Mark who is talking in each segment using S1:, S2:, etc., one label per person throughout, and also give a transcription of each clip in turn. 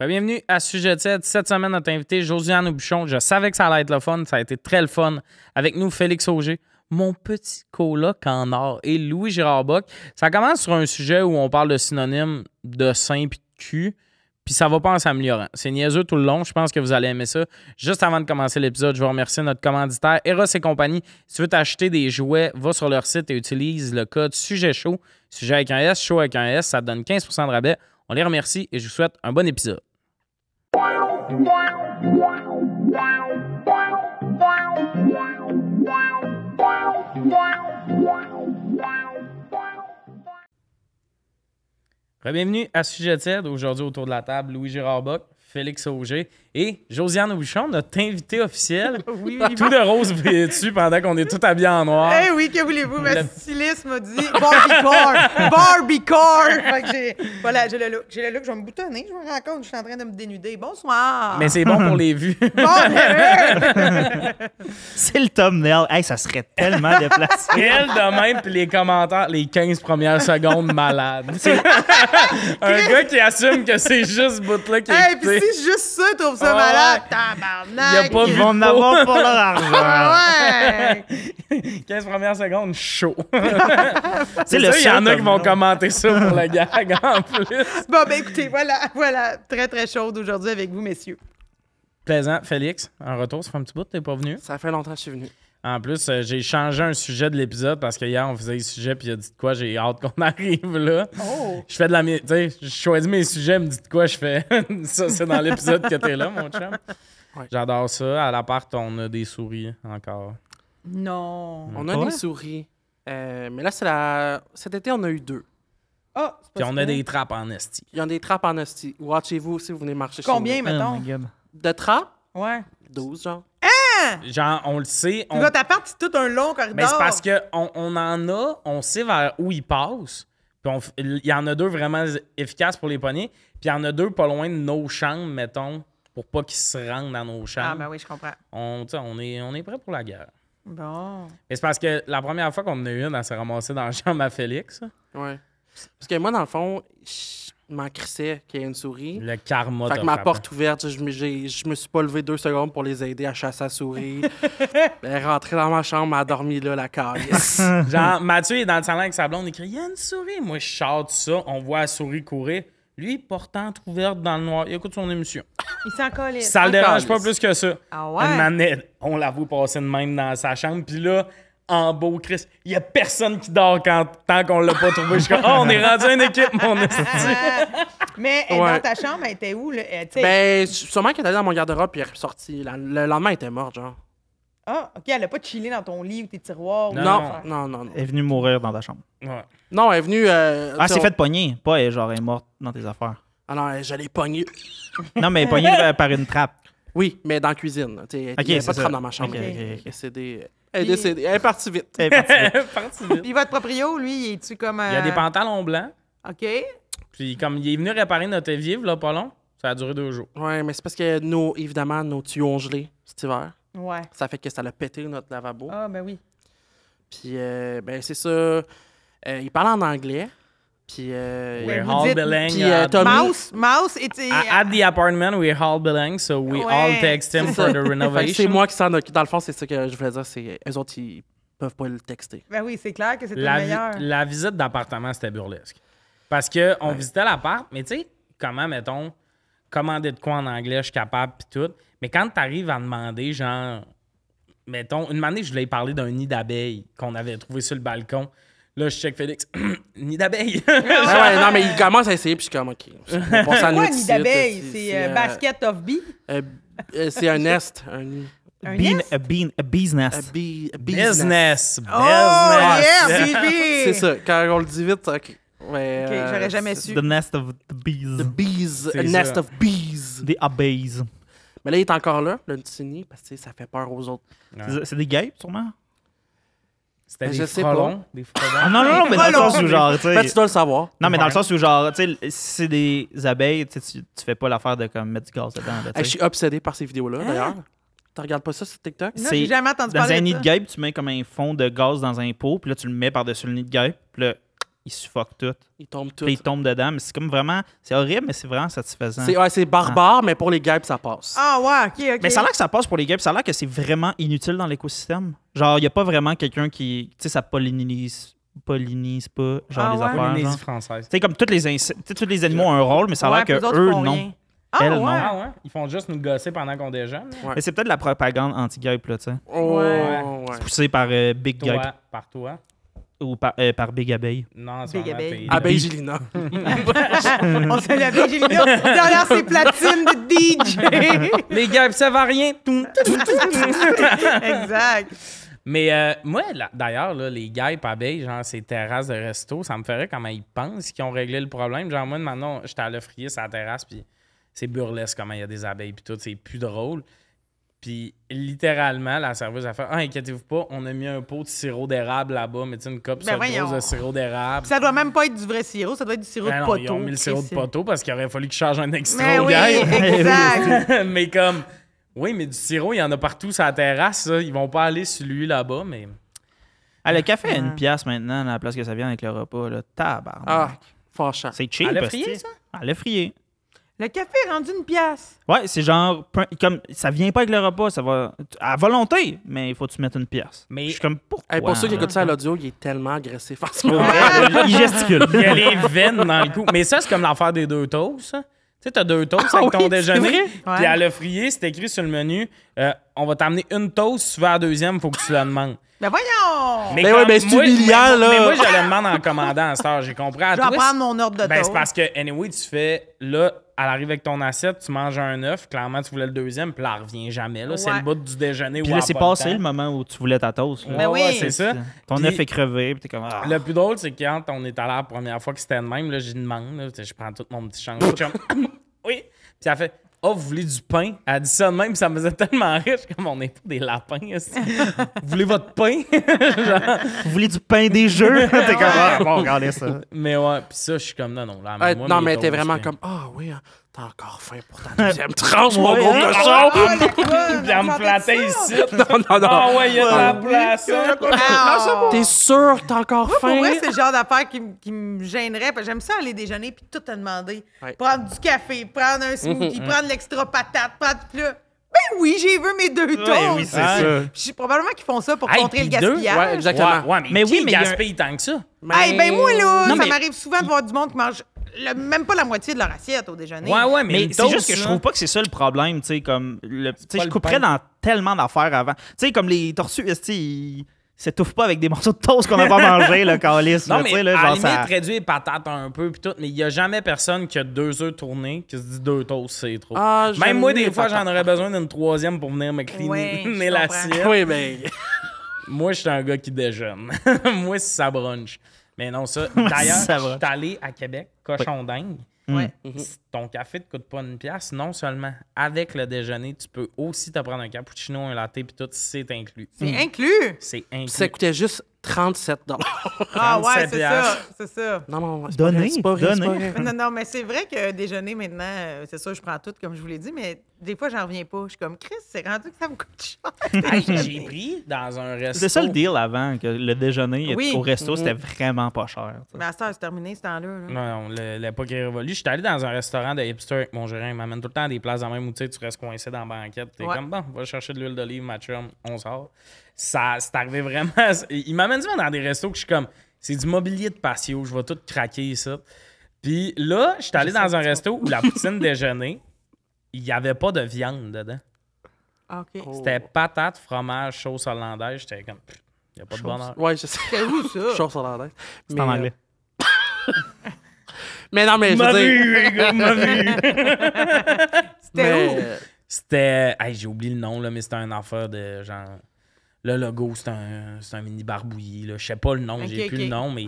S1: Bienvenue à Sujet de 7. Cette semaine, notre invité, Josiane Aubuchon. Je savais que ça allait être le fun. Ça a été très le fun. Avec nous, Félix Auger, mon petit coloc en or et Louis Gérard Bock. Ça commence sur un sujet où on parle de synonymes de sein puis de cul. Puis ça va pas en s'améliorant. C'est niaiseux tout le long. Je pense que vous allez aimer ça. Juste avant de commencer l'épisode, je vous remercie notre commanditaire, Eros et compagnie. Si tu veux t'acheter des jouets, va sur leur site et utilise le code Sujet Chaud. Sujet avec un S, chaud avec un S. Ça te donne 15 de rabais. On les remercie et je vous souhaite un bon épisode. Bienvenue à Sujet Tiède. Aujourd'hui, autour de la table, Louis-Gérard Bock, Félix Auger et Josiane Bouchon, notre invitée officielle.
S2: Oui.
S1: Tout de rose vêtu pendant qu'on est tout habillé en noir.
S2: Eh oui, que voulez-vous? Ma styliste m'a dit Barbiecore! Barbiecore! Fait que j'ai. Voilà, j'ai le look. J'ai le look, je vais me boutonner, je me rends compte, je suis en train de me dénuder. Bonsoir!
S1: Mais c'est bon pour les vues.
S2: Bon, mais eux!
S3: C'est le thumbnail. Hey, ça serait tellement déplacé.
S1: Elle de même, puis les commentaires, les 15 premières secondes, malade. un gars qui assume que c'est juste ce bout-là qui est
S2: Hey, pis
S1: écouté.
S2: si juste ça, je trouve ça
S1: Ah
S2: malade!
S1: ouais. Y a
S2: Tabarnak!
S1: pas
S3: Ils vont en avoir pour leur argent.
S2: Ah ouais!
S1: 15 premières secondes, chaud. ça,
S3: C'est
S1: il y en a
S3: seul
S1: qui vont
S3: thumbnail.
S1: commenter ça pour le gag en plus.
S2: Bon, ben écoutez, voilà, voilà. Très, très chaude aujourd'hui avec vous, messieurs.
S1: Plaisant, Félix. En retour, ça fait un petit bout, t'es pas venu.
S4: Ça fait longtemps que je suis venu.
S1: En plus, euh, j'ai changé un sujet de l'épisode parce que hier, on faisait des sujets, puis il a dit de quoi, j'ai hâte qu'on arrive là.
S2: Oh!
S1: Je fais de la. mi- Tu sais, je choisis mes sujets, me dit de quoi je fais. ça, c'est dans l'épisode que t'es là, mon chum.
S4: Ouais.
S1: J'adore ça. À l'appart, on a des souris encore.
S2: Non!
S4: On a
S3: Ouais.
S4: des souris. euh, mais là, c'est la... cet été, on a eu deux.
S2: Ah, c'est pas
S1: Puis on a
S2: fini.
S1: des trappes en esti.
S4: Il y en a des trappes en hostie. Watchez-vous si vous venez marcher
S2: Combien,
S4: chez
S3: Oh my
S2: mettons?
S3: God.
S4: nous. De trappes,
S2: Ouais.
S4: 12 genre.
S2: Ah.
S1: Genre, on le sait. On...
S2: Puis Votre appart, c'est tout un long corridor.
S1: Mais c'est parce qu'on on en a, on sait vers où ils passent. Puis on f- il y en a deux vraiment efficaces pour les poignées. Puis il y en a deux pas loin de nos chambres, mettons, pour pas qu'ils se rendent dans nos chambres.
S2: Ah, ben oui, je comprends.
S1: on, tu sais, on est, on est prêt pour la guerre.
S2: Bon.
S1: Mais c'est parce que la première fois qu'on en a eu une, elle s'est ramassée dans la chambre à Félix.
S4: Ouais. Parce que moi, dans le fond, je m'en crissais qu'il y ait une souris.
S1: Le karma
S4: Fait
S1: t'a
S4: que ma
S1: frappé.
S4: porte ouverte, je, me- j'ai- je me suis pas levé deux secondes pour les aider à chasser la souris. Elle est rentrée dans ma chambre, elle a dormi là, la calice.
S1: Genre, Mathieu est dans le salon avec sa blonde, il crie Il y a une souris. Moi, je sors de ça, on voit la souris courir. Lui, portante ouverte dans le noir, il écoute son émission.
S2: Il s'en colle.
S1: Ça le
S4: encore
S1: dérange pas
S4: lisse.
S1: plus que ça.
S2: Ah ouais?
S1: Une manette, on la voit passer de même dans sa chambre. Puis là, en beau Christ, il y a personne qui dort quand, tant qu'on l'a pas trouvé. Je suis comme, oh, on est rendu une équipe, mon esti.
S2: Mais elle,
S4: Ouais.
S2: dans ta chambre, elle était où? Là? Elle, tu sais-
S4: ben, sûrement qu'elle est allée dans mon garde-robe puis elle est ressortie. La- Le lendemain, elle était morte, genre.
S2: Ah, OK, elle a pas chillé dans ton lit ou tes tiroirs. ou
S1: Non,
S2: tes
S4: Non,
S2: affaires.
S4: non, non, non.
S3: Elle est venue mourir dans ta chambre.
S1: Ouais.
S4: Non, elle est venue. euh,
S3: Ah,
S4: tu
S3: c'est
S4: sais,
S3: fait pogner. Pas elle, genre, elle est morte dans tes affaires.
S4: on- Ah non, elle- je l'ai pognée.
S3: Non, mais elle est pognée euh, par une trappe.
S4: Oui, mais dans la cuisine. là, t'sais, Il n'y
S3: Ok,
S4: avait
S3: c'est
S4: pas de
S3: ça.
S4: trappe dans ma chambre.
S3: Ok, Eh. ok,
S4: Elle est décédée. Elle est décédée. Elle est partie vite.
S3: Elle est partie.
S1: Parti vite.
S2: Puis votre proprio, lui, il est-tu comme...
S1: Il y a des
S2: euh,
S1: pantalons blancs.
S2: OK.
S1: Puis comme il est venu réparer notre évier, là, pas long, ça a duré deux jours.
S4: Oui, mais c'est parce que, nos, évidemment, nos tuyaux ont gelé cet hiver.
S2: Ouais.
S4: Ça fait que ça l'a pété, notre lavabo.
S2: Ah, ben oui.
S4: Puis, euh, ben, c'est ça. Euh, il parle en anglais. Puis, euh,
S2: Ouais.
S1: We're
S2: vous
S1: all
S2: dites-
S1: bilingue.
S4: Puis, euh,
S1: at-
S4: Tommy-
S2: Mouse, Mouse, et tu-
S1: at at the apartment, we're all bilingue, so we
S2: Ouais,
S1: all text him
S4: c'est
S1: for the
S4: ça. fait que c'est
S1: renovation.
S4: moi qui s'en occupe. Dans le fond, c'est ça que je voulais dire. C'est eux autres, ils peuvent pas le texter.
S2: Ben oui, c'est clair que c'est
S1: la,
S2: le
S1: vi-
S2: meilleur.
S1: la visite d'appartement, c'était burlesque. Parce que on visitait l'appart, mais tu sais, comment, mettons, commander de quoi en anglais, je suis capable, pis tout. Mais quand t'arrives à demander, genre, mettons, une année, je voulais parler d'un nid d'abeilles qu'on avait trouvé sur le balcon. Là, je check Félix, nid d'abeilles.
S4: Ben Ouais, ouais, non, mais ils commencent à essayer. Puis, je suis comme, OK. On passe à
S2: C'est Ah quoi
S4: l'autre
S2: un nid
S4: site,
S2: d'abeille?
S4: euh,
S2: C'est euh, basket of bee?
S4: euh, euh, c'est un nest. Un nid.
S2: Un
S3: Bean-
S2: nest?
S3: a bean, a business.
S4: Un bi- business.
S1: business.
S2: Oh,
S3: Ah,
S1: business.
S2: yeah,
S4: C'est
S2: bébé!
S4: ça. Quand on le dit vite, OK. Mais,
S2: OK,
S4: euh,
S2: j'aurais jamais
S4: c'est-
S2: su.
S3: The nest of the bees.
S4: The bees.
S1: C'est
S4: A nest
S1: ça.
S4: of bees.
S3: Des abeilles.
S4: Mais là, il est encore là, le petit nid, parce que tu sais, ça fait peur aux autres.
S3: C'est- C'est des guêpes, sûrement?
S1: C'était
S4: Mais
S1: des
S4: je sais
S1: frelons, des
S3: Ah,
S1: frelons.
S3: non, non, non, mais dans le
S2: Frelons.
S3: sens où, genre, tu sais-
S4: Ben, tu dois le savoir.
S3: Non, mais dans le
S1: Ouais.
S3: sens où, genre, tu sais, si c'est des abeilles, tu, sais, tu tu fais pas l'affaire de comme, mettre du gaz dedans. là, tu
S4: Hey, je
S3: sais.
S4: suis obsédé par ces vidéos-là,
S2: Ah.
S4: d'ailleurs. Tu regardes pas ça sur TikTok?
S2: Non,
S3: c'est-
S2: j'ai jamais entendu
S3: Dans
S2: parler
S3: un
S2: de
S3: nid
S2: ça.
S3: de guêpe, tu mets comme un fond de gaz dans un pot, puis là, tu le mets par-dessus le nid de guêpe, puis là, ils suffoquent tout.
S4: Ils tombent tous.
S3: Puis ils tombent dedans. Mais c'est comme vraiment. C'est horrible, mais c'est vraiment satisfaisant.
S4: C'est ouais, c'est barbare, mais pour les guêpes, ça passe.
S2: Ah ouais, ok, ok.
S3: Mais ça a l'air que ça passe pour les guêpes. Ça a l'air que c'est vraiment inutile dans l'écosystème. Genre, il n'y a pas vraiment quelqu'un qui. Tu sais, ça pollinise, pollinise pas
S2: Ah
S3: genre, les
S2: ouais?
S3: affaires. genre.
S1: Polynésie
S3: Tu
S1: française.
S3: sais, comme tous les, insectes- tu sais, tous les animaux ont un rôle, mais ça a
S2: Ouais,
S3: l'air
S2: puis
S3: que
S2: les autres
S3: eux,
S2: font
S3: non.
S2: rien. Ah
S3: Elles,
S2: ouais.
S3: non.
S1: Ah ouais? Ils font juste nous gosser pendant qu'on déjeune. là.
S4: Ouais.
S3: Mais c'est peut-être la propagande anti-guêpe, là, tu sais.
S4: Oh,
S2: Ouais.
S4: ouais.
S3: Poussée par euh, Big
S1: Toi,
S3: Guêpe
S1: par toi.
S3: ou par, euh, par Big Abeille.
S1: Non, c'est
S2: Big abeille.
S1: Ah,
S4: Abeille ben, Gélina.
S2: On se l'a bien, Gélina, derrière ses platines de DJ.
S1: Les guêpes, ça va rien. Tout, tout, tout.
S2: exact.
S1: Mais euh, moi, là, d'ailleurs, là, les guêpes, abeilles, genre ces terrasses de resto, ça me ferait comment ils pensent qu'ils ont réglé le problème. Genre, moi, maintenant, j'étais à l'offrier sur la terrasse, puis c'est burlesque comment il y a des abeilles, puis tout, c'est plus drôle. Puis littéralement, la serveuse a fait Ah, inquiétez-vous pas, on a mis un pot de sirop d'érable là-bas, mettez une coupe
S2: Ben
S1: sur
S2: voyons.
S1: grosse de sirop d'érable.
S2: Puis ça doit même pas être du vrai sirop, ça doit être du sirop
S1: Ben
S2: de
S1: non,
S2: poteau.
S1: ils ont mis le sirop de
S2: Christ.
S1: poteau parce qu'il aurait fallu que je charge un extra
S2: Mais
S1: au
S2: oui,
S1: guêpe.
S2: exact.
S1: mais comme, oui, mais du sirop, il y en a partout sur la terrasse. là. Ils vvont pas aller sur lui là-bas, mais.
S3: Ah, le café
S1: Hein.
S3: à une pièce maintenant, à la place que ça vient avec le repas, là. Tabarnak.
S4: Ah, fâchant.
S3: C'est cheap.
S1: À l'offrier,
S3: hostie.
S1: ça?
S3: À l'offrier.
S2: Le café est rendu une pièce.
S3: Ouais, c'est genre. peu- Comme, ça vient pas avec le repas, ça va. À volonté, mais il faut que tu mettes une pièce.
S1: Mais-
S3: Je suis comme, pourquoi?
S4: Hey, pour ceux qui
S3: là?
S4: écoutent ça à l'audio, il est tellement agressif en ce moment.
S3: Ouais, il gesticule.
S1: Il y a les veines dans le cou. Mais ça, c'est comme l'affaire des deux toasts. ça. Tu sais, t'as deux toasts
S4: Ah
S1: avec
S4: oui,
S1: ton
S4: c'est
S1: déjeuner.
S4: vrai.
S1: Puis
S2: Ouais.
S1: à l'offrier, c'est écrit sur le menu euh, on va t'amener une toast, si tu veux la deuxième, faut que tu la demandes.
S2: Ben voyons!
S1: comme
S4: ouais, mais c'est
S1: moi- mais moi-
S4: humiliant, là.
S1: Mais moi, je le demande en commandant à cette heure. J'ai compris. à
S2: Je vais en
S1: toi,
S2: prendre mon ordre de
S1: Ben,
S2: toast.
S1: c'est parce que, anyway, tu fais, là, elle arrive avec ton assiette, tu manges un œuf, clairement, tu voulais le deuxième, puis elle revient jamais. là. C'est
S2: Ouais.
S1: le bout du déjeuner
S3: Puis
S1: ou
S3: là,
S1: à
S3: c'est
S1: pas le
S3: passé
S1: temps.
S3: le moment où tu voulais ta toast. là.
S2: Ben
S1: Ouais, ouais,
S2: oui.
S1: c'est ça.
S3: Ton
S1: Puis-
S3: œuf est crevé, puis t'es comme. Ah.
S1: Le plus drôle, c'est quand on est allé la première fois que c'était le même, là, j'ai demande, là, tu sais, je prends tout mon petit change. Je suis comme, oui. Puis elle fait, oh, vous voulez du pain? Elle dit ça de même, puis ça me faisait tellement rire. Je suis comme, on n'est pas des lapins. est-ce que- vous voulez votre pain?
S3: Vous voulez du pain des jeux? t'es comme. Ah, bon, regardez ça.
S1: mais ouais, puis ça, je suis comme, non, non, là,
S4: Hey,
S1: moi,
S4: Euh, non,
S1: mes
S4: mais t'es
S1: toasts,
S4: vraiment
S1: là.
S4: comme Ah oui, hein, t'as encore faim pour ta deuxième tranche, mon gros
S3: hein?
S4: cochon!
S2: la conne,
S1: Puis elle me
S2: on
S1: flattait
S2: sentait ça.
S1: ici.
S4: Non, non, non.
S1: Ah ouais, il y a de la place. hein.
S2: Ah,
S4: T'es sûr que t'as encore
S2: Pour
S4: faim?
S2: vrai, c'est le genre d'affaire qui, m- qui me gênerait. parce que J'aime ça aller déjeuner puis tout te demander.
S4: Ouais.
S2: Prendre du café, prendre un smoothie,
S1: Mhm.
S2: prendre l'extra patate, prendre du plat. Ben oui, j'ai vu mes deux toasts.
S3: Ouais, Eh oui, c'est
S1: Ah.
S3: ça.
S2: Je suis probablement qu'ils font ça pour
S1: Hey,
S2: contrer le
S1: puis deux,
S2: gaspillage.
S4: ouais, exactement.
S1: Ouais, ouais, mais,
S3: Mais
S1: qui
S3: oui, mais il y a un-
S1: gaspille tant que ça?
S2: Hey, ben moi, là,
S3: Non,
S2: ça
S3: mais-
S2: m'arrive souvent de voir du monde qui mange le- même pas la moitié de leur assiette au déjeuner.
S1: Ouais, ouais, mais,
S3: Mais
S1: une
S3: c'est
S1: toast,
S3: juste que je
S1: là.
S3: trouve pas que c'est ça le problème, tu sais, comme... Le, tu sais,
S1: pas
S3: je
S1: le
S3: couperais
S1: pain.
S3: dans tellement d'affaires avant. Tu sais, comme les tortues, esti, ils s'étouffent pas avec des morceaux de toast qu'on a pas mangé, le calice,
S1: Non,
S3: là,
S1: mais
S3: tu sais, là,
S1: à
S3: genre,
S1: la limite,
S3: ça...
S1: réduis les patates un peu puis tout, mais il n'y a jamais personne qui a deux œufs tournés qui se dit deux toasts, c'est trop.
S4: Ah, j'aime
S1: Même moi,
S4: mieux
S1: des
S4: les
S1: fois,
S4: patates
S1: j'en aurais besoin d'une troisième pour venir me
S2: Ouais,
S1: cleaner
S2: je
S1: mais
S2: comprends.
S1: l'assiette.
S4: Oui, mais.
S1: Moi, je suis un gars qui déjeune. moi, c'est ça brunch. Mais non, ça. D'ailleurs,
S3: ça
S1: je suis
S3: brunch. Mm-hmm.
S1: allé à Québec, cochon dingue.
S2: Ouais.
S1: Mm. Ton café ne te coûte pas une pièce. Non seulement avec le déjeuner, tu peux aussi te prendre un cappuccino, un latte, puis tout, c'est inclus.
S2: C'est inclus.
S1: C'est
S4: Ça
S1: inclus.
S4: coûtait juste 37
S2: Ah ouais,
S1: 37
S2: c'est ça. C'est ça.
S4: Non, non, c'est pas
S3: Donner,
S4: vrai, c'est pas vrai, c'est pas
S3: donner.
S4: vrai.
S2: Non, non, mais c'est vrai que déjeuner maintenant, euh, c'est sûr, je prends tout, comme je vous l'ai dit, mais des fois, j'en reviens pas. Je suis comme, Chris, c'est rendu que ça me coûte cher.
S1: Hey, J'ai pris dans un resto.
S3: C'est ça le deal avant, que le déjeuner
S2: Oui.
S3: au resto,
S1: Mm.
S3: c'était vraiment pas cher. tu sais.
S2: mais à ça, c'est terminé ce temps-là. là.
S1: Non, non, le- l'époque est révolue. Je suis allé dans un restaurant de hipster avec mon gérant. Il m'amène tout le temps à des places dans même où tu sais, tu restes coincé dans la banquette. T'es
S2: Ouais.
S1: comme, bon, va chercher de l'huile d'olive, ma chum, on sort. Ça, c'est arrivé vraiment. Il m'amène souvent dans des restos que je suis comme, c'est du mobilier de patio, je vais tout craquer ça. Puis là, je suis allé dans un resto où la poutine déjeuner, il n'y avait pas de viande dedans.
S2: Ah, OK.
S1: C'était patate, fromage, sauce hollandaise. J'étais comme, il n'y a pas de bonheur.
S4: Ouais, je sais.
S2: C'était où, ça?
S4: Chose hollandaise.
S3: C'est en
S4: Mais, euh,
S3: anglais.
S4: Mais non, mais je
S1: M'a
S4: veux dire.
S1: vu, les gars, m'a vu.
S2: C'était où?
S4: mais, euh,
S1: C'était. hey, j'ai oublié le nom, là, mais c'était un affaire de genre. Le logo, c'est un, c'est un mini barbouillis. là. Je sais pas le nom, j'ai
S2: Ok,
S1: plus
S2: ok.
S1: le nom, mais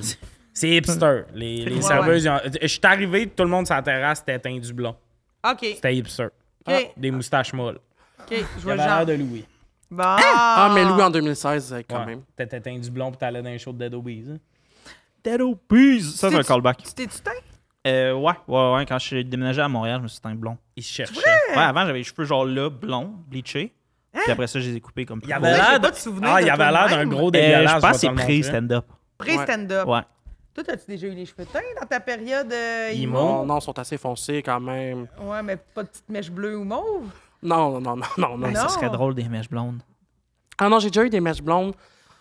S1: c'est hipster. Les, les
S2: Ouais,
S1: serveuses. ils ont- Je suis arrivé, tout le monde sur la terrasse, c'était teint du blond.
S2: OK.
S1: C'était hipster.
S2: OK.
S1: Des moustaches molles.
S2: OK. Je
S1: Il
S2: vois
S1: avait l'air
S2: le Ah. genre. Bah,
S1: de Louis.
S2: Bon.
S4: Ah, mais lui, en 2016, euh, quand
S1: Ouais.
S4: même.
S1: T'étais teint du blond, puis t'allais dans les shows de Dead Obies. hein.
S3: Dead O'Bees! Ça, c'est un
S2: Tu-
S3: callback.
S2: Tu t'es-tu teint?
S3: Euh, ouais, ouais, ouais. Quand je suis déménagé à Montréal, je me suis teint blond.
S1: Il cherchait.
S3: Ouais, avant, j'avais les cheveux genre là, blonds, bleachés. Puis après ça, je les ai coupés comme plus
S1: Hein? Il
S3: gros.
S1: avait
S2: j'ai
S1: l'air
S2: pas
S1: de-
S2: de souvenir
S1: Ah,
S2: de
S1: il avait
S2: toi de
S1: l'air d'un
S2: même.
S1: gros
S3: Euh,
S1: dégueulasse.
S3: Je pense que
S1: vais
S3: c'est
S1: te le
S3: pris
S1: montrer.
S3: stand-up.
S2: Pré-stand-up.
S3: Ouais.
S2: Toi, as-tu déjà eu les cheveux teints dans ta période euh,
S1: Imo.
S2: emo?
S1: Bon.
S4: Non, non, ils sont assez foncés quand même.
S2: Ouais, mais pas de petite mèche bleue ou mauve.
S4: Non, non, non, non, non.
S1: Ah
S4: non.
S3: Hey,
S2: non.
S3: ça serait drôle des mèches blondes.
S4: Ah non, j'ai déjà eu des mèches blondes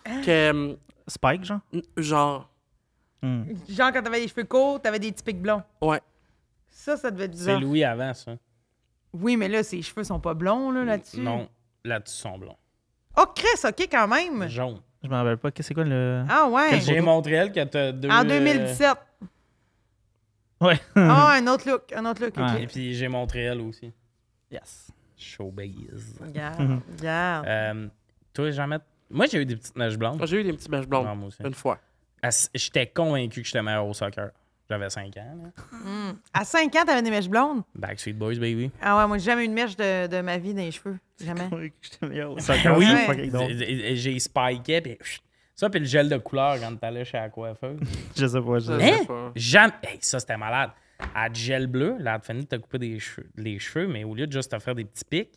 S4: que, hum,
S3: Spike, genre?
S4: genre,
S3: Hmm.
S2: Genre, quand t'avais les cheveux courts, t'avais des petits pics blonds.
S4: ouais.
S2: Ça, ça devait être
S1: C'est
S2: bizarre.
S1: Louis avant, ça.
S2: Oui, mais là, ses cheveux sont pas blonds, là, là-dessus.
S1: Non, là-dessus, ils sont blonds.
S2: Oh, Chris, OK, quand même.
S1: Jaune.
S3: Je m'en rappelle pas. Qu'est-ce que c'est quoi le...
S2: Ah, ouais.
S1: J'ai montré elle que t'as deux.
S2: En
S1: Euh.
S2: 2017.
S3: Ouais.
S2: Ah, un autre look. Un autre look. OK.
S3: Ouais.
S1: Et puis j'ai montré elle aussi.
S3: yes.
S1: Showbiz. Mhm.
S2: Regarde, regarde.
S1: Euh, toi, jamais. Moi, j'ai eu des petites mèches blondes.
S4: J'ai eu des petites mèches blondes.
S1: Non, moi aussi.
S4: Une fois.
S1: Ah, c- J'étais convaincu que j'étais meilleur au soccer. J'avais 5 ans. là.
S2: À 5 ans, t'avais des mèches blondes?
S1: Backstreet Boys, baby.
S2: Ah ouais, moi, j'ai jamais eu une mèche de, de ma vie dans les cheveux. Jamais.
S3: J'étais meilleur au
S1: Ben
S3: soccer,
S1: oui,
S3: c'est
S2: Ouais.
S3: fucking drôle.
S1: J'ai- j'ai spiké. Puis... Ça, puis le gel de couleur quand t'allais chez la coiffeuse.
S3: Je sais pas.
S4: Je
S3: Je...
S1: Hein?
S4: sais pas.
S1: Jamais. Hey, ça, c'était malade. À gel bleu, la Fanny t'a coupé des cheveux, les cheveux, mais au lieu de juste te faire des petits pics,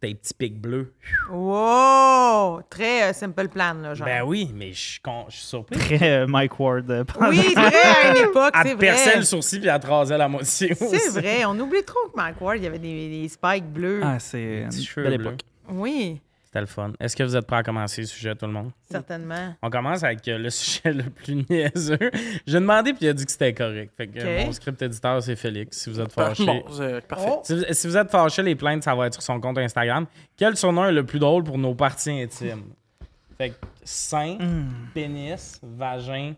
S1: t'as des petits pics bleus.
S2: Wow! Très euh, simple plan, là, genre.
S1: Ben oui, mais je suis con- je suis surpris.
S3: Très euh, Mike Ward. euh,
S2: oui, c'est vrai, à une époque, c'est
S1: Elle te perçait
S2: vrai.
S1: le sourcil puis elle te rasait la moitié
S2: C'est
S1: aussi.
S2: vrai, on oublie trop que Mike Ward, il y avait des, des spikes bleus.
S3: Ah, c'est une
S1: Petits cheveux
S3: belle
S1: bleus.
S3: époque.
S2: Oui,
S1: C'était le fun. Est-ce que vous êtes prêts à commencer le sujet, tout le monde?
S2: certainement.
S1: On commence avec euh, le sujet le plus niaiseux. J'ai demandé puis il a dit que c'était correct. Fait que euh,
S2: Ok.
S1: mon script éditeur, c'est Félix. Si vous êtes
S4: Bon,
S1: fâchés.
S4: c'est parfait.
S2: Oh!
S1: Si, vous- si vous êtes fâchés, les plaintes, ça va être sur son compte Instagram. Quel surnom est le plus drôle pour nos parties intimes? Fait que sein, pénis, vagin,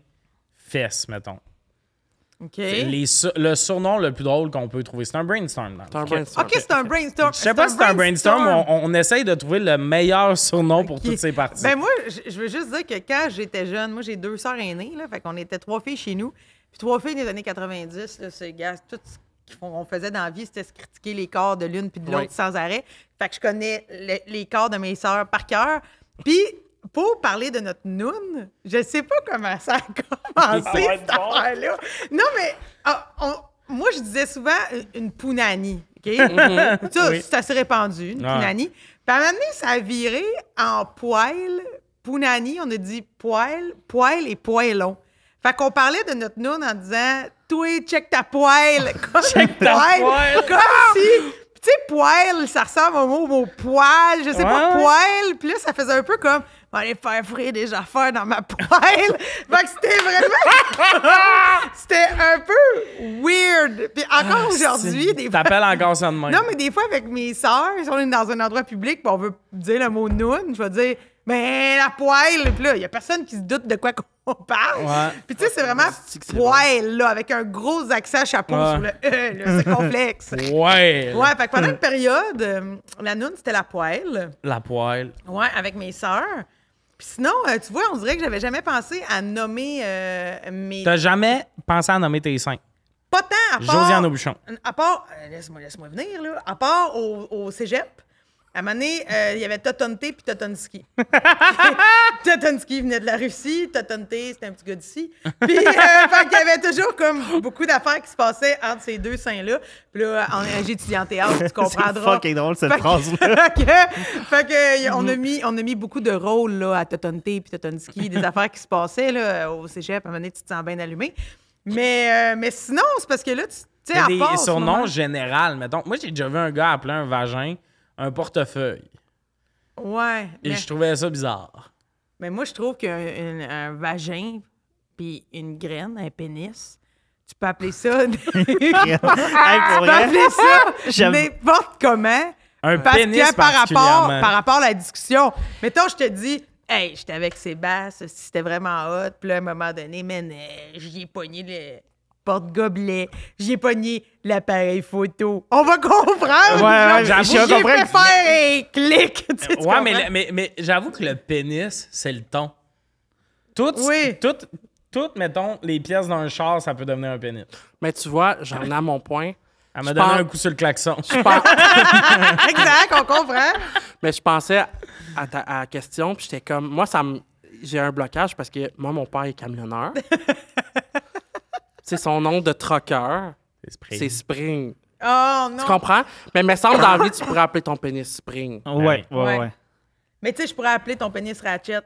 S1: fesses, mettons.
S2: OK.
S1: Les sur- le surnom le plus drôle qu'on peut trouver. C'est un brainstorm. dans le
S4: C'est un
S1: fond.
S4: brainstorm.
S2: OK, c'est un brainstorm.
S1: Je sais pas si c'est un brainstorm, on, on essaye de trouver le meilleur surnom pour
S2: Qui-
S1: toutes ces parties.
S2: Ben moi, je je veux juste dire que quand j'étais jeune, moi j'ai deux sœurs aînées, là, fait qu'on était trois filles chez nous. Puis trois filles des années 90, là, c'est gars, tout ce qu'on on faisait dans la vie, c'était se critiquer les corps de l'une puis de l'autre
S4: Ouais.
S2: sans arrêt. Fait que je connais le- les corps de mes sœurs par cœur. Puis pour parler de notre noun, je sais pas comment ça a commencé
S1: Ça va être
S2: cette
S1: bon.
S2: affaire-là. Non mais ah, on- moi je disais souvent euh, une punani. OK? ça,
S1: Mhm. Oui.
S2: c'est assez répandu, une
S1: Ah.
S2: punani. Puis à un moment donné, ça a viré en poêle, punani, on a dit poêle, poêle et poêlon. Fait qu'on parlait de notre noun en disant « Toi, check ta poêle! » Check
S1: ta poêle.
S2: Comme si... Puis Tu sais, poêle, ça ressemble au mot, au poêle, je sais pas,
S1: Ouais.
S2: poêle. Puis là, ça faisait un peu comme « On va aller faire frire des affaires dans ma poêle! » Fait que c'était vraiment... c'était un peu weird. Puis
S1: Ah,
S2: encore aujourd'hui, des fois...
S1: T'appelles encore ça de même.
S2: Non, mais des fois, avec mes sœurs, si on est dans un endroit public puis on veut dire le mot noun, je vais dire, mais la poêle. Puis là, il n'y a personne qui se doute de quoi qu'on parle.
S1: Ouais.
S2: Puis tu sais, c'est vraiment
S4: C'est Ah, que c'est
S2: poêle, là, avec un gros accent chapeau
S1: Ouais.
S2: sur le E, là, c'est complexe.
S1: Ouais.
S2: Ouais, fait que
S1: Hmm.
S2: pendant une période, euh, la noun, c'était la poêle.
S1: La poêle.
S2: Ouais, avec mes sœurs. Puis sinon, euh, tu vois, on dirait que j'avais jamais pensé à nommer euh, mes.
S1: T'as jamais pensé à nommer tes seins.
S2: Pas tant à part.
S1: Josiane Aubuchon.
S2: À part, euh, laisse-moi laisse-moi venir, là. À part au, au cégep, à un moment donné, euh, il y avait Totonté puis Totonski. Totonski venait de la Russie, Totonté, c'était un petit gars d'ici. Puis, euh, fait qu'il y avait toujours comme beaucoup d'affaires qui se passaient entre ces deux saints-là. Puis là, en- j'étudiais en théâtre, tu
S3: C'est
S2: comprendras.
S3: fucking drôle, cette
S2: Fait que-
S3: phrase-là.
S2: fait que- fait que, y- on, a mis, on a mis beaucoup de rôles là, à Totonté puis Totonski, des affaires qui se passaient là, au cégep. À un moment donné, tu te sens bien allumé. Mais, euh, mais sinon, c'est parce que là, tu tu sais,
S1: T'as
S2: à
S1: des
S2: part. ce
S1: surnoms
S2: moment-
S1: général, mettons. Moi, j'ai déjà vu un gars appeler un vagin un portefeuille.
S2: Ouais.
S1: Et
S2: Mais,
S1: je trouvais ça bizarre.
S2: mais moi, je trouve qu'un une- un vagin puis une graine, un pénis, tu peux appeler ça. tu
S3: Hey, pour
S2: peux
S3: Ah, vrai.
S2: appeler ça
S3: J'aime.
S2: n'importe comment.
S1: Un
S2: Parce
S1: pénis
S2: que par rapport,
S1: particulièrement.
S2: par rapport à la discussion, mettons, je te dis, hey, j'étais avec Sébastien, c'était vraiment hot. Puis là, à un moment donné, man, euh, j'y ai pogné le porte-gobelet, j'y ai pogné l'appareil photo. On va comprendre.
S3: Ouais, ouais,
S2: genre,
S1: j'avoue,
S2: J'y ai
S3: comprends.
S2: fait faire un clic. tu sais, tu
S1: Ouais, mais,
S2: comprends?
S1: le- mais, mais j'avoue que le pénis, c'est le ton. Toutes,
S2: Oui.
S1: toutes, toutes, mettons, les pièces d'un char, ça peut devenir un pénis.
S4: Mais tu vois, j'en ai à mon point.
S1: Elle m'a
S4: Je
S1: donné
S4: pense-
S1: un coup sur le klaxon.
S4: Je pense-
S2: Exact, on comprend.
S4: Mais je pensais à, ta, à la question, puis j'étais comme, moi, ça me- j'ai un blocage parce que moi, mon père est camionneur. c'est son nom de troqueur,
S1: C'est spray.
S4: c'est Spring.
S2: Oh non.
S4: Tu comprends? Mais il me semble dans la vie, tu pourrais appeler ton pénis Spring.
S3: Ouais, ouais,
S2: Ouais.
S3: ouais.
S2: Mais tu sais, je pourrais appeler ton pénis Ratchet.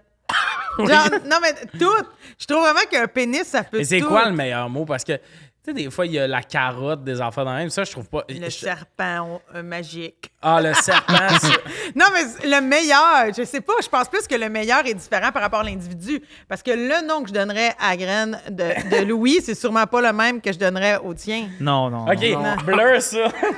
S2: Genre, non, mais tout. Je trouve vraiment qu'un pénis, ça peut
S1: Mais c'est
S2: tout.
S1: quoi le meilleur mot? Parce que, tu sais, des fois, il y a la carotte des enfants dans la même. Ça, je trouve pas.
S2: Le
S1: je-
S2: serpent euh, magique.
S1: Ah, le serpent. ça-
S2: Non, mais c- le meilleur, je sais pas, je pense plus que le meilleur est différent par rapport à l'individu. Parce que le nom que je donnerais à Graine de, de Louis, c'est sûrement pas le même que je donnerais au tien.
S3: Non, non.
S1: OK,
S4: Non.
S1: blur ça.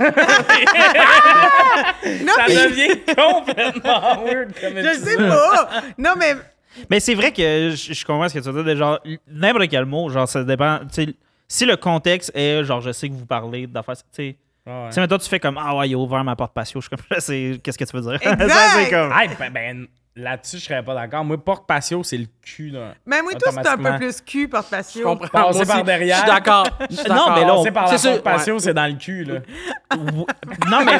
S2: Non,
S1: Ça
S2: mais
S1: devient complètement weird comme
S2: je sais pas. Non, mais
S3: non. Mais c'est vrai que je, je comprends ce que tu veux dire. de Genre, n'importe quel mot, genre, ça dépend. tu sais, si le contexte est, genre, je sais que vous parlez d'affaires, tu sais.
S1: pas.
S3: Tu sais, maintenant, tu fais comme Ah ouais, il a ouvert ma porte patio. Je suis comme, je sais, qu'est-ce que tu veux dire?
S2: Exact.
S3: ça, c'est comme.
S1: Hey, ben, ben, là-dessus, je serais pas d'accord. Moi, porc patio, c'est le cul d'un.
S2: même moi, tout, c'est un peu
S1: Automatiquement.
S2: plus cul porte
S4: Je
S2: patio.
S4: comprends.
S1: Passer
S4: Moi aussi,
S1: par derrière.
S4: Je suis d'accord. Je suis
S3: Non,
S4: d'accord.
S3: mais là, on-
S1: Passer par la
S4: C'est sûr,
S1: porte patio,
S4: ouais.
S1: c'est dans le cul, là.
S3: non, mais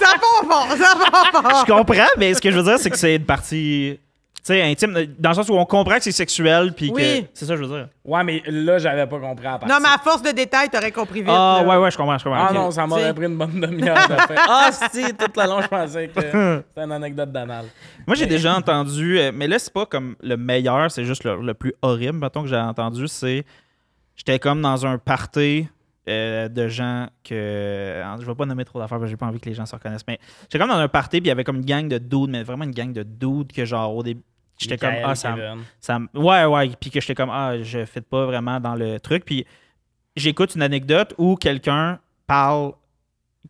S2: Ça va fort, ça va fort.
S3: je comprends, mais ce que je veux dire, c'est que c'est une partie. Tu sais, intime, dans le sens où on comprend que c'est sexuel, puis
S2: Oui.
S3: que. C'est ça, que je veux dire.
S1: Ouais, mais là, j'avais pas compris à partir.
S2: Non, mais à force de détails, t'aurais compris vite.
S3: Ah,
S2: là.
S3: ouais, ouais, je comprends, je comprends.
S1: Ah
S3: ok.
S1: non, ça m'aurait
S2: T'sais.
S1: pris une bonne demi-heure de faire. Ah, si, toute la longue, je pensais que c'était une anecdote d'anal.
S3: Moi, j'ai déjà entendu, euh, mais là, c'est pas comme le meilleur, c'est juste le, le plus horrible, mettons, que j'ai entendu. C'est. J'étais comme dans un party euh, de gens que. euh, Je vais pas nommer trop d'affaires parce que j'ai pas envie que les gens se reconnaissent, mais j'étais comme dans un party, puis il y avait comme une gang de dudes, mais vraiment une gang de dudes que, genre, au début. J'étais comme,
S1: Michael,
S3: ah, ça,
S1: Kevin.
S3: ça me- ouais ouais puis que j'étais comme ah je fais pas vraiment dans le truc puis j'écoute une anecdote où quelqu'un parle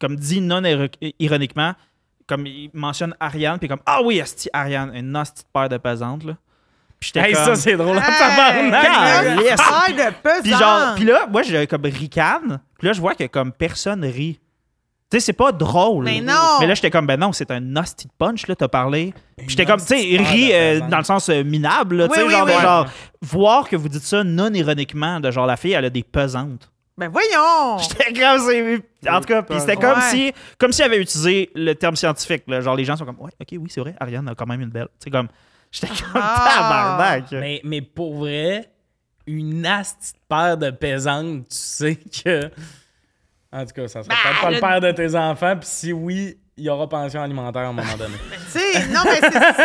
S3: comme dit non iro- ironiquement comme il mentionne Ariane puis comme ah oui esti Ariane une nasty de paire de pesantes là puis j'étais
S1: Hey,
S3: comme
S1: ça, c'est drôle. en
S2: Ah, Hey,
S1: tabarnak.
S2: Graine,
S3: yes.
S2: taille de pesant.
S3: puis genre puis là moi j'ai comme ricane puis là je vois que comme personne rit tu sais c'est pas drôle
S2: Mais non.
S3: mais là j'étais comme ben non c'est un nasty de punch là t'as parlé Puis j'étais comme tu sais
S1: nasty de paire
S3: rit
S1: de
S3: euh,
S1: pesantes.
S3: dans le sens euh, minable là, tu sais
S2: Oui, oui,
S3: genre, de
S2: oui.
S3: genre voir que vous dites ça non ironiquement de genre la fille elle a des pesantes
S2: Ben voyons.
S3: J'étais grave, c'est- En tout cas, puis c'était
S4: Ouais.
S3: comme si, comme si elle avait utilisé le terme scientifique. là. Genre, les gens sont comme, ouais, ok, oui, c'est vrai, Ariane a quand même une belle. C'est comme, j'étais comme
S2: Ah.
S3: tabarnak.
S1: Mais, mais pour vrai, une nasty paire de pesantes, tu sais que. En tout cas, ça sera peut-être pas le
S2: Bah, le-
S1: père de tes enfants, puis si oui, il y aura pension alimentaire à un moment donné.
S2: Tu sais, non, mais c'est-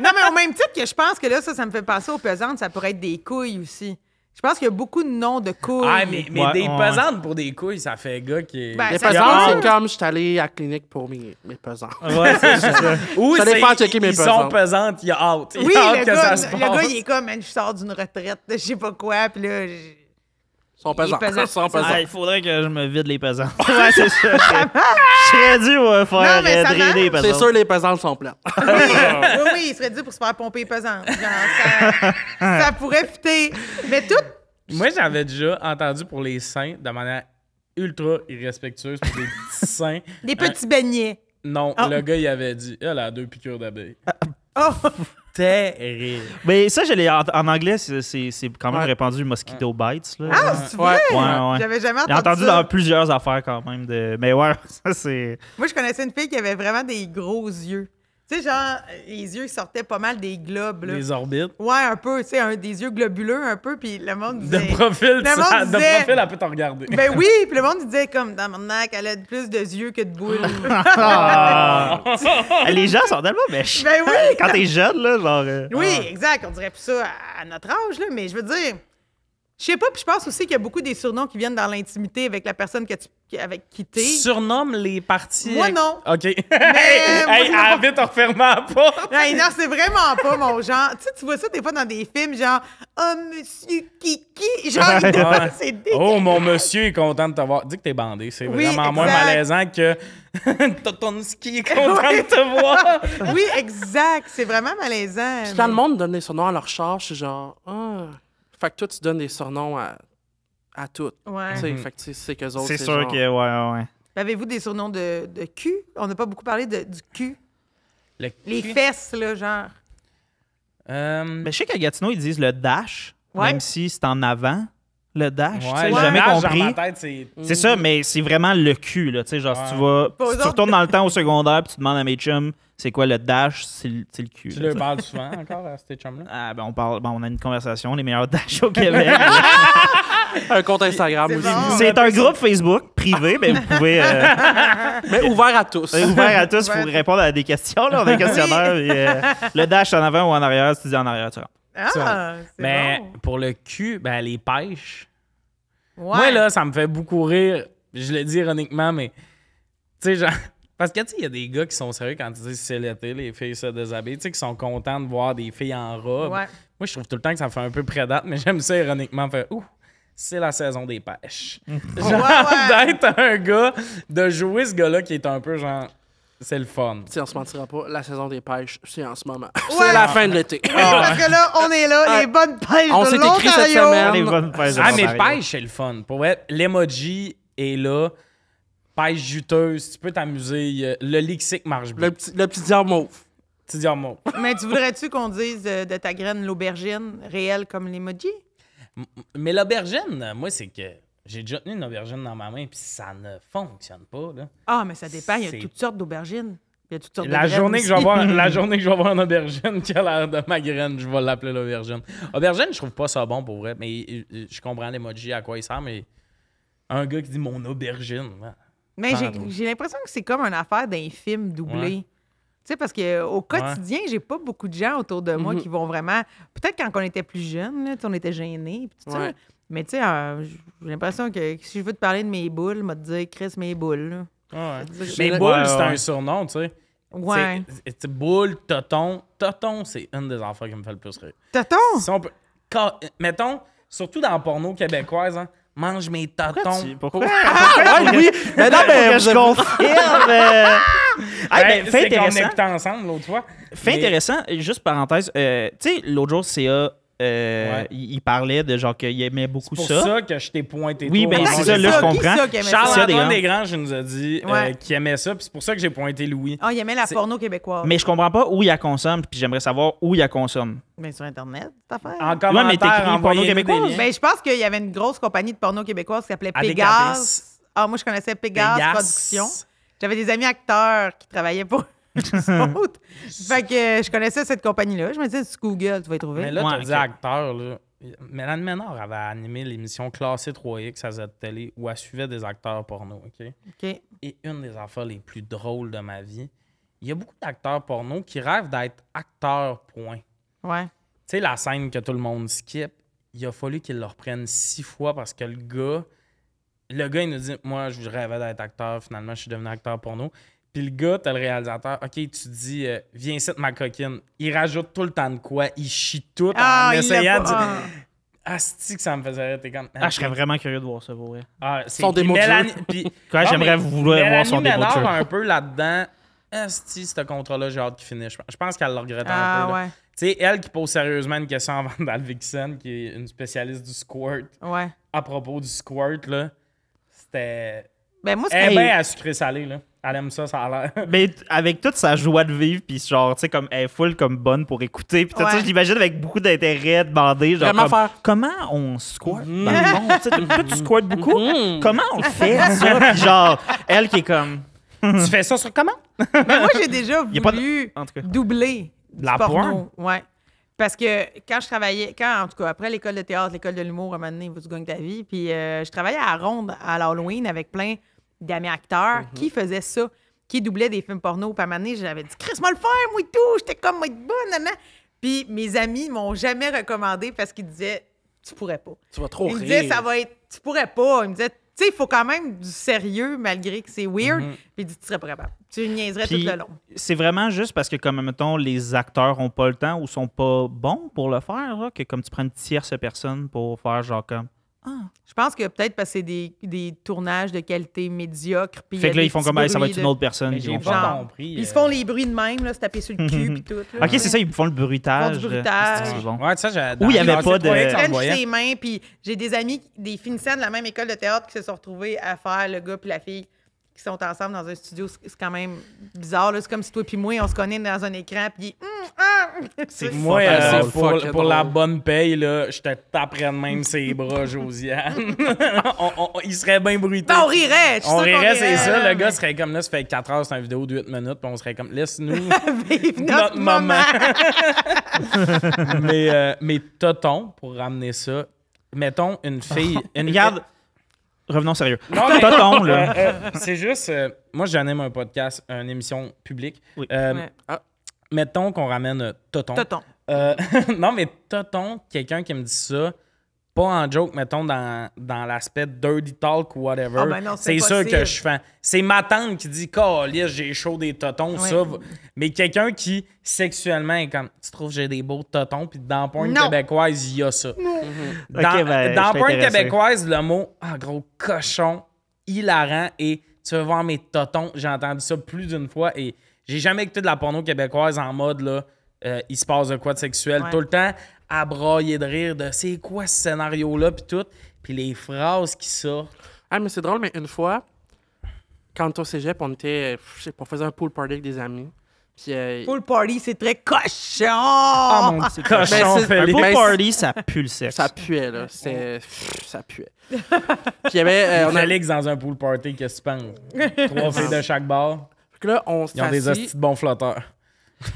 S2: non, mais au même titre que je pense que là, ça, ça me fait penser aux pesantes, ça pourrait être des couilles aussi. Je pense qu'il y a beaucoup de noms de couilles.
S1: ah, mais, mais
S3: Ouais,
S1: des
S3: ouais.
S1: pesantes pour des couilles, ça fait gars qui est.
S2: Ben,
S4: Les
S2: ça se
S4: pesants,
S2: peut.
S4: c'est comme je suis allé à la clinique pour mes, mes pesants.
S3: Ouais, c'est ça.
S1: Ou
S4: j'allais
S1: c'est-
S4: faire checker mes
S1: ils sont
S4: pesantes.
S1: pesantes, il y a hâte. Il
S2: Oui,
S1: a hâte
S2: le
S1: que
S2: gars,
S1: ça se
S2: le
S1: passe.
S2: gars, il est comme, man, je sors d'une retraite, je sais pas quoi, puis là, je-
S4: Ils sont pesants.
S2: pesant.
S4: Ils sont pesants.
S3: Ah, il faudrait que je me vide les pesantes. ouais, c'est ça. Je serais dû euh, faire
S2: Non, mais ça
S3: euh, drainer les pesantes.
S4: C'est sûr, les pesantes sont plates.
S1: Ah.
S2: oui, oui, oui, il serait dû pour se faire pomper pesante. Genre, ça, ça pourrait fitter. Mais tout,
S1: Moi, j'avais déjà entendu pour les seins de manière ultra irrespectueuse pour des petits seins.
S2: des petits beignets.
S1: Non,
S2: Ah.
S1: le gars, il avait dit Elle a deux piqûres d'abeilles.
S2: Oh,
S1: Terrible.
S3: Mais ça, je l'ai- en, en anglais, c'est- c'est c'est quand même
S4: Ouais.
S3: répandu Mosquito Bites. Là.
S2: ah, c'est vrai?
S4: Ouais,
S3: ouais.
S2: J'avais jamais
S3: J'ai
S2: entendu,
S3: entendu
S2: ça.
S3: dans plusieurs affaires quand même. De... Mais ouais, ça c'est.
S2: Moi, je connaissais une fille qui avait vraiment des gros yeux. Tu sais, genre, les yeux qui sortaient pas mal des globes, là.
S1: Les orbites.
S2: Ouais, un peu, tu sais, un- des yeux globuleux un peu, puis le monde
S1: De
S2: disait...
S1: profil,
S2: Le
S1: tu-
S2: monde
S1: ah, de
S2: disait-
S1: profil, elle peut t'en regarder.
S2: Ben oui, puis le monde il disait comme, dans mon elle a plus de yeux que de boules.
S3: Ah! les gens sont tellement méchants.
S2: ben oui!
S3: Quand t'es jeune, là, genre. euh,
S2: Oui,
S1: Ah.
S2: exact, on dirait plus ça à, à notre âge, là, mais je veux dire... Je sais pas, puis je pense aussi qu'il y a beaucoup des surnoms qui viennent dans l'intimité avec la personne que tu, qui- avec qui t'es.
S1: Tu surnommes les parties.
S2: Moi, non.
S1: OK. hey,
S2: moi,
S1: hey,
S2: non.
S1: ah, vite, on referme la porte.
S2: Hey, non, c'est vraiment pas mon genre. Tu sais, tu vois ça des fois dans des films, genre « Oh, monsieur Kiki! » Genre,
S3: Ouais.
S2: évidemment, c'est dégueulasse.
S1: Oh, mon monsieur est content de te voir. Dis que t'es bandé. C'est
S2: Oui,
S1: vraiment moins
S2: exact.
S1: malaisant que Totonski est content de te voir.
S2: Oui, exact. C'est vraiment malaisant.
S4: Puis quand le monde donne des surnoms à leur char, je suis genre, ah. Fait que toi, tu donnes des surnoms à, à toutes.
S2: Ouais.
S4: Tu sais, Fait que tu sais, c'est qu'eux autres.
S3: Mhm. C'est sûr
S4: genre-
S3: que, ouais, ouais, ouais.
S2: Avez-vous des surnoms de, de cul? On n'a pas beaucoup parlé de, du cul.
S1: Le
S2: Les
S1: cul.
S2: fesses, là, genre.
S1: Euh,
S3: Mais je sais qu'à Gatineau, ils disent le dash,
S2: Ouais.
S3: même si c'est en avant. le dash. tu sais,
S1: Ouais,
S3: j'ai
S1: le
S3: jamais
S1: nage dans
S3: compris.
S1: ma tête, c'est-
S3: C'est ça, mais c'est vraiment le cul, là. Tu sais, genre, si tu vas.
S2: Pas aux
S3: si tu
S2: autres.
S3: retournes dans le temps au secondaire puis tu demandes à mes chums c'est quoi le dash, c'est le, c'est le cul.
S1: Tu
S3: là,
S1: leur
S3: tu sais.
S1: parles souvent encore à ces chums-là?
S3: Ah, ben, on parle. ben, on a une conversation, les meilleurs dash au Québec.
S1: Ah,
S4: Un compte Instagram
S2: C'est
S4: aussi.
S2: bon.
S3: c'est un groupe Facebook privé, mais vous pouvez. euh,
S4: Mais ouvert à tous.
S3: C'est ouvert à tous, il faut
S2: Ouais.
S3: répondre à des questions. Là, on a un questionnaire. puis, euh, le dash en avant ou en arrière, si tu dis en arrière, tu rentres.
S2: Ah, c'est
S1: Mais
S2: bon.
S1: pour le cul, ben, les pêches.
S2: Ouais.
S1: Moi, là, ça me fait beaucoup rire. Je le dis ironiquement, mais. Tu sais, genre. Parce que, tu sais, il y a des gars qui sont sérieux quand ils disent c'est l'été, les filles se déshabillent, tu sais, qui sont contents de voir des filles en robe.
S2: Ouais.
S1: Moi, je trouve tout le temps que ça me fait un peu prédate, mais j'aime ça ironiquement. Faire, ouh, c'est la saison des pêches. genre,
S2: ouais.
S1: d'être un gars, de jouer ce gars-là qui est un peu genre. C'est le fun.
S4: Si on se mentira pas, la saison des pêches, c'est en ce moment.
S2: Ouais. Ah.
S4: C'est la fin de l'été.
S2: Parce que là, on est là, les bonnes pêches
S4: On
S2: de
S4: s'est écrit cette
S2: l'Ontario.
S4: semaine.
S3: Allez, bonne pêche de
S1: Ah,
S3: mon
S1: mais
S3: mari.
S1: pêche, c'est le fun. Pour vrai, l'emoji est là. Pêche juteuse, tu peux t'amuser. Il y a- Le lexique marche bien.
S4: Le petit, le petit diable mauve.
S1: Tu dis ah, en mots.
S2: Mais tu voudrais-tu qu'on dise euh, de ta graine l'aubergine réelle comme l'emoji?
S1: Mais l'aubergine, moi, c'est que j'ai déjà tenu une aubergine dans ma main, puis ça ne fonctionne pas. là.
S2: Ah, mais ça dépend. Il y
S1: C'est-
S2: a toutes sortes d'aubergines. Il y a toutes sortes de
S1: La
S2: graines
S1: journée, que je vais
S2: aussi.
S1: avoir, la journée que je vais avoir une aubergine qui a l'air de ma graine, je vais l'appeler l'aubergine. Aubergine, je trouve pas ça bon pour vrai, mais euh, euh, je comprends l'emoji à quoi il sert, mais un gars qui dit mon aubergine. hein.
S2: Mais j'ai-
S1: Pardon.
S2: j'ai l'impression que c'est comme une affaire d'un film doublé.
S1: Ouais.
S2: Tu sais, parce qu'au quotidien, j'ai pas beaucoup de gens autour de
S3: Mhm.
S2: moi qui vont vraiment. Peut-être quand on était plus jeune, là, tu sais, on était gênés. puis tout ça.
S4: Ouais.
S2: Mais tu sais, euh, j'ai l'impression que si je veux te parler de mes boules, m'a te dire Chris, mes boules. là.
S1: Mais
S4: Ouais,
S1: boule,
S3: ouais,
S1: c'est
S3: ouais.
S1: un surnom, tu sais.
S2: Ouais.
S1: C'est- c'est- Boule, toton. Toton, c'est une des affaires qui me fait le plus rire.
S2: Tonton!
S1: Si on peut- Ca- Mettons, surtout dans le porno québécoise, hein, mange mes totons.
S3: Tu- Pourquoi?
S4: Ah, ouais, oui. Mais non,
S3: Faut
S4: mais
S3: que je confirme. euh. Ah,
S1: Ben,
S3: ben, fait
S1: c'est qu'on
S3: intéressant.
S1: écoutait ensemble l'autre fois.
S3: Fait
S1: Mais-
S3: intéressant, juste parenthèse, euh, tu sais, l'autre jour, CA, euh, il, il parlait de genre qu'il aimait beaucoup
S1: Pour
S3: ça.
S1: ça, que je t'ai pointé.
S3: Oui,
S1: toi,
S3: ben
S1: au
S3: c'est
S1: moment
S3: ça,
S1: des
S3: là, je
S1: affaires.
S2: Qui
S3: comprends.
S2: ça qui aimait ça?
S1: Charles-Antoine
S3: Desgrandes.
S1: Desgranges nous a dit euh,
S2: Ouais.
S1: qu'il aimait ça, puis c'est pour ça que j'ai pointé Louis.
S2: Ah, il aimait la
S1: C'est-
S2: porno québécoise.
S3: Mais je comprends pas où il la consomme, puis j'aimerais savoir où il la consomme.
S2: Mais sur Internet, cette affaire.
S1: En
S3: mais t'écris
S1: commentaire,
S3: porno
S1: envoyez-nous des
S3: québécois?
S1: liens.
S2: Ben, je pense qu'il y avait une grosse compagnie de porno québécoise qui s'appelait
S1: Adécapes.
S2: Pégase. Ah, moi, je connaissais Pégase
S1: Pégase.
S2: Productions. J'avais des amis acteurs qui travaillaient pour eux autres. Fait que euh, je connaissais cette compagnie-là. Je me disais, sur Google, tu vas y trouver.
S1: Mais là,
S3: Ouais,
S1: t'as
S3: ok.
S1: dit acteur, là. Mélanie Ménard avait animé l'émission Classé 3X à Z-Télé où elle suivait des acteurs porno, OK?
S2: OK.
S1: Et une des affaires les plus drôles de ma vie, il y a beaucoup d'acteurs porno qui rêvent d'être acteurs, point.
S2: Ouais.
S1: Tu sais, la scène que tout le monde skip, il a fallu qu'ils le reprennent six fois parce que le gars, le gars, il nous dit Moi, je rêvais d'être acteur, finalement, je suis devenu acteur porno. Puis le gars, t'as le réalisateur, OK, tu dis euh, Viens ici, ma coquine. Il rajoute tout le temps de quoi Il chie tout
S2: Ah,
S1: en
S2: il
S1: essayant
S2: l'a
S1: de.
S2: pas-
S1: Asti que ça me faisait rire. T'es comme.
S3: Ah, je serais vraiment curieux de voir ça, pour vrai.
S1: Ah, c'est-
S4: Son
S1: puis
S4: démo de jeu.
S1: Mélanie- puis-
S3: Quand
S1: Non,
S3: j'aimerais
S1: mais
S3: vouloir voir
S1: Mélanie
S3: son démo de
S1: Ménard
S3: jeu.
S1: un peu là-dedans. Asti, ce contrat-là, j'ai hâte qu'il finisse. Je pense qu'elle le regrette un
S2: Ah,
S1: peu. là.
S2: ouais.
S1: Tu sais, elle qui pose sérieusement une question à Vandal Vixen, qui est une spécialiste du squirt,
S2: Ah, Ouais.
S1: à propos du squirt, là, c'était.
S2: Ben, moi, ce
S1: Eh
S2: que-
S1: bien, à sucré salé, là. Elle aime ça, ça a l'air.
S3: Mais t- avec toute sa joie de vivre, puis genre, tu sais, comme elle est full comme bonne pour écouter, puis tout ça,
S2: Ouais.
S3: je l'imagine avec beaucoup d'intérêt, demander, genre,
S4: Vraiment
S3: comme,
S4: faire-
S3: comment on squatte dans le monde, tu sais, toi, tu squattes beaucoup, comment on fait ça, puis genre, elle qui est comme,
S1: tu fais ça sur comment?
S2: Ben, moi, j'ai déjà voulu
S3: Y a pas de- en tout cas.
S2: doubler du
S1: La
S2: porno. Ouais. Parce que quand je travaillais, quand, en tout cas, après l'école de théâtre, l'école de l'humour, à un moment donné, vous gagnez ta vie. Puis euh, je travaillais à la Ronde à l'Halloween avec plein d'amis acteurs
S3: Mhm.
S2: qui faisaient ça, qui doublaient des films porno. Puis à un moment donné, j'avais dit, Chris, moi le faire, moi et tout, j'étais comme, moi être bonne, nan, nan. Puis mes amis m'ont jamais recommandé parce qu'ils disaient, tu pourrais pas.
S4: Tu vas trop
S2: Il me
S4: rire.
S2: disait, ça va être. Tu pourrais pas. Il me disait, tu sais, il faut quand même du sérieux malgré que c'est weird. Puis il dit, tu serais pas capable. Tu niaiserais
S3: Mhm. Puis
S2: tout le long.
S3: c'est vraiment juste parce que, comme, mettons, les acteurs ont pas le temps ou sont pas bons pour le faire, là, que comme tu prends une tierce personne pour faire genre comme,
S2: Je pense que peut-être parce que c'est des, des tournages de qualité médiocre. Puis il y
S3: fait
S2: a
S3: que là,
S2: des
S3: ils font
S2: petits
S3: comme, Ah, ça va
S2: bruits
S3: être une
S2: de-
S3: autre personne,
S1: Mais
S3: qui
S1: j'ai
S3: vont
S1: pas
S3: faire.
S2: Genre.
S1: compris.
S2: Puis ils se
S1: euh.
S2: font les bruits de même, là, se taper sur le cul, puis tout. là.
S3: Mhm. Ok, c'est ça, ils font le bruitage. là.
S2: bruitage.
S3: C'est bon.
S1: Ouais, tu sais, j'ai.
S3: Où il y avait pas de-
S2: Ils
S3: ça,
S2: prennent ses mains, puis j'ai des amis, des finissants de la même école de théâtre qui se sont retrouvés à faire le gars puis la fille qui sont ensemble dans un studio. C'est c'est quand même bizarre. là. C'est comme si toi puis moi, on se connaît dans un écran, puis hum, ah,
S3: C'est
S1: Moi,
S3: fucking
S1: euh,
S3: drôle.
S4: c'est
S1: pour,
S4: fucking
S1: pour la
S4: drôle.
S1: bonne paye, là, je te taperais de même ses bras, Josiane. On- on- on- il serait bien bruité.
S2: Ben, on rirait. je suis
S1: On
S2: sûre qu'on
S1: rirait, c'est ça.
S2: là,
S1: Le gars
S2: mais-
S1: serait comme là, ça fait 4 heures, c'est une vidéo de 8 minutes, puis on serait comme, laisse-nous
S2: Vive
S1: notre
S2: notre
S1: moment.
S2: moment.
S1: mais, euh, mais tonton, pour ramener ça, mettons une fille. Une
S3: Regarde, revenons sérieux.
S1: Non, mais-
S3: Tonton, là.
S1: Euh, euh, c'est juste, euh, moi j'anime un podcast, une émission publique.
S3: Oui.
S1: Euh,
S2: Ouais.
S1: Mettons qu'on ramène euh, Toton.
S2: Tonton.
S1: Euh, non, mais Toton, quelqu'un qui me dit ça, pas en joke, mettons dans, dans l'aspect dirty talk ou whatever.
S2: Ah ben non, c'est
S1: c'est sûr
S2: possible.
S1: que je fais. C'est ma tante qui dit, Calice, j'ai chaud des totons,
S2: Ouais.
S1: ça. va- Mais quelqu'un qui sexuellement est comme, tu trouves que j'ai des beaux totons, puis dans la pointe
S2: Non.
S1: québécoise, il y a ça. Dans,
S3: Ok, ben,
S1: dans
S3: je
S1: Pointe
S3: suis intéressé.
S1: québécoise, le mot ah, gros cochon, hilarant et tu veux voir mes totons. J'ai entendu ça plus d'une fois et j'ai jamais écouté de la porno québécoise en mode là, euh, il se passe de quoi de sexuel
S2: Ouais.
S1: tout le temps à brailler de rire de c'est quoi ce scénario là puis tout puis les phrases qui sortent.
S4: Ah, mais c'est drôle, mais une fois, quand au cégep, on était, je sais pas, on faisait un pool party avec des amis. Puis, euh,
S2: Pool party, c'est très cochon.
S1: Oh mon petit
S3: Ah,
S1: cochon
S4: Ben, c'est-
S3: Un
S1: Félix.
S4: ben,
S3: pool
S4: c'est-
S3: party, ça pue le sexe.
S4: ça puait, là. C'était. pff, Ça puait. Puis, il y avait. euh, on a-
S1: Félix dans un pool party, qu'est-ce que tu penses? Trois filles de chaque bar,
S4: Fait que là, on s'est
S1: ils ont des
S4: assis.
S1: hosties de bons flotteurs.
S4: Fait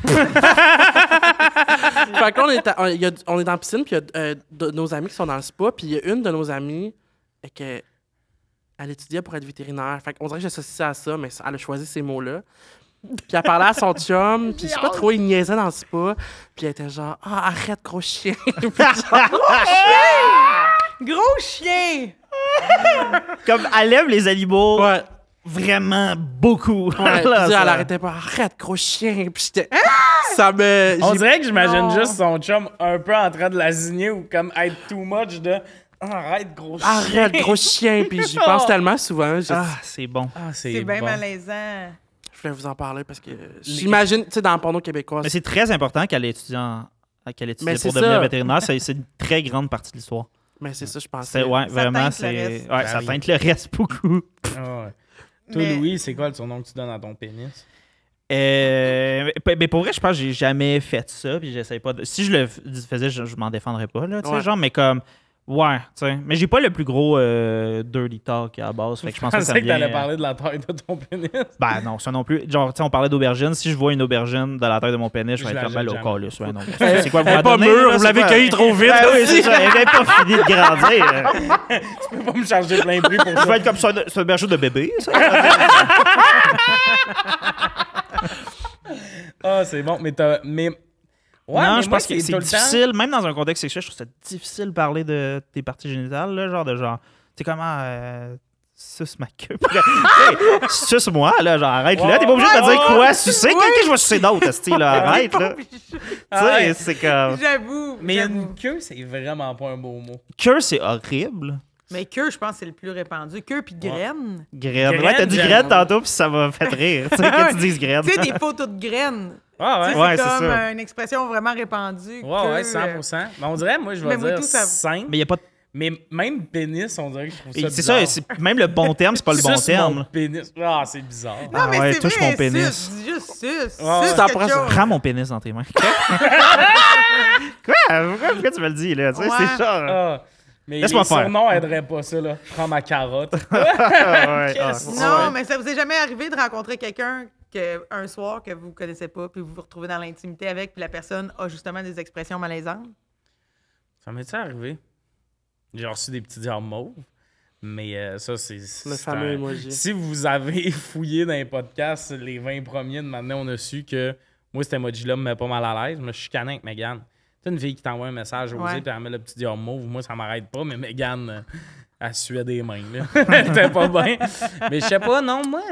S4: que là, on est, à- on, il y a- on est dans la piscine, puis il y a euh, de- nos amis qui sont dans le spa, puis il y a une de nos amies euh, que, elle étudiait pour être vétérinaire. Fait qu'on dirait que j'associe ça à ça, mais ça- elle a choisi ces mots-là. Puis elle parlait à son chum, puis je sais pas trop, il niaisait dans le spa, puis elle était genre « Ah, arrête, gros chien!
S2: Gros chien.
S3: Comme elle aime les animaux »
S4: Ouais,
S3: vraiment beaucoup.
S4: ouais. Puis
S3: Là,
S4: elle
S3: ça-
S4: arrêtait pas « Arrête, gros chien! » Puis j'étais... Ça me...
S1: On
S4: j'ai-
S1: dirait que j'imagine
S2: Non.
S1: juste son chum un peu en train de l'assigner ou comme être too much de arrête gros chien.
S4: Arrête, gros chien! Puis j'y pense tellement souvent, j'ai dit,
S3: Ah, c'est bon.
S1: Ah,
S2: C'est bien
S1: bon.
S2: malaisant.
S4: Je voulais vous en parler parce que j'imagine, tu sais, dans le porno québécois,
S3: Mais c'est très important qu'elle étudie, en- qu'elle étudie
S4: Mais
S3: pour
S4: c'est
S3: devenir
S4: ça.
S3: vétérinaire. C'est c'est une très grande partie de l'histoire.
S4: mais c'est ça, je
S3: C'est
S4: pensais.
S3: ouais,
S2: Ça
S3: vraiment,
S2: teinte le
S3: c'est
S2: reste.
S3: ouais, ça
S1: Ben oui.
S3: teinte le reste beaucoup.
S1: Ah ouais. Toi,
S2: Mais-
S1: Louis, c'est quoi le surnom que tu donnes à ton pénis?
S3: Euh, mais- mais pour vrai, je pense que j'ai jamais fait ça, puis j'essaie pas. de- Si je le f- faisais, je, je m'en défendrais pas là, tu sais,
S4: Ouais.
S3: genre, mais comme ouais, tu sais. Mais j'ai pas le plus gros euh, dirty talk à la base, fait que je pense que ça me
S1: pensais que
S3: vient. euh,
S1: t'allais parler de la taille de ton pénis.
S3: Ben non, ça non plus. Genre, tu sais, on parlait d'aubergine. Si je vois une aubergine dans la taille de mon pénis, je
S1: Je
S3: vais
S1: la
S3: être comme
S1: jette
S3: ben, là, au
S1: jamais.
S3: calus, ouais, non. C'est quoi vous m'en
S4: pas
S3: donnez,
S4: mûre,
S3: là,
S4: vous
S3: c'est
S4: l'avez
S3: quoi?
S4: cueillie trop vite,
S3: Ben
S4: là,
S3: oui, c'est ça. Elle avait pas fini de grandir.
S1: Tu peux pas me charger plein prix pour
S3: Je vais
S1: ça.
S3: être comme ça, c'est un berger de bébé, ça.
S1: Ah, c'est bon, mais t'as. Mais... Ouais,
S3: non,
S1: mais
S3: je
S1: moi,
S3: pense que
S1: tout
S3: c'est
S1: le temps-
S3: difficile, même dans un contexte sexuel, je trouve ça difficile de parler de tes parties génitales, là, genre de genre, tu sais comment, euh, suce ma queue. Hey, suce-moi, là, genre, arrête, là, t'es pas obligé de me dire
S1: Ouais,
S3: quoi, sucer, quand que je vais sucer d'autres, esti, là, arrête, là. Tu sais,
S1: Ouais.
S3: c'est comme.
S2: J'avoue.
S1: Mais
S2: j'avoue.
S1: une queue, c'est vraiment pas un beau mot.
S3: Queue, c'est horrible.
S2: Mais queue, je pense, c'est le plus répandu. Queue puis graine.
S3: Graine. Ouais,
S1: Graine,
S3: t'as dit
S1: j'aime.
S3: graine tantôt, puis ça m'a fait rire, tu sais, quand tu dis graine.
S2: Tu sais, des photos de graines.
S1: Ah,
S2: Tu
S1: ouais.
S2: sais,
S3: Ouais,
S2: c'est
S3: c'est
S2: comme
S3: ça.
S2: euh, une expression vraiment répandue.
S1: Ouais, ouais,
S2: queue, euh,
S1: 100%. Mais on dirait, moi, je vais
S2: Mais moi,
S1: dire
S2: tout, ça-
S1: 5.
S3: Mais y a pas de-
S1: Mais même pénis, on dirait que je trouve ça.
S3: C'est ça,
S1: bizarre.
S3: c'est- même le bon terme, c'est pas le bon
S1: Suce
S3: terme.
S1: mon
S3: là.
S1: pénis. Ah, c'est bizarre.
S2: euh, Non, mais
S3: Ah ouais,
S2: c'est
S3: touche
S2: vrai,
S3: mon pénis.
S2: Suce, juste suce.
S1: Ouais,
S2: suce
S1: ouais.
S2: quelque
S4: T'en prends-
S2: chose.
S3: Prends mon pénis dans tes mains. Quoi? Pourquoi, pourquoi tu me le dis, là? Tu sais,
S2: Ouais.
S3: c'est genre...
S1: Ah, mais
S3: Laisse-moi
S1: les
S3: faire.
S1: surnoms aideraient pas ça, là. Je prends ma carotte.
S3: Ah, ouais, ah.
S2: Non,
S4: Ouais.
S2: mais ça vous est jamais arrivé de rencontrer quelqu'un que, un soir que vous connaissez pas, puis vous vous retrouvez dans l'intimité avec, puis la personne a justement des expressions malaisantes?
S1: ça m'est-tu arrivé? J'ai reçu des petits diables mauves, mais euh, ça, c'est... c'est
S4: Le fameux emoji.
S1: Si vous avez fouillé dans les podcasts, les 20 premiers de maintenant, on a su que moi, cet emoji-là me met pas mal à l'aise. Je me chicanais avec Mégane. Tu sais, une fille qui t'envoie un message, José,
S2: Ouais.
S1: puis elle met le petit diable mauve. Moi, ça m'arrête pas, mais Mégane, euh, elle suait des mains. là. Elle était pas bien. Mais je sais pas, non, moi...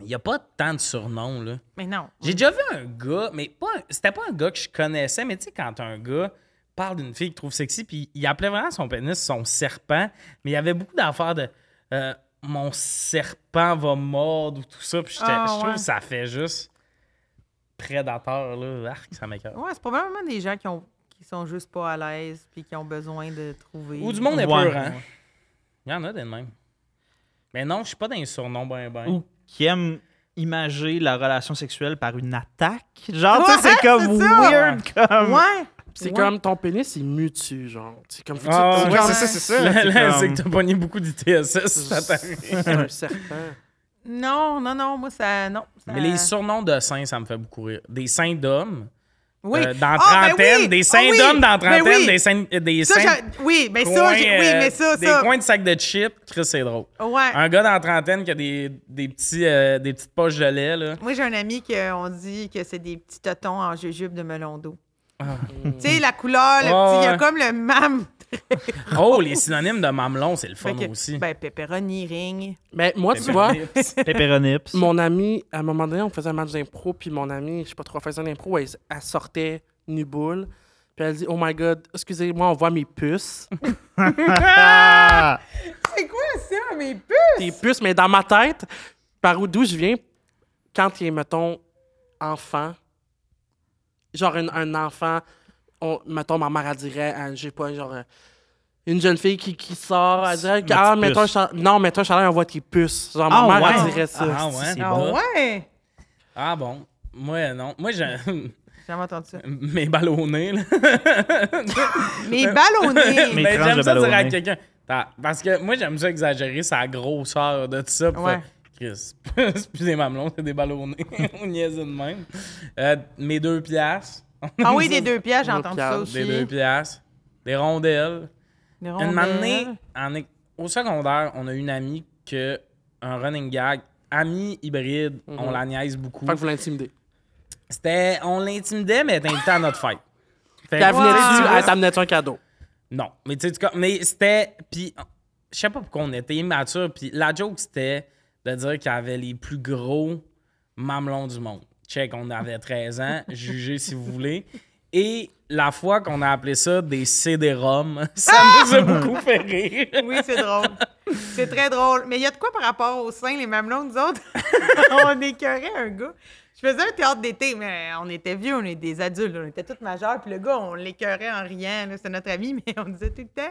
S1: Il n'y a pas tant de surnoms, là.
S2: Mais non.
S1: J'ai déjà vu un gars, mais pas un- c'était pas un gars que je connaissais, mais tu sais, quand un gars parle d'une fille qu'il trouve sexy, puis il appelait vraiment son pénis son serpent, mais il y avait beaucoup d'affaires de euh, mon serpent va mordre ou tout ça, puis j'étais-
S2: Ah,
S1: je trouve
S2: ouais.
S1: que ça fait juste prédateur, là, arc, ça m'écoeure.
S2: Ouais, c'est probablement des gens qui, ont, qui sont juste pas à l'aise, puis qui ont besoin de trouver.
S1: Ou du monde est
S3: Ouais.
S1: peur, hein? Il y en a des de même. Mais non, je suis pas dans les surnoms, ben, ben.
S3: Ou qui aime imager la relation sexuelle par une attaque. Genre, tu sais,
S2: Ouais,
S3: c'est comme
S2: c'est ça.
S3: weird. Comme...
S2: Ouais.
S4: C'est
S2: Ouais.
S4: comme ton pénis, il mutu, genre. C'est comme. faut que tu-
S1: Ah,
S4: tu-
S1: ouais,
S3: Ouais,
S4: tu-
S3: c'est ça, c'est ça.
S1: Là, là,
S3: comme-
S1: c'est que t'as pogné beaucoup d'ITSS, ça t'arrive.
S4: C'est un serpent.
S2: Non, non, non, moi, ça. Non. ça-
S1: Mais les surnoms de saints, ça me fait beaucoup rire. Des saints d'hommes
S2: Oui.
S1: euh, dans
S2: Ah, ben
S1: trentaine,
S2: oui.
S1: des
S2: Ah,
S1: saints
S2: oui.
S1: d'hommes dans
S2: Ben
S1: trentaine,
S2: oui.
S1: des saints. euh, Des
S2: Ça,
S1: saints
S2: j'ai- oui, mais
S1: coins,
S2: ça, j'ai- oui,
S1: euh,
S2: mais ça,
S1: Des
S2: ça.
S1: coins de sac de chips, Chris, c'est drôle.
S2: Ouais.
S1: Un gars dans la trentaine qui a des, des, petits, euh, des petites poches de lait, là.
S2: Moi, j'ai un ami qu'on dit que c'est des petits totons en jujube de melon d'eau.
S1: Ah.
S2: Tu sais, la couleur, le
S1: Ouais,
S2: petit, il y a
S1: ouais.
S2: comme le mam.
S1: Oh, les synonymes de mamelon, c'est le fun
S2: Fait que-
S1: aussi.
S2: Ben, pepperoni, ring.
S4: Mais moi, tu vois,
S3: Pepperonips.
S4: mon ami, à un moment donné, on faisait un match d'impro, puis mon ami, je sais pas trop, elle faisait un impro, elle, elle sortait nu boule. Puis elle dit, oh my god, excusez-moi, on voit mes puces.
S3: Ah!
S2: C'est quoi ça, mes puces?
S4: Tes puces, mais dans ma tête, par où d'où je viens, quand il est, mettons, enfant, genre un, un enfant, on, mettons, ma mère, elle dirait, euh, j'ai pas, genre, euh, une jeune fille qui, qui sort, elle dirait,
S3: Ma petite
S4: ah, mettons,
S3: puce.
S4: Char- non, mettons, Charles, on voit tes puces. Genre, ma
S3: Ah,
S4: mère,
S3: ouais.
S4: elle dirait ça.
S1: Ah, ouais.
S3: c'est
S2: Ah
S3: bon.
S2: ouais?
S1: Ah bon? Moi, non. Moi, j'ai
S2: J'ai jamais entendu ça.
S1: mes balles au nez, là.
S2: Mes ballonnés.
S3: Mes
S1: Ben,
S3: tranches
S1: j'aime
S3: de
S1: ça
S3: balles au
S1: dire à
S3: nez.
S1: quelqu'un. T'as- Parce que moi, j'aime ça exagérer sa grosseur de tout ça. puis
S2: Ouais.
S1: faire, Chris, c'est plus des mamelons, c'est des ballonnés. On niaise de même. Euh, mes deux piastres.
S2: Ah oui, des deux pièges, j'ai
S4: Deux
S2: entendu
S4: pièges,
S2: ça aussi.
S1: Des deux piastres. Des rondelles.
S2: Des
S1: Une
S2: rondelles.
S1: matinée, en é- au secondaire, on a une amie que un running gag, amie hybride, on la niaise beaucoup.
S4: Mm-hmm. Fait que vous l'intimidez.
S1: C'était, on l'intimidait, mais elle était invitée à notre fête. Fait
S3: Ben
S4: Puis elle
S1: que-
S4: venait-tu,
S2: Wow.
S4: elle t'amenait-tu un cadeau?
S1: Non, mais tu sais, du cas- mais c'était, puis je sais pas pourquoi on était immature, puis la joke c'était de dire qu'il avait les plus gros mamelons du monde. Check, on avait 13 ans, jugez si vous voulez. Et la fois qu'on a appelé ça des CD-ROM, ça nous a beaucoup fait rire.
S2: Oui, c'est drôle. C'est très drôle. Mais il y a de quoi par rapport aux seins, les mamelons, nous autres? on écœurait un gars. Je faisais un théâtre d'été, mais on était vieux, on est des adultes, on était tous majeurs. Puis le gars, on l'écœurait en riant. là, C'était notre ami, mais on disait tout le temps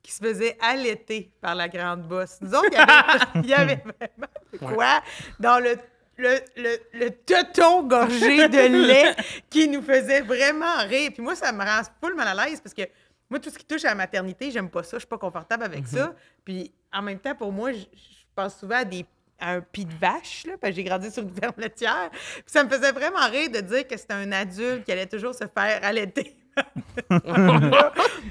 S2: qu'il se faisait allaiter par la grande bosse. Nous autres, il y avait, il y avait vraiment de quoi dans le, le, le, le teuton gorgé de lait qui nous faisait vraiment rire. Puis moi, ça me rend full mal à l'aise parce que moi, tout ce qui touche à la maternité, j'aime pas ça. Je suis pas confortable avec ça. Puis en même temps, pour moi, je je pense souvent à des à un pis de vache, là, parce que j'ai grandi sur une ferme laitière. Puis ça me faisait vraiment rire de dire que c'était un adulte qui allait toujours se faire allaiter.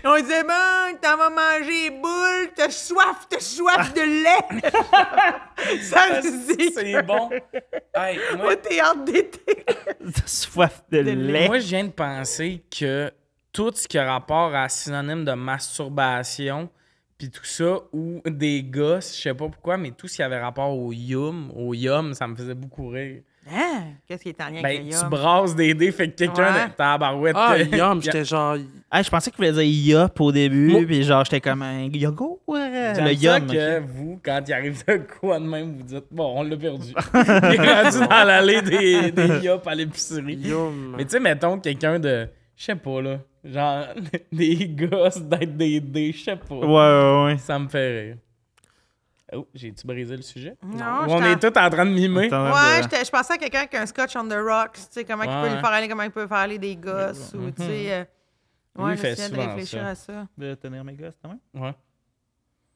S2: On disait, man, t'en vas manger boule, t'as soif, t'as soif de lait. ça nous dit
S1: C'est bon. Hey, moi,
S2: au théâtre d'été.
S3: Soif de lait.
S1: Moi, je viens de penser que tout ce qui a rapport à synonyme de masturbation, puis tout ça, ou des gosses, je sais pas pourquoi, mais tout ce qui avait rapport au yum, au yum, ça me faisait beaucoup rire.
S2: Hein? Qu'est-ce qui est en lien
S1: Ben,
S2: avec le
S1: tu
S2: yum?
S1: brasses des dés, fait que quelqu'un,
S2: Ouais.
S1: de ta barouette.
S4: Ah, yum, j'étais genre...
S3: Ah, je pensais qu'il voulait dire yop au début,
S4: Moi-
S3: puis genre, j'étais comme un yogo. ouais.
S1: le
S3: Le yum.
S1: que vous, quand il arrive de quoi de même, vous dites, bon, on l'a perdu. il est rendu dans l'allée des, des yup à l'épicerie.
S4: Yum.
S1: Mais tu sais, mettons quelqu'un de, je sais pas, là, genre des gosses d'être des dés, je sais pas.
S3: ok. Ouais, ouais, ouais.
S1: Ça me fait rire. Oh, j'ai-tu brisé le sujet?
S2: Non,
S1: Ou
S2: je
S1: on
S2: t'en-
S1: est tous en train de mimer.
S3: Attends,
S2: Ouais,
S3: de-
S2: j'étais- je pensais à quelqu'un qui a un scotch on the rocks, tu sais, comment il
S1: Ouais. Mhm.
S2: peut le faire aller, comment il peut faire aller des gosses, ou tu sais... euh,
S1: Lui,
S2: ouais,
S1: il
S2: je
S1: fait
S2: me souviens de
S1: souvent
S2: réfléchir
S1: ça.
S2: à ça.
S3: de tenir mes gosses, quand même.
S1: Ouais.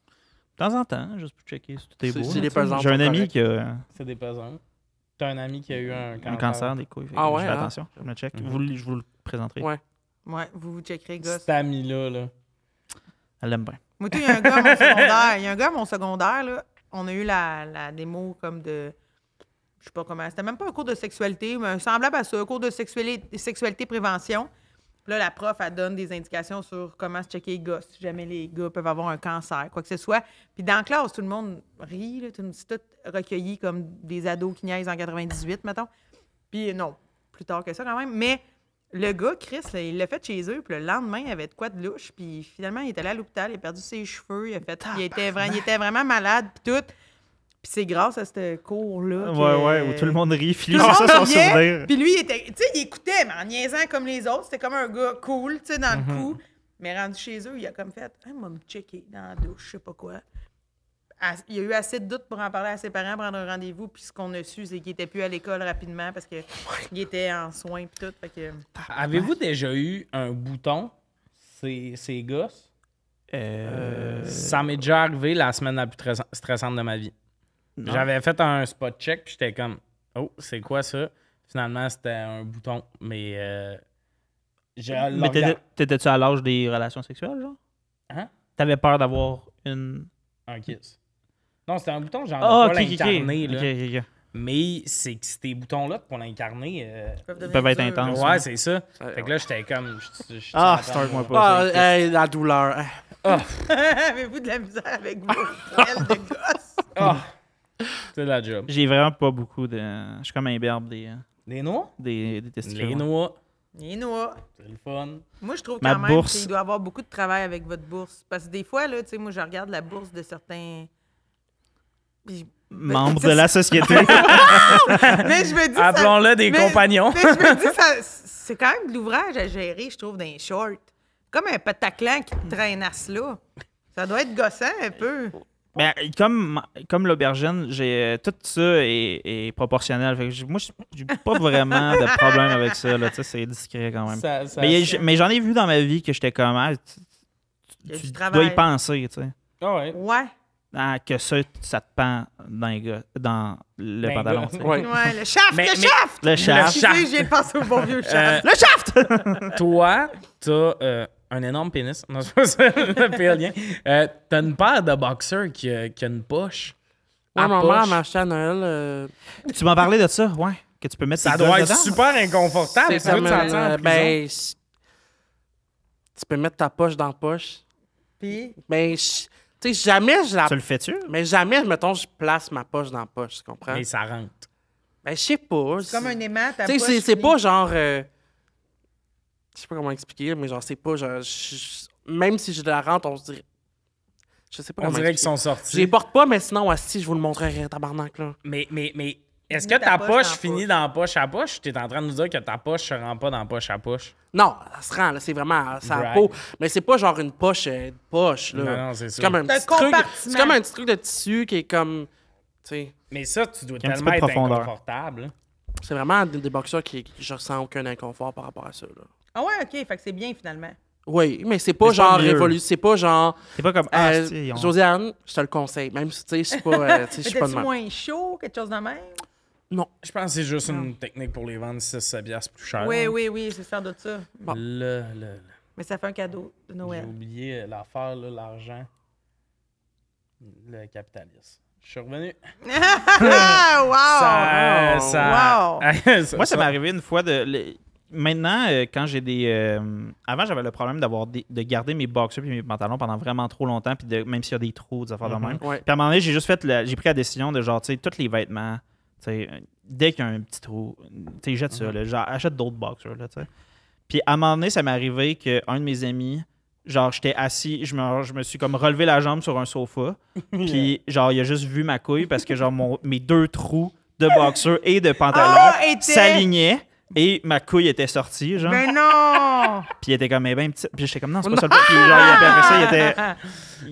S3: De temps en temps, juste pour checker si tout est
S4: Si-
S3: beau.
S4: si
S3: là,
S4: les
S3: tu sais.
S4: pesants
S3: J'ai un
S4: sont
S3: ami
S4: corrects.
S3: qui a un
S1: C'est des pesants. T'as un ami qui a eu un cancer.
S3: cancer des couilles. fait que
S4: Ah
S3: je
S4: ouais,
S3: fais
S4: hein?
S3: attention, je me check.
S1: Mhm.
S3: Vous le- je vous le présenterai.
S4: Ouais.
S2: Ouais, vous vous checkerez, gosses.
S1: Cet ami-là, là.
S3: Elle l'aime bien.
S2: Moi, tu sais, il y a un gars à mon secondaire. Il y a un gars à mon secondaire, là. On a eu la, la démo comme de. Je sais pas comment. C'était même pas un cours de sexualité, mais un semblable à ça, un cours de sexualité, sexualité prévention. Puis Là, la prof, elle donne des indications sur comment se checker les gars, si jamais les gars peuvent avoir un cancer, quoi que ce soit. Puis dans la classe, tout le monde rit, là, tout le monde c'est tout recueilli comme des ados qui niaisent en 98, mettons. Puis non, plus tard que ça quand même. Mais le gars, Chris, là, il l'a fait chez eux, puis le lendemain, il avait de quoi de louche, puis finalement, il est allé à l'hôpital, il a perdu ses cheveux, il, a fait, il, était, vra- il était vraiment malade, puis tout. Puis c'est grâce à ce cours-là. que-
S3: Ouais, ouais, où tout le monde rit,
S2: Tout
S3: Philippe,
S2: le
S3: c'est ça son
S2: monde riait,
S3: sourire.
S2: Puis lui, il était, tu sais, il écoutait, mais en niaisant comme les autres. C'était comme un gars cool, tu sais, dans
S3: Mm-hmm.
S2: Ah, le coup. Mais rendu chez eux, il a comme fait, hey, m'a me checker dans la douche, je sais pas quoi. à- il y a eu assez de doutes pour en parler à ses parents, prendre un rendez-vous, puis ce qu'on a su, c'est qu'il était plus à l'école rapidement parce que
S3: Oh
S2: il était en soins puis tout. Fait que...
S1: Avez-vous déjà eu un bouton, ces, ces gosses?
S3: Euh,
S1: Ça m'est déjà arrivé la semaine la plus stressa- stressante de ma vie. J'avais fait un spot check, puis j'étais comme, oh, c'est quoi ça? Finalement, c'était un bouton, mais. euh, je le
S3: Mais t'étais-
S1: regarde-
S3: t'étais-tu à l'âge des relations sexuelles, genre?
S1: Hein?
S3: T'avais peur d'avoir une.
S1: Un kiss. Non, c'était un bouton, genre,
S3: Ah,
S1: de
S3: ok,
S1: pas
S3: ok, ok.
S1: l'incarner, là.
S3: Ok, ok, ok.
S1: Mais c'est que ces boutons-là, pour l'incarner. euh,
S2: peuvent
S3: Ils
S2: devenir
S3: peuvent être
S2: durs.
S3: intenses.
S1: Ouais, c'est ça.
S4: Ouais,
S1: Fait que là, j'étais comme. je- je-
S3: Ah,
S1: je- je-
S3: start-moi pas.
S4: Euh, Ah, hey, la douleur. Hey.
S2: Avez-vous de la misère avec vos ailes de gosse?
S1: Ah! C'est la job.
S3: J'ai vraiment pas beaucoup de. Je suis comme un berbe des, euh,
S1: Les noix?
S3: des, des testicules.
S1: Les noix.
S2: Les noix.
S1: C'est le fun.
S2: Moi, je trouve
S3: Ma
S2: quand même
S3: bourse.
S2: qu'il doit y avoir beaucoup de travail avec votre bourse. Parce que des fois, là, tu sais, moi, je regarde la bourse de certains. Puis-
S3: Membre de la société.
S2: Mais je me dis. ça-
S1: Appelons-le des
S2: mais-
S1: compagnons.
S2: mais je me dis, ça- c'est quand même de l'ouvrage à gérer, je trouve, d'un short. Comme un pataclan qui te traîne à cela. Ça doit être gossant un peu.
S3: Ben, comme comme l'aubergine, j'ai euh, tout ça est, est proportionnel. Fait que j'ai- moi, j'ai- j'ai pas vraiment de problème avec ça. Là, Tu sais, c'est discret quand même.
S1: Ça- ça-
S3: mais il y a- j'ai- mais j'en ai vu dans ma vie que j'étais comme ah, tu-
S2: Il y a
S3: tu,
S2: du
S3: dois y
S2: travail.
S3: penser, tu sais.
S1: Ah ouais.
S2: Ouais.
S3: Ah, que ça, ça te pend dans, les gars- dans le
S1: Ben,
S3: pantalon.
S1: gars,
S3: tu sais.
S4: Ouais.
S2: Ouais, le shaft,
S1: Mais-
S2: le
S1: mais- Euh,
S2: shaft!
S3: Le shaft.
S2: Excusez, je viens de penser au bon vieux shaft.
S3: Le shaft!
S1: Toi, t'as euh, un énorme pénis. Non, c'est pas ça le pire lien. Euh, t'as une paire de boxeurs qui, a- qui a une poche.
S4: Ouais,
S1: À
S4: ma
S1: poche.
S4: mère m'a acheté à Noël. euh,
S3: tu m'en parlais de ça, ouais. Que tu peux mettre
S1: Ça
S3: tes
S1: doit
S3: doigts
S1: être
S3: dedans.
S1: super
S2: Ah,
S1: inconfortable.
S4: c'est
S1: Tu veux
S4: comme,
S1: te sentir en
S4: euh,
S1: prison.
S4: ben, c- tu peux mettre ta poche dans la poche.
S2: Puis,
S4: Ben, je- tu sais, jamais je la.
S3: Tu le fais-tu?
S4: Mais jamais, mettons, je place ma poche dans la poche, tu comprends?
S1: Mais ça rentre.
S4: Ben, je sais pas.
S2: c'est comme un aimant, ta
S4: Tu sais,
S2: poche
S4: c'est- c'est
S2: finit.
S4: pas genre. euh, Je sais pas comment expliquer, mais genre, c'est pas genre. je- je- Même si je la rentre, on se dirait. Je sais pas
S1: On
S4: comment.
S1: dirait qu'ils
S4: expliquer.
S1: sont
S4: Je
S1: sortis.
S4: les porte pas, mais sinon, assis, je vous le montrerai, tabarnak, là.
S1: Mais, mais, mais est-ce que
S2: Mets
S1: ta
S2: ta poche
S1: poche
S2: dans
S1: finit
S2: poche.
S1: dans poche à poche? T'es en train de nous dire que ta poche se rend pas dans poche à poche.
S4: Non, ça se rend, là, c'est vraiment ça
S1: Right.
S4: peau. Mais c'est pas genre une poche, euh, une poche, là.
S1: Non, non, c'est
S4: c'est
S1: ça.
S4: comme un
S2: C'est un
S4: petit truc.
S2: compartiment.
S4: C'est comme un petit truc de tissu qui est comme. Tu sais,
S1: Mais ça, tu dois
S3: Il y a un petit
S1: tellement
S3: peu de
S1: être
S3: profondeur.
S1: inconfortable.
S4: c'est vraiment des, des boxeurs qui, qui- Je ressens aucun inconfort par rapport à ça, là.
S2: Ah ouais, OK, fait que c'est bien finalement.
S4: Oui, mais c'est pas
S3: Mais c'est pas
S4: genre
S3: mieux.
S4: révolu, c'est pas genre.
S3: C'est pas comme. Ah,
S4: euh,
S3: c'est- ils ont-
S4: Josiane, je te le conseille, même si tu sais, je suis pas. euh, tu sais, je
S2: Peut-être
S4: suis pas de même.
S2: moins chaud, quelque chose de même.
S4: Non.
S1: Je pense que c'est juste une technique pour les vendre 6 piastres plus cher.
S2: Oui, oui, oui, c'est sans doute ça.
S4: Bon.
S1: Là, là, là.
S2: Mais ça fait un cadeau de
S1: J'ai
S2: Noël.
S1: oublié euh, l'affaire, là, l'argent. Le capitalisme. Je suis revenu.
S2: Ah,
S1: Ça,
S2: wow!
S4: wow.
S1: ça-
S2: Wow.
S3: Moi, ça m'est arrivé une fois de. le- Maintenant, euh, quand j'ai des. euh, Avant, j'avais le problème d'avoir des- de garder mes boxers et mes pantalons pendant vraiment trop longtemps, puis de... même s'il y a des trous, des affaires de même.
S4: Ouais.
S3: Puis à un moment donné, j'ai juste fait. la- J'ai pris la décision de genre, tu sais, tous les vêtements, tu sais, euh, dès qu'il y a un petit trou, tu sais, jette ça, là, genre, achète d'autres boxers, là, tu sais. Puis à un moment donné, ça m'est arrivé qu'un de mes amis, genre, j'étais assis, je me, je me suis comme relevé la jambe sur un sofa, puis genre, il a juste vu ma couille parce que, genre, mon- mes deux trous de boxer et de pantalon
S2: Ah, étaient-
S3: s'alignaient. Et ma couille était sortie, genre.
S1: Ben
S2: Mais non!
S3: Puis il était comme, eh ben, petite. Puis j'étais comme, non, c'est pas ça le point. Puis genre, il- après ça, il était.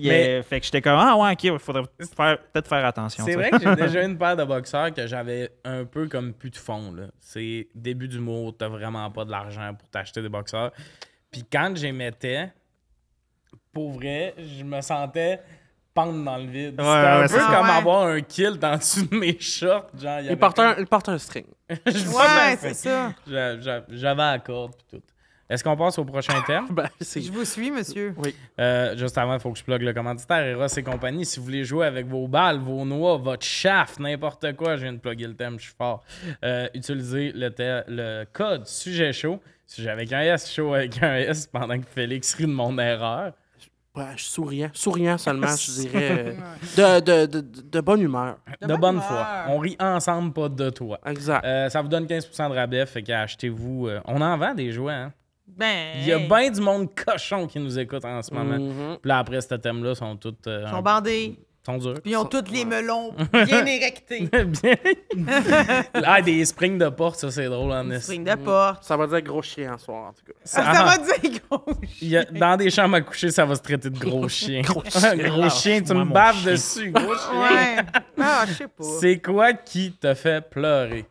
S3: il-
S1: Mais-
S3: Fait que j'étais comme, ah ouais, ok, faudrait faire- peut-être faire attention.
S1: C'est
S3: tu sais.
S1: vrai que j'ai déjà eu une paire de boxeurs que j'avais un peu comme plus de fond. là. C'est début du mot, t'as vraiment pas de l'argent pour t'acheter des boxeurs. Puis quand je les mettais, pour vrai, je me sentais pendre dans le vide.
S3: Ouais,
S1: C'était
S3: ouais,
S1: un
S3: ouais,
S1: peu
S3: c'est
S2: ça.
S1: comme
S2: Ah ouais.
S1: avoir un kill dans dessous de mes shorts. Genre, il y avait
S4: Il porte,
S1: comme-
S4: un, il porte un string.
S1: Je vois bien
S2: Ouais,
S1: fait.
S2: c'est ça.
S1: J'a- j'a- J'avais la corde puis tout. Est-ce qu'on passe au prochain terme?
S4: Ben, c'est-
S2: Je vous suis, monsieur.
S1: Euh, juste avant, il faut que je plug le commanditaire Eros et compagnie. Si vous voulez jouer avec vos balles, vos noix, votre shaft, n'importe quoi, je viens de plugger le thème, je suis fort. Euh, utilisez le, te- le code sujet chaud. Sujet avec un S, chaud avec un S, pendant que Félix rit de mon erreur.
S4: Ouais, je suis souriant. Souriant seulement, je dirais. euh, de, de, de, de bonne humeur.
S1: De,
S2: bonne
S1: bonne
S2: humeur.
S1: foi. On rit ensemble, pas de toi.
S4: Exact.
S1: Euh, ça vous donne 15% de rabais, fait qu'achetez-vous. euh, on en vend des jouets, hein?
S2: Ben.
S1: Il y a
S2: hey, Mm.
S1: bien du monde cochon qui nous écoute en ce moment.
S4: Mhm.
S1: Puis là, après, ce thème-là, sont toutes. euh,
S2: Ils
S1: un-
S2: sont bandés.
S1: sont durs.
S2: Puis ils ont tous les melons bien érectés.
S1: Bien. ah, des springs de porte, ça, c'est Ah. drôle, en esti.
S2: Spring de porte.
S4: Ça va dire gros chien en soir, en tout cas.
S2: Ça, ça va dire gros
S1: Il y a- dans des chambres à coucher, ça va se traiter de gros chien. gros chien, tu me
S3: Moi, mon
S1: baves
S3: chien.
S1: dessus. Gros chien.
S2: Ouais. Ah, je sais pas.
S1: C'est quoi qui t'a fait pleurer?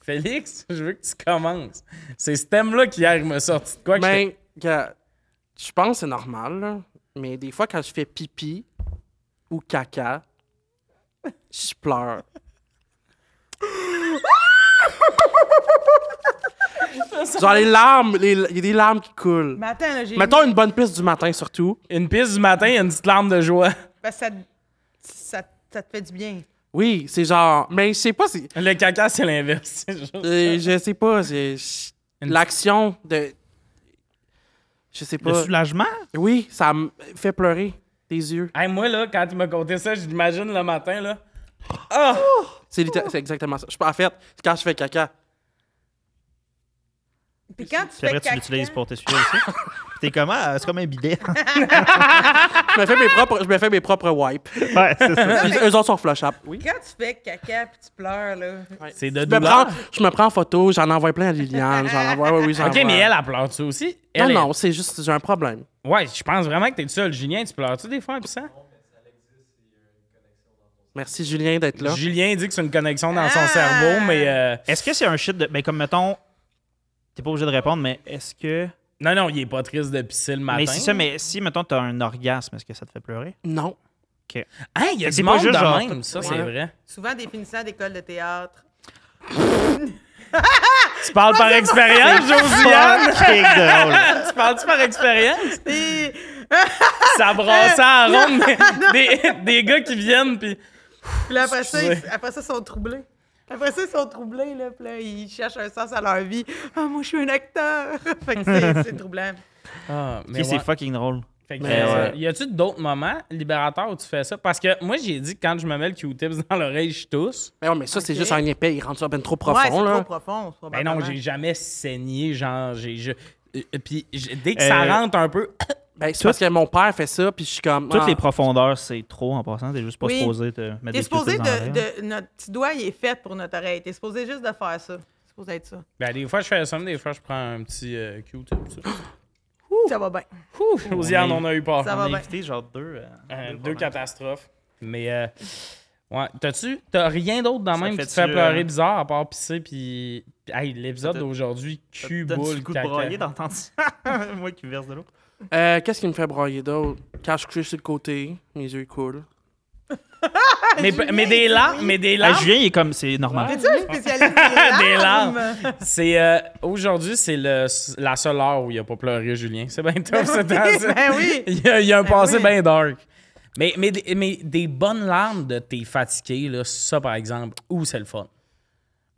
S1: Félix, je veux que tu commences. C'est ce thème-là qui hier me sorti de quoi que
S4: Mais gars, je pense que c'est normal, là, mais des fois, quand je fais pipi ou caca, je pleure. Genre les larmes, les- il y a des larmes qui coulent.
S2: Mais attends, là, j'ai.
S4: Mettons une bonne piste du matin, surtout.
S1: j'étais- une piste du matin, il y a une petite larme de joie.
S2: Parce que ça, ça, ça te fait du bien.
S4: Oui, c'est genre... Mais je sais pas si...
S1: Le caca, c'est l'inverse. c'est juste-
S4: euh, je sais pas, c'est... je-
S1: Une-
S4: L'action de... Je sais
S3: Le
S4: pas.
S3: soulagement?
S4: Oui, ça me fait pleurer des yeux.
S1: Hey, moi, là, quand tu m'as conté ça, j'imagine le matin, là. Ah!
S4: C'est littér- c'est exactement ça. Je, en fait, quand je fais caca,
S2: Puis quand tu
S3: Puis
S2: fais
S3: après, tu
S2: caca-
S3: l'utilises pour t'essuyer aussi. Puis T'es comment? Ah, C'est comme un bidet.
S4: je me fais mes propres, je me fais mes propres wipes.
S3: ouais, c'est ça.
S4: Puis eux autres sont flushables. Oui.
S2: Quand tu fais caca puis tu pleures, là.
S1: C'est de
S4: Je me,
S1: douleur.
S4: prends, je me prends en photo, j'en envoie plein à Liliane, j'en envoie, oui, oui, j'en
S1: Ok,
S4: envoie.
S1: mais elle, elle pleure-tu aussi?
S4: Non,
S1: Elle, elle-
S4: Ah, non, c'est juste, j'ai un problème.
S1: Ouais, je pense vraiment que t'es le seul. Julien, tu pleures-tu des fois, puis ça?
S4: Merci Julien d'être là.
S1: Julien dit que c'est une connexion dans son
S2: Ah!
S1: cerveau, mais. euh,
S3: Est-ce que c'est un shit de. Ben, comme mettons. T'es pas obligé de répondre, mais est-ce que.
S1: Non, non, il est pas triste de pisser le matin.
S3: Mais si ça, mais si, mettons, t'as un orgasme, est-ce que ça te fait pleurer?
S4: Non.
S1: Hein, il y a
S3: C'est
S1: du
S3: pas
S1: monde de
S3: juste genre-
S1: même, ça, c'est vrai.
S2: Souvent des finissants d'école de théâtre.
S1: Tu parles par expérience, Josiane?
S3: Fucking drôle.
S1: tu parles-tu par expérience?
S2: Et-
S1: Ça brassait à la ronde des, des- des gars qui viennent, puis...
S2: Puis là, après ça, ils,
S1: Excusez.
S2: après ça, ils sont troublés. Après ça, ils sont troublés, là. Puis là, ils cherchent un sens à leur vie. Ah, moi, je suis un acteur. fait que c'est- c'est troublant.
S1: Ah, mais
S3: Ok, C'est fucking drôle.
S1: Fait que,
S4: Mais
S1: euh,
S3: ouais.
S1: Y a-tu d'autres moments, libérateur, où tu fais ça? Parce que moi, j'ai dit que quand je me mets le Q-tips dans l'oreille, je tousse.
S4: Mais, Ben ouais, mais ça, c'est
S2: Ok.
S4: juste un épais, il rentre ça ben trop
S2: ouais,
S4: profond,
S2: c'est
S4: là.
S2: trop profond.
S1: Ben
S2: probablement.
S1: non, j'ai jamais saigné, genre, j'ai... Je... euh, Puis j'ai- dès que ça
S3: Euh,
S1: rentre un peu...
S4: Ben, c'est parce que mon père fait ça, puis je suis comme.
S3: Toutes
S4: ah.
S3: les profondeurs, c'est trop en passant. T'es juste pas
S2: Oui.
S3: supposé te mettre
S2: T'es
S3: des
S2: supposé
S3: Q-tips dans l'oreille.
S2: de, de- Notre petit doigt, il est fait pour notre oreille. T'es supposé juste de faire ça. C'est supposé être ça.
S1: Ben des fois, je fais ça, mais des fois, je prends un petit euh, Q-tip. ça.
S2: Ça va bien.
S1: Josiane, on a eu peur.
S2: Ça
S3: On
S2: va
S3: a
S2: bien.
S3: évité genre deux. euh,
S1: Euh,
S3: deux
S1: deux
S3: problèmes.
S1: catastrophes. Mais euh, ouais, t'as-tu t'as rien d'autre dans
S3: Ça
S1: même qui te
S3: fait-tu,
S1: fait pleurer
S3: euh,
S1: bizarre à part pisser puis hey, l'épisode
S3: Ça te-
S1: d'aujourd'hui
S3: Ça te
S1: cul
S3: donne-tu
S1: boule
S3: le goût de
S1: caca.
S3: broyer d'entendre ça. Moi qui verse de l'eau.
S4: Euh, Qu'est-ce qui me fait broyer d'autre? Quand je couche sur le côté, mes yeux ils coulent.
S1: mais, mais des larmes, mais des
S3: Ah,
S1: larmes.
S3: Julien, il est comme. C'est normal.
S2: Tu es spécialiste des
S1: Des larmes.
S2: larmes.
S1: C'est euh, aujourd'hui, c'est le la seule heure où il a pas pleuré Julien. C'est bien tough cette année.
S2: Ben oui.
S1: Il y a, il y a un
S2: Ben
S1: passé
S2: oui.
S1: bien dark. Mais, mais, des- mais des bonnes larmes de t'es fatigué, là, ça par exemple, où c'est le fun.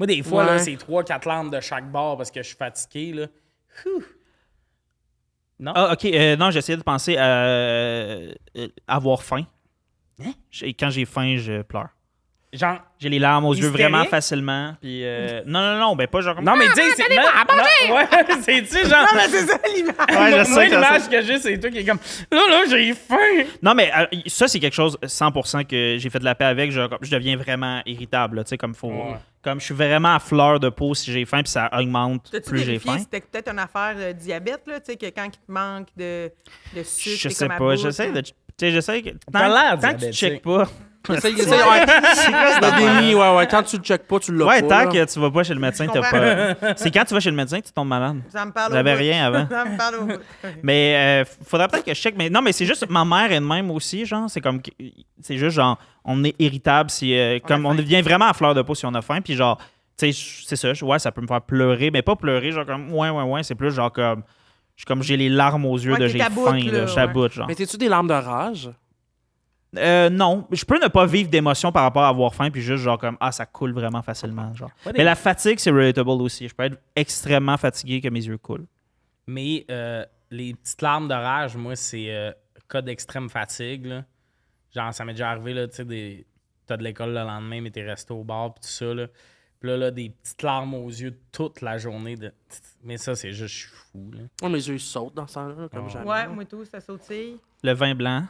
S1: Moi, des fois, là,
S4: Ouais.
S1: c'est 3-4 larmes de chaque bord parce que je suis fatigué. Là.
S3: Ah, ok. euh, non, j'essayais de penser à euh, euh, avoir faim.
S2: Hein?
S3: J'ai- Quand j'ai faim, je pleure.
S1: Genre.
S3: J'ai les larmes aux yeux
S1: Hystérique?
S3: vraiment facilement. Puis euh, non, non, non, ben pas genre. comme-
S1: Non, mais dis, c'est. Non, non, ouais, c'est-tu genre.
S2: Ah, c'est ça l'image.
S3: Ouais, je
S1: moi,
S3: sais
S1: moi,
S3: que ça-
S1: l'image que j'ai, c'est toi qui est comme. Là, là, j'ai faim.
S3: Non, mais euh, ça, c'est quelque chose 100% que j'ai fait de la paix avec. Je, je deviens vraiment irritable. là, Tu sais, comme faut.
S1: Ouais.
S3: Comme je suis vraiment à fleur de peau si j'ai faim, puis ça augmente
S2: T'as-tu
S3: plus j'ai
S2: vérifié
S3: faim.
S2: si c'était peut-être une affaire de diabète, là, tu sais, que quand il te manque de, de sucre,
S3: Je
S2: t'es
S3: sais
S2: comme à
S3: pas.
S2: bout, hein?
S3: J'essaie de. Tu sais, j'essaie que.
S1: T'as l'air
S3: Tant, tant que tu
S1: diabétique.
S3: checkes pas.
S4: Essaye, essaye, ouais. Le déni, ouais, ouais. Quand tu le checkes pas, tu l'as
S3: Ouais,
S4: pas.
S3: tant que tu vas pas chez le médecin, t'as
S2: comprends.
S3: pas. C'est quand tu vas chez le médecin que tu tombes malade.
S2: Ça me parle au
S3: J'avais
S2: bout.
S3: rien avant.
S2: Ça me parle au bout.
S3: Mais euh, faudrait peut-être que je check. Mais non, mais c'est juste ma mère est de même aussi, genre. C'est comme, que- c'est juste genre, on est irritable si, euh, comme on devient vraiment à fleur de peau si on a faim. Puis genre, tu sais, je- c'est ça. je- Ouais, ça peut me faire pleurer, mais pas pleurer genre comme, ouais, ouais, ouais. C'est plus genre comme, je suis comme j'ai les larmes aux yeux
S2: Ouais,
S3: de
S2: t'es
S3: j'ai
S2: à
S3: faim,
S2: bout, là,
S3: là, je suis à
S2: ouais.
S3: bout, genre.
S4: Mais t'es-tu des larmes de rage?
S3: Euh, non, je peux ne pas vivre d'émotion par rapport à avoir faim, puis juste genre comme, ah, ça coule vraiment facilement, genre.
S1: Ouais, des-
S3: Mais la fatigue, c'est relatable aussi. Je peux être extrêmement fatigué que mes yeux coulent.
S1: Mais euh, les petites larmes de rage, moi, c'est euh, cas d'extrême fatigue. là. Genre, ça m'est déjà arrivé, là, tu sais, des... t'as de l'école le lendemain, mais t'es resté au bar, pis tout ça, là. Puis là, là, des petites larmes aux yeux toute la journée. De... Mais ça, c'est juste, je suis fou, là.
S3: Ah.
S4: Ouais, mes yeux ils sautent dans ça, là, comme jamais.
S2: Ouais, moi tout, ça sautille.
S3: Le vin blanc.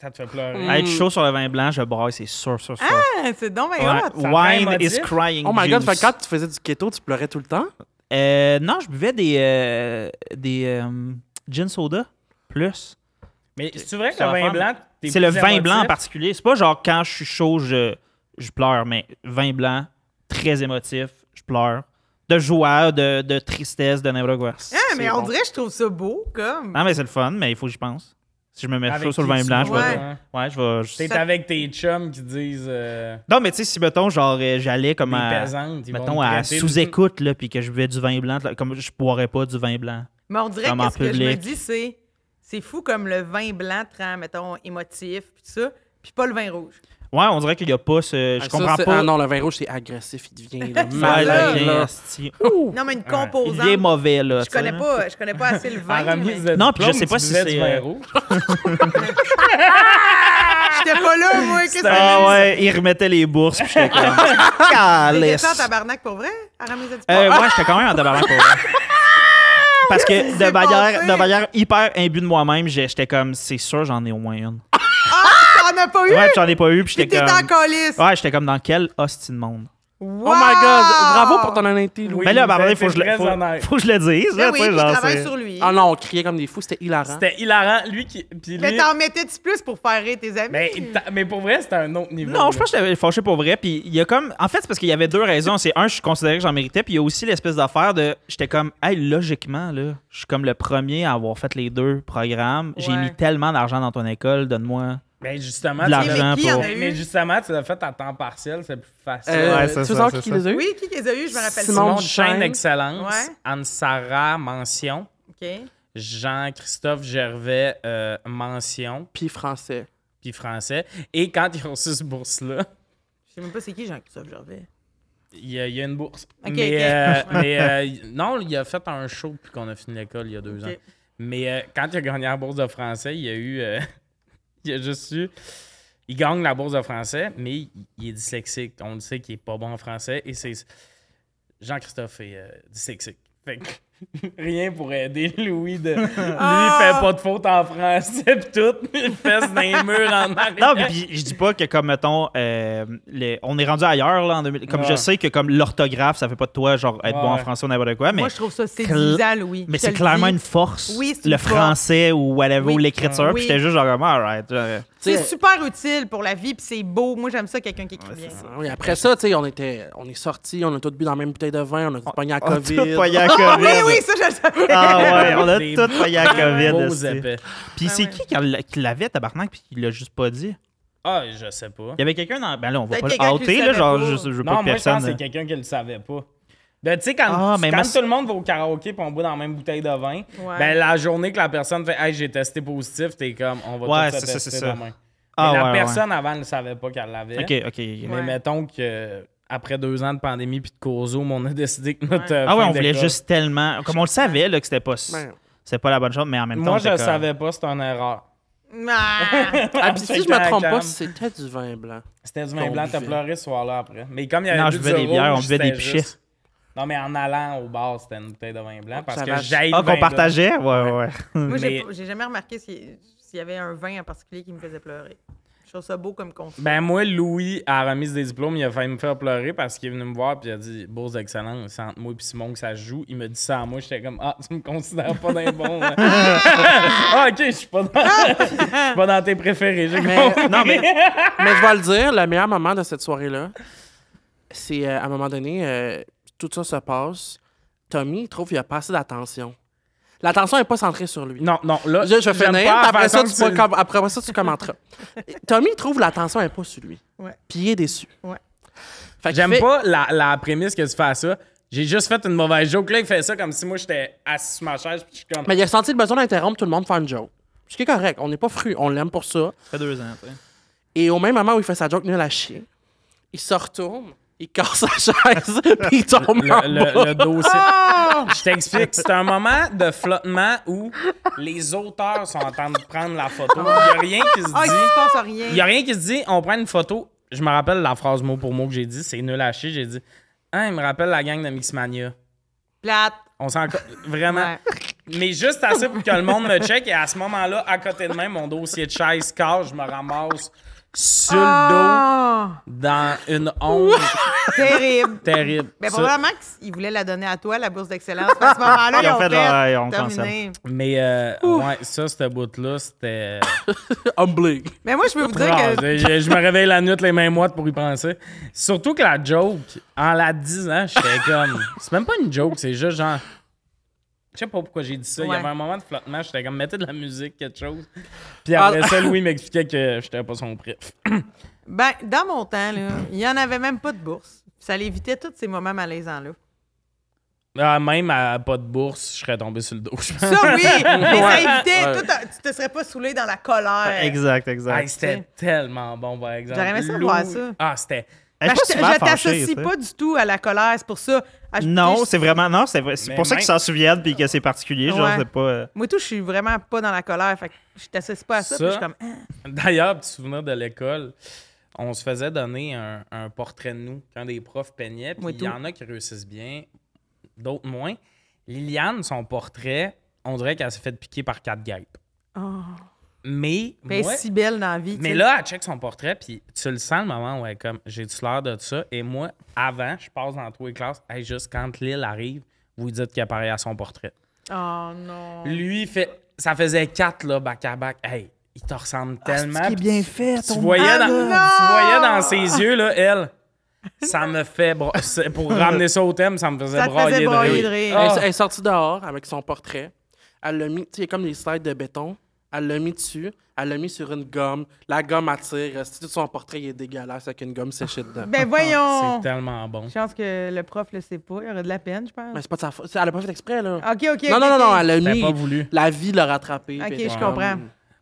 S1: Ça te fait pleurer.
S4: Mm.
S3: À Être chaud sur le vin blanc, je braille, c'est sûr, sûr, sûr.
S2: Ah, c'est donc bien
S3: Ouais.
S2: hot, ça.
S1: Ça
S3: Wine
S1: fait
S3: is
S1: émotif.
S3: crying
S4: Oh my god,
S3: juice.
S4: fait que quand tu faisais du keto, tu pleurais tout le temps?
S3: Euh, non, je buvais des, euh, des euh, gin soda plus.
S1: Mais c'est vrai que
S3: Ça
S1: le
S3: va
S1: vin
S3: faire-
S1: blanc, t'es
S3: C'est le
S1: plus
S3: vin blanc en
S1: émotif?
S3: particulier. C'est pas genre quand je suis chaud, je, je pleure, mais vin blanc, très émotif, je pleure. De joie, de, de tristesse, de n'importe quoi.
S2: Ah, mais
S3: C'est
S2: on
S3: bon.
S2: dirait que je trouve ça beau, comme.
S3: Non, mais c'est le fun, mais il faut que j'y pense. Si je me mets
S1: Avec
S3: chaud sur le
S1: qui
S3: vin
S1: tu
S3: blanc, je
S1: vas,
S3: vais.
S1: hein?
S3: Ouais, je vais. je-
S1: T'es
S2: Ça-
S1: avec tes chums qui disent euh,
S3: Non, mais tu sais, si mettons, genre, euh, j'allais
S1: des
S3: comme à.
S1: pesantes. ils vont
S3: Mettons,
S1: te
S3: à
S1: traiter de-
S3: sous-écoute, là, puis que je buvais du vin blanc, là, comme je boirais pas du vin blanc.
S2: Mais on dirait
S3: Comme
S2: que
S3: en
S2: ce que je me
S3: public.
S2: dis, c'est. C'est fou comme le vin blanc te rend, mettons, émotif, puis tout ça, puis pas le vin rouge.
S3: Ouais, on dirait qu'il y a pas ce. Je
S4: Ah, ça,
S3: comprends
S4: c'est-
S3: pas.
S4: Ah non, le vin rouge, c'est agressif. Il devient là,
S3: Ouais,
S2: là,
S4: malade.
S3: le
S4: là.
S3: lien, esti.
S2: Non, mais une
S1: Ouais.
S2: composante.
S3: Il est mauvais, là.
S2: je,
S3: tu sais,
S2: connais
S3: là.
S2: pas, je connais pas assez le
S1: En
S2: vin. mais
S1: remise de
S3: Non, puis je
S1: diplôme,
S3: sais pas
S1: tu
S3: si
S1: buvais
S3: c'est,
S1: du vin
S3: euh,
S1: rouge.
S2: J'étais Ah, pas là, moi. Qu'est-ce que
S3: Ah
S2: c'est?
S3: ouais, il remettait les bourses, puis j'étais comme.
S2: T'étais
S3: Calisse.
S2: en tabarnak pour vrai? Ah, À la remise de diplôme?
S3: Euh, ouais, j'étais quand même en tabarnak pour vrai. Parce que
S2: s'est
S3: de manière,
S2: passé?
S3: de manière hyper imbue de moi-même, j'ai- j'étais comme, c'est sûr, j'en ai au moins une.
S2: Ah, t'en as pas eu?
S3: Ouais, puis j'en ai pas eu, puis
S2: Puis t'es
S3: j'étais comme.
S2: en calice.
S3: Ouais, j'étais comme, dans quel hostie de monde?
S4: Oh my god, bravo pour ton honnêteté, Louis.
S1: Oui,
S3: Mais là,
S1: vous
S3: bah,
S1: avez
S3: il faut, que je
S1: été
S3: le-
S1: très honnête.
S3: faut, faut que je le dise.
S2: Ben
S3: Là,
S2: oui,
S3: tu sais,
S2: puis il
S3: genre,
S2: travaille
S3: c'est-
S2: sur lui.
S4: Ah non, on criait comme des fous, c'était hilarant.
S1: C'était hilarant. Lui qui. Puis
S2: Mais
S1: lui.
S2: t'en mettais-tu plus pour faire rire tes amis?
S1: Mais, t'as- mais pour vrai, c'était un autre niveau.
S3: Non, je
S1: là.
S3: pense que j'avais fâché pour vrai. Puis il y a comme. En fait, c'est parce qu'il y avait deux raisons. C'est un, je considérais que j'en méritais. Puis il y a aussi l'espèce d'affaire de. J'étais comme, hey, logiquement, là, je suis comme le premier à avoir fait les deux programmes. J'ai
S2: Ouais.
S3: mis tellement d'argent dans ton école, donne-moi.
S1: Ben justement,
S3: De
S1: tu l'as-
S3: l'argent.
S2: mais qui en a
S1: mais, mais
S2: eu?
S1: justement, tu l'as fait à temps partiel, c'est plus facile.
S4: Euh,
S3: Ouais,
S4: tu
S3: c'est
S4: veux
S3: ça,
S4: savoir
S3: c'est
S4: qui
S3: ça.
S4: les a eu?
S2: Oui, qui les a eu? Je me rappelle
S4: Simon
S1: Simon
S4: Duchesne.
S1: Duchesne, Excellence,
S2: Ouais.
S1: Anne-Sara, Mention,
S2: ça. OK.
S1: Jean-Christophe Gervais, euh, Mention,
S4: Puis français.
S1: puis Français. Et quand ils ont reçu cette bourse-là,
S2: Je sais même pas c'est qui Jean-Christophe Gervais.
S1: il y, a- il y a une bourse.
S2: Ok,
S1: mais
S2: ok.
S1: euh,
S2: Ouais.
S1: mais, euh, il- non, il a fait un show depuis qu'on a fini l'école il y a deux
S2: Ok.
S1: ans. Mais euh, quand il a gagné la bourse de français, il y a eu. euh, il a juste eu. Il gagne la bourse de français, mais il, il est dyslexique. On le sait qu'il est pas bon en français. Et c'est. Jean-Christophe est euh, dyslexique. Fait que rien pour aider Louis de. Lui, il
S3: Ah!
S1: fait pas de faute en français, pis tout. Il fesse dans les murs en
S3: Non,
S1: arrière.
S2: euh,
S3: mais puis je dis pas que, comme, mettons, euh, les- on est rendu ailleurs, là, en 2000. Comme
S1: Ouais.
S3: je sais que, comme, l'orthographe, ça fait pas de toi, genre, être bon en
S1: Ouais.
S3: français ou n'importe quoi. Mais,
S2: Moi, je trouve ça séduisant, Louis.
S3: mais
S2: Je
S3: c'est
S2: te le
S3: clairement
S2: dis.
S3: une force.
S2: Oui, c'est une
S3: le
S2: force.
S3: français ou whatever,
S2: Oui.
S3: ou l'écriture.
S2: Oui.
S3: Puis j'étais juste genre, comme, alright. euh,
S2: C'est
S4: Tu sais,
S2: super utile pour la vie, puis c'est beau. Moi, j'aime ça, quelqu'un qui écrit bien.
S4: Ah Oui, après ça, tu sais, on était, on est sortis, on a tous bu dans la même bouteille de vin, on a tous pogné la
S3: on a
S4: COVID.
S3: tout pogné à
S2: Ah oui,
S3: COVID.
S2: oui, ça, je le savais.
S3: Ah ouais, on a
S1: Des
S3: tout payé à
S1: Beaux
S3: COVID. esti.
S1: épais.
S3: Puis
S2: Ah
S3: c'est
S2: ouais.
S3: qui qui l'a- qui l'avait, tabarnak, puis qui l'a juste pas dit?
S1: Ah, je sais pas.
S3: Il y avait quelqu'un dans... Ben là, on va
S2: Peut-être
S3: pas
S2: quelqu'un qui
S3: le
S2: le
S3: outer, là,
S2: savait
S3: genre,
S2: pas.
S3: je, je veux pas
S1: Non,
S3: que
S1: moi, je pense
S3: personne... hein.
S1: que c'est quelqu'un qui le savait pas. Ben, tu sais, quand,
S3: Ah, mais
S1: quand
S3: moi, c'est-
S1: tout le monde va au karaoké et on boit dans la même bouteille de vin,
S2: Ouais.
S1: ben, la journée que la personne fait Hey, j'ai testé positif, t'es comme on va
S3: Ouais,
S1: tous se
S3: c'est ça,
S1: tester
S3: c'est ça.
S1: demain.
S3: Ah,
S1: mais la
S3: ouais, ouais.
S1: personne avant ne savait pas qu'elle l'avait.
S3: OK, OK.
S1: Mais
S2: Ouais.
S1: mettons que après deux ans de pandémie puis de cause Zoom, on a décidé que notre. euh,
S3: Ah ouais,
S1: fin
S3: on voulait
S1: d'école-
S3: juste tellement... Comme on le savait, là, que c'était pas...
S4: Ben,
S3: C'était pas la bonne chose, mais en même temps...
S1: Moi,
S3: on
S1: je
S3: était
S1: le
S3: comme-
S1: savais pas, c'était une erreur.
S2: Ah.
S4: ah, puis si je
S1: J'étais
S4: me trompe
S1: à
S4: pas,
S1: Cannes.
S4: c'était du vin blanc.
S1: C'était du vin
S4: qu'on
S1: blanc, t'as
S4: buvait.
S1: pleuré ce soir-là après. Mais comme il y avait
S3: Non,
S1: bu
S3: je
S1: du
S3: buvais des bières, on
S1: rouge,
S3: buvait des
S1: c'était
S3: pichets.
S1: juste- Non, mais en allant au bar, c'était une bouteille de vin blanc parce
S4: ça
S1: que
S4: marche.
S1: j'ai.
S3: Ah, qu'on partageait? Ouais, ouais.
S2: Moi, j'ai
S1: Mais-
S2: j'ai jamais remarqué s'il s'il y avait un vin en particulier qui me faisait pleurer. Je trouve ça beau comme concept.
S1: Ben moi, Louis, à la remise des diplômes, il a failli me faire pleurer parce qu'il est venu me voir puis il a dit « Bourse d'excellence, c'est entre moi et Simon que ça se joue. » Il me dit ça à moi, j'étais comme « Ah, tu me considères pas d'un bon... hein? » Ah, ok, je suis pas, dans... je suis pas dans tes préférés, j'ai
S4: Mais-
S1: compris.
S3: Non, mais...
S4: Mais je vais le dire, le meilleur moment de cette soirée-là, c'est euh, à un moment donné, euh, tout ça se passe. Tommy, il trouve qu'il a pas assez d'attention. L'attention n'est pas centrée sur lui.
S1: Non, non, là...
S4: Je, je vais
S1: j'aime
S4: finir,
S1: pas
S4: puis
S1: la
S4: après, ça,
S1: façon
S4: tu
S1: que
S4: peux com- après ça, tu commenteras. Tommy, il trouve l'attention n'est pas sur lui.
S2: Ouais.
S4: Puis il est déçu.
S2: Ouais.
S4: Fait qu'il
S1: J'aime
S4: fait-
S1: pas la, la prémisse que tu fais à ça. J'ai juste fait une mauvaise joke. Là, il fait ça comme si moi, j'étais assis sur ma chaise puis je suis comme...
S4: Mais il a senti le besoin d'interrompre tout le monde pour faire une joke. Ce qui est correct, on n'est pas fru, on l'aime pour ça.
S3: Ça fait deux ans, après.
S4: Et au même moment où il fait sa joke nulle à chier, il se retourne, il casse sa chaise, puis il tombe en
S1: le, le-
S4: bas.
S1: le
S4: Ah!
S1: dossier. Je t'explique. C'est un moment de flottement où les auteurs sont en train de prendre la photo. Il n'y a rien qui se
S2: Ah, il se
S1: dit.
S2: passe
S1: Hein? Il n'y
S2: rien.
S1: a rien qui se dit. On prend une photo. Je me rappelle la phrase mot pour mot que j'ai dit. C'est nul à chier. J'ai dit Hein, il me rappelle la gang de Mixmania.
S2: Plate.
S1: On s'en. co- Vraiment.
S2: Ouais.
S1: mais juste assez pour que le monde me check. Et à ce moment-là, à côté de moi, mon dossier de chaise casse, je me ramasse sur le dos
S2: Ah!
S1: dans une honte
S2: Terrible.
S1: terrible.
S2: Mais
S1: Ça-
S2: probablement qu'ils voulaient la donner à toi, la bourse d'excellence. À ce moment-là,
S3: Ils
S2: ils
S3: ont
S2: ont
S3: fait,
S2: fait.
S3: ouais, on
S2: terminé.
S1: mais euh, ouais, ça, ce bout-là, c'était.
S4: Humblé.
S2: Mais moi, je peux vous dire
S1: Ah,
S2: que.
S1: je, je me réveille la nuit les mêmes mois pour y penser. Surtout que la joke, en la disant, j'étais comme. C'est même pas une joke, c'est juste genre. Je sais pas pourquoi j'ai dit ça. Il y
S2: Ouais.
S1: avait un moment de flottement, j'étais comme, mettez de la musique, quelque chose. Puis
S4: Ah.
S1: après ça, Louis m'expliquait que j'étais pas son prix.
S2: Ben, dans mon temps, là, il n'y en avait même pas de bourse. Ça l'évitait tous ces moments malaisants-là.
S1: Ah, même à pas de bourse, je serais tombé sur le dos, je pense.
S2: Ça, oui! Mais ça évitait.
S4: Ouais.
S2: tout un- tu te serais pas saoulé dans la colère.
S3: Ben, Exact, exact.
S1: Hey, c'était tellement bon, par exemple.
S2: J'aurais aimé ça
S1: Lou-
S2: voir ça.
S1: Ah, c'était.
S2: Ben,
S3: Hey, je
S2: je
S3: suis
S2: t-
S3: souvent
S2: je
S3: fâché,
S2: t'associe
S3: tu sais.
S2: pas du tout à la colère, c'est pour ça. Ah, je-
S3: Non,
S2: je-
S3: c'est vraiment. Non, c'est vrai- c'est
S1: Mais
S3: pour ça qu'ils
S1: même-
S3: s'en souviennent puis que c'est particulier. Genre,
S2: Ouais.
S3: c'est pas. euh,
S2: Moi, tout, je suis vraiment pas dans la colère. Fait que je t'associe pas à
S1: Ça.
S2: ça. puis je suis comme. hein.
S1: D'ailleurs, petit souvenir de l'école, on se faisait donner un, un portrait de nous quand des profs peignaient. Puis
S2: Moi
S1: il
S2: tout.
S1: y en a qui réussissent bien, d'autres moins. Liliane, son portrait, on dirait qu'elle s'est fait piquer par quatre guêpes.
S2: Oh,
S1: Mais,
S2: ben,
S1: moi-
S2: si belle dans la vie. tu
S1: mais
S2: sais.
S1: là, elle check son portrait, puis tu le sens le moment où elle est comme j'ai-tu l'air de ça. Et moi, avant, je passe dans tous les classes, hey, juste quand Lille arrive, vous dites qu'il apparaît à son portrait.
S2: Oh non.
S1: Lui, fait, ça faisait quatre, là, back à back. Hey, il te ressemble tellement.
S3: ce Ah, qui est
S1: Puis
S3: bien
S1: tu-
S3: fait,
S1: Tu
S3: ton
S1: voyais, dans,
S2: malade.
S1: tu voyais dans ses yeux, là, elle. Ça me fait. bro- c'est- Pour ramener ça au thème, ça me faisait
S2: Ça te
S1: brailler
S2: faisait
S1: de
S2: broyer de
S1: rire.
S2: rire.
S1: Ah.
S4: Elle, est- elle est sortie dehors avec son portrait. Elle l'a mis, tu sais, comme les slides de béton. Elle l'a mis dessus. Elle l'a mis sur une gomme. La gomme attire. C'est tout son portrait, il est dégueulasse avec une gomme séchée dedans.
S2: Ben
S1: C'est
S2: voyons.
S1: tellement bon.
S2: Je pense que le prof le sait pas. Il aurait de la peine, je pense.
S4: Mais c'est pas de sa faute. Elle a pas fait exprès, là.
S2: OK, Ah, OK.
S4: Ben, non,
S2: ok,
S4: non, non,
S2: ok.
S4: non, elle l'a
S1: C'était
S4: mis.
S1: pas voulu.
S4: La vie l'a rattrapé.
S2: Ok,
S4: puis elle était
S2: je
S4: comme-
S2: comprends.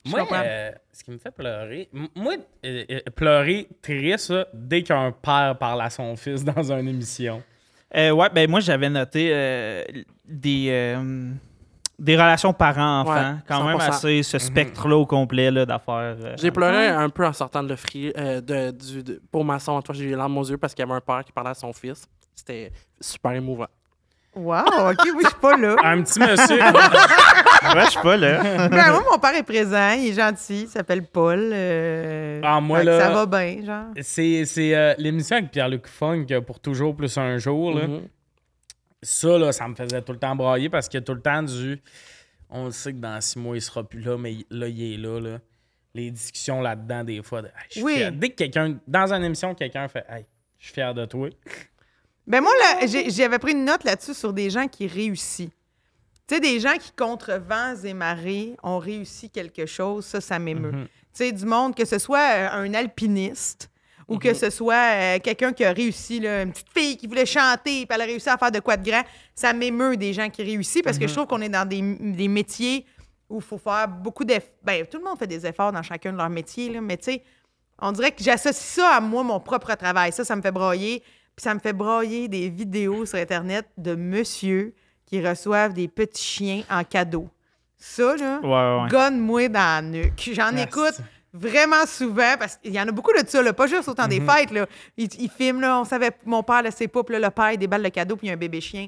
S2: Je
S1: Moi,
S2: comprends.
S1: euh, ce qui me fait pleurer, m- moi, euh, euh, pleurer triste, là, dès qu'un père parle à son fils dans une émission.
S3: Euh, ouais, ben moi, j'avais noté euh, des. euh, des relations parents-enfants,
S4: Ouais,
S3: quand même
S4: 100%.
S3: assez ce spectre-là au complet là, d'affaires. euh,
S4: J'ai pleuré un peu en sortant de l'offrir euh, de, du, de- pour maçon. En tout cas, j'ai eu les larmes aux yeux parce qu'il y avait un père qui parlait à son fils. C'était super émouvant.
S2: Wow, OK, oui, je suis pas là.
S1: Un petit monsieur.
S3: Ah, Ouais, je suis pas là.
S2: Ben, moi, mon père est présent, il est gentil, il s'appelle Paul. euh,
S1: Ah, moi,
S2: fait que
S1: là-
S2: Ça va bien, genre.
S1: C'est c'est, euh, l'émission avec Pierre-Luc Funk euh, pour toujours plus un jour. Là.
S4: Mhm.
S1: Ça, là, ça me faisait tout le temps brailler parce qu'il y a tout le temps du. On le sait que dans six mois, il sera plus là, mais il- là, il est là. là. Les discussions là-dedans, des fois. de, Hey, je suis
S2: Oui.
S1: fier. Dès que quelqu'un, dans une émission, quelqu'un fait Hey, je suis fier de toi.
S2: Ben, moi, là, j'ai- j'avais pris une note là-dessus sur des gens qui réussissent. Tu sais, des gens qui, contre vents et marées, ont réussi quelque chose, ça, ça m'émeut.
S1: Mhm.
S2: Tu sais, du monde, que ce soit euh, un alpiniste ou que ce soit euh, quelqu'un qui a réussi, là, une petite fille qui voulait chanter, puis elle a réussi à faire de quoi de grand, ça m'émeut des gens qui réussissent parce que je trouve qu'on est dans des, des métiers où il faut faire beaucoup d'efforts. Ben, tout le monde fait des efforts dans chacun de leurs métiers, là, mais tu sais, on dirait que j'associe ça à moi, mon propre travail. Ça, ça me fait broyer. Puis ça me fait broyer des vidéos sur Internet de monsieur qui reçoivent des petits chiens en cadeau. Ça, là,
S3: Ouais, ouais, ouais.
S2: Gonne-moi dans la nuque. J'en
S1: Ah,
S2: écoute
S1: c'est-
S2: vraiment souvent parce qu'il y en a beaucoup de ça, là, pas juste au temps
S3: Mhm.
S2: des fêtes. Là. Ils, ils filment, là, on savait, mon père le sait pas, puis là, le père, il déballe le cadeau, puis il y a un bébé chien.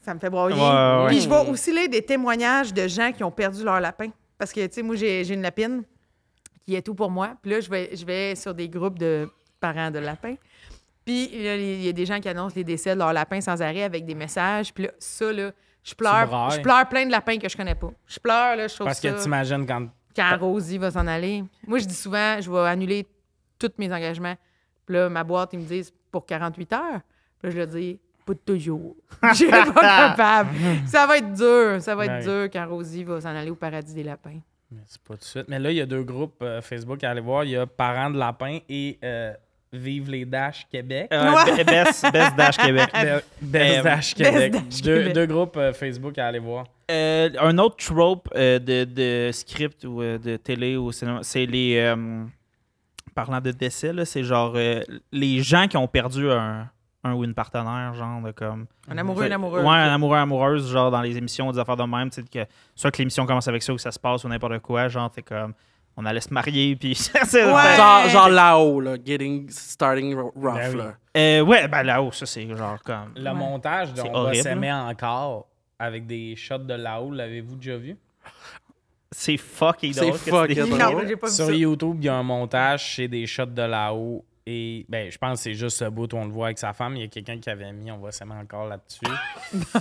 S2: Ça me fait broyer.
S3: Ouais, ouais, ouais.
S2: Puis je vois aussi là, des témoignages de gens qui ont perdu leur lapin. Parce que, tu sais, moi, j'ai j'ai une lapine qui est tout pour moi. Puis là, je vais, je vais sur des groupes de parents de lapins. Puis là, il y a des gens qui annoncent les décès de leurs lapins sans arrêt avec des messages. Puis là, ça, là, je pleure.
S1: brailles.
S2: Je pleure plein de lapins que je connais pas. Je pleure, là, je trouve
S1: Parce
S2: ça...
S1: que t'imagines quand.
S2: Quand Rosie va s'en aller. Moi, je dis souvent, je vais annuler tous mes engagements. Puis là, ma boîte, ils me disent pour 48 heures. Puis là, je leur dis, pas de toujours. Je suis pas capable. Ça va être dur. Ça va être
S1: Ouais.
S2: dur quand Rosie va s'en aller au paradis des lapins.
S1: Mais C'est pas tout de suite. Mais là, il y a deux groupes euh, Facebook à aller voir. Il y a Parents de Lapin et euh, Vive les Dash Québec.
S3: Euh,
S2: Ouais.
S3: Be- Best, Best Dash Québec.
S1: Be- Best
S3: euh,
S1: Dash
S2: Best
S1: Québec.
S2: Ah, Dash
S1: deux,
S2: Québec.
S1: deux groupes euh, Facebook à aller voir.
S3: Euh, un autre trope euh, de, de script ou euh, de télé ou cinéma, c'est les. euh, parlant de décès, là, c'est genre euh, les gens qui ont perdu un, un ou une partenaire, genre de comme.
S2: Un amoureux, une
S3: Fait-
S2: amoureuse.
S3: Ouais, un amoureux, amoureuse, genre dans les émissions, des affaires de même, tu sais, que soit que l'émission commence avec ça ou que ça se passe ou n'importe quoi, genre t'es comme. On allait se marier, puis. c'est-
S2: Ouais.
S4: Genre, genre là-haut, là, getting starting ro- rough.
S1: Ben oui.
S4: là.
S3: Euh, ouais, ben là-haut, ça c'est genre comme.
S1: Le montage dont
S3: C'est
S1: on va
S3: horrible, hein.
S1: s'aimer encore avec des shots de là-haut, l'avez-vous déjà vu?
S3: C'est fucking
S4: C'est
S3: drôle. que
S4: fucking
S3: des-
S4: drôle.
S2: Non, j'ai pas vu ça.
S1: Sur YouTube, il y a un montage, c'est des shots de là-haut. Et ben, je pense que c'est juste ce bout où on le voit avec sa femme. Il y a quelqu'un qui avait mis, on va s'aimer encore là-dessus.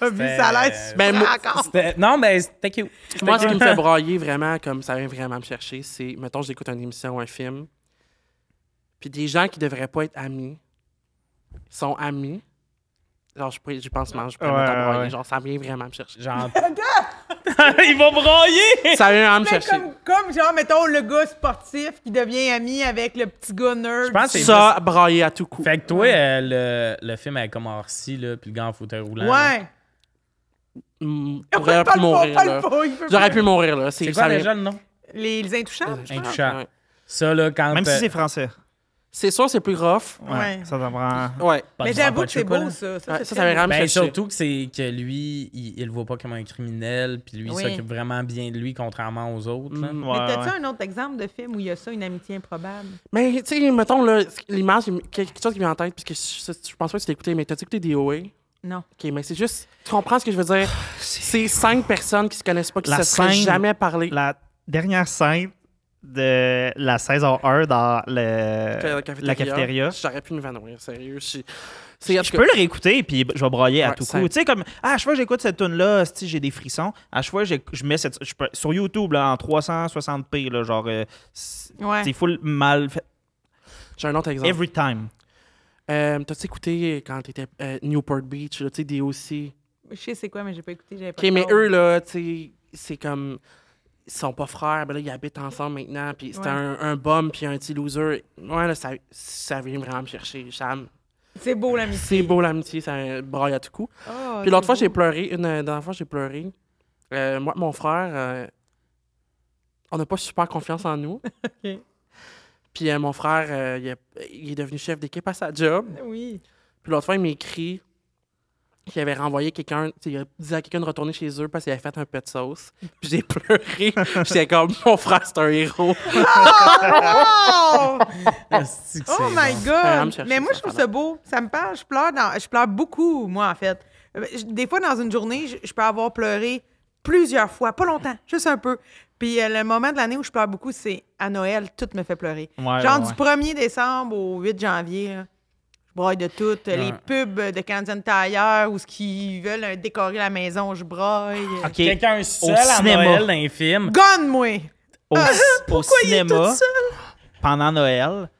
S2: T'as vu, ça a l'air
S1: Euh,
S2: super
S4: Ben, moi-
S2: encore.
S1: C'était- non, ben, c'était cute.
S4: Moi, ce qui me fait brailler vraiment, comme ça vient vraiment me chercher, c'est, mettons, j'écoute une émission ou un film, puis des gens qui devraient pas être amis sont amis. Genre, je, pourrais- je pense, man, je pourrais
S3: Ouais,
S4: m'entendre
S3: ouais,
S4: brailler.
S3: ouais.
S4: Genre, ça vient vraiment me chercher.
S1: Genre. il va brailler!
S4: Ça vient vraiment me
S2: Mais
S4: chercher.
S2: comme, comme, genre, mettons, le gars sportif qui devient ami avec le petit gars nerd.
S1: Je pense que Ah, c'est
S4: Ça, brailler à tout coup.
S1: Fait que toi, euh, le, le film avec Comorsi, là, puis le gars en fauteuil roulant. là,
S2: Ouais.
S4: Mm,
S2: On
S4: J'aurais pu mourir, là. J'aurais pu mourir, là.
S1: C'est
S4: C'est
S1: quoi
S4: ça
S1: déjà
S4: vient-
S1: le nom?
S2: Les, les intouchables, je pense.
S1: Intouchables.
S4: Ouais.
S1: Ça, là, quand.
S3: Même
S1: euh,
S3: si c'est français.
S4: C'est sûr, c'est plus rough.
S3: Ouais.
S2: Ouais.
S3: Ça t'en prend.
S4: Ouais.
S1: pas
S2: Mais
S1: de sang,
S2: j'avoue
S1: pas de
S2: que c'est
S1: chocolat.
S2: beau, ça. Ça,
S4: Ouais,
S2: c'est
S4: ça, ça
S2: très
S4: vient vraiment me
S1: Ben,
S4: chercher.
S1: surtout que c'est que lui, il, il le voit pas comme un criminel, puis lui, il
S2: Oui. Mm.
S1: s'occupe vraiment bien de lui, contrairement aux autres. là.
S4: Mm.
S2: beau. Mais
S3: Ouais,
S2: t'as-tu
S3: ouais.
S2: un autre exemple de film où il y a ça, une amitié improbable?
S4: Mais, tu sais, mettons, là, l'image, il me- quelque chose qui me vient en tête, parce que je, je pense pas que tu l'as écouté, mais t'as-tu écouté DOA?
S2: Non.
S4: OK, mais c'est juste... Tu comprends ce que je veux dire? C'est cinq personnes qui se connaissent pas, qui
S3: Ah, La
S4: se seraient
S3: scène-
S4: jamais parlé.
S3: La dernière scène de la saison 1 dans le-
S4: Euh,
S3: la cafétéria.
S4: J'aurais pu m'évanouir, sérieux. C'est- C'est en
S3: Je
S4: tout
S3: peux
S4: cas,
S3: le réécouter puis je vais broyer à
S4: Ouais,
S3: tout
S4: ça-
S3: coup. Tu sais comme ah, à chaque fois que j'écoute cette tune là, j'ai des frissons. À chaque fois j'ai- je mets cette je peux- sur YouTube là, en 360p là, genre euh, c'est
S2: Ouais.
S3: c'est full mal fait
S4: j'ai un autre exemple.
S3: every time.
S4: Euh, T'as-tu écouté quand t'étais euh, Newport Beach, là, tu sais, des aussi.
S2: Je sais c'est quoi, mais j'ai pas écouté. j'avais pas
S4: OK,
S2: le
S4: mais
S2: temps.
S4: eux, là, tu sais, c'est comme. Ils sont pas frères, ben là, ils habitent ensemble maintenant, puis c'était
S2: Ouais.
S4: un, un bum puis un petit loser. Ouais, là, ça, ça vient vraiment me chercher, Sam.
S2: C'est beau, l'amitié.
S4: C'est beau l'amitié, ça braille à tout coup.
S2: Ah,
S4: Puis l'autre
S2: c'est
S4: fois,
S2: beau.
S4: j'ai pleuré. Une euh, dernière fois, j'ai pleuré. Euh, moi, mon frère, euh, on n'a pas super confiance en nous. Puis euh, mon frère, euh, il, a- il est devenu chef d'équipe à sa job.
S2: Oui.
S4: Puis l'autre fois, il m'a écrit qu'il avait renvoyé quelqu'un, tu sais, il a dit à quelqu'un de retourner chez eux parce qu'il avait fait un pet de sauce. Puis j'ai pleuré. J'étais comme, mon frère, c'est un héros.
S2: Oh!
S1: Asti que c'est
S2: Oh my
S1: bon.
S4: Ah, me
S2: God!
S4: chercher,
S2: Mais moi,
S4: ça,
S2: je trouve
S4: pardon.
S2: ça beau. Ça me parle. Je pleure, dans- je pleure beaucoup, moi, en fait. Euh, je- Des fois, dans une journée, je, je peux avoir pleuré plusieurs fois, pas longtemps, juste un peu. Puis euh, le moment de l'année où je pleure beaucoup, c'est à Noël, tout me fait pleurer.
S3: Ouais,
S2: Genre
S3: ouais,
S2: du 1er décembre au 8 janvier, là, je braille de tout. Les pubs de Canadian Tire ou ce qu'ils veulent euh, décorer la maison, je braille.
S3: OK.
S1: Quelqu'un seul à
S3: cinéma.
S1: Noël dans les films.
S2: Gonne, moi!
S3: Au, au
S2: Ah, il est tout
S3: cinéma
S2: seul?
S3: pendant Noël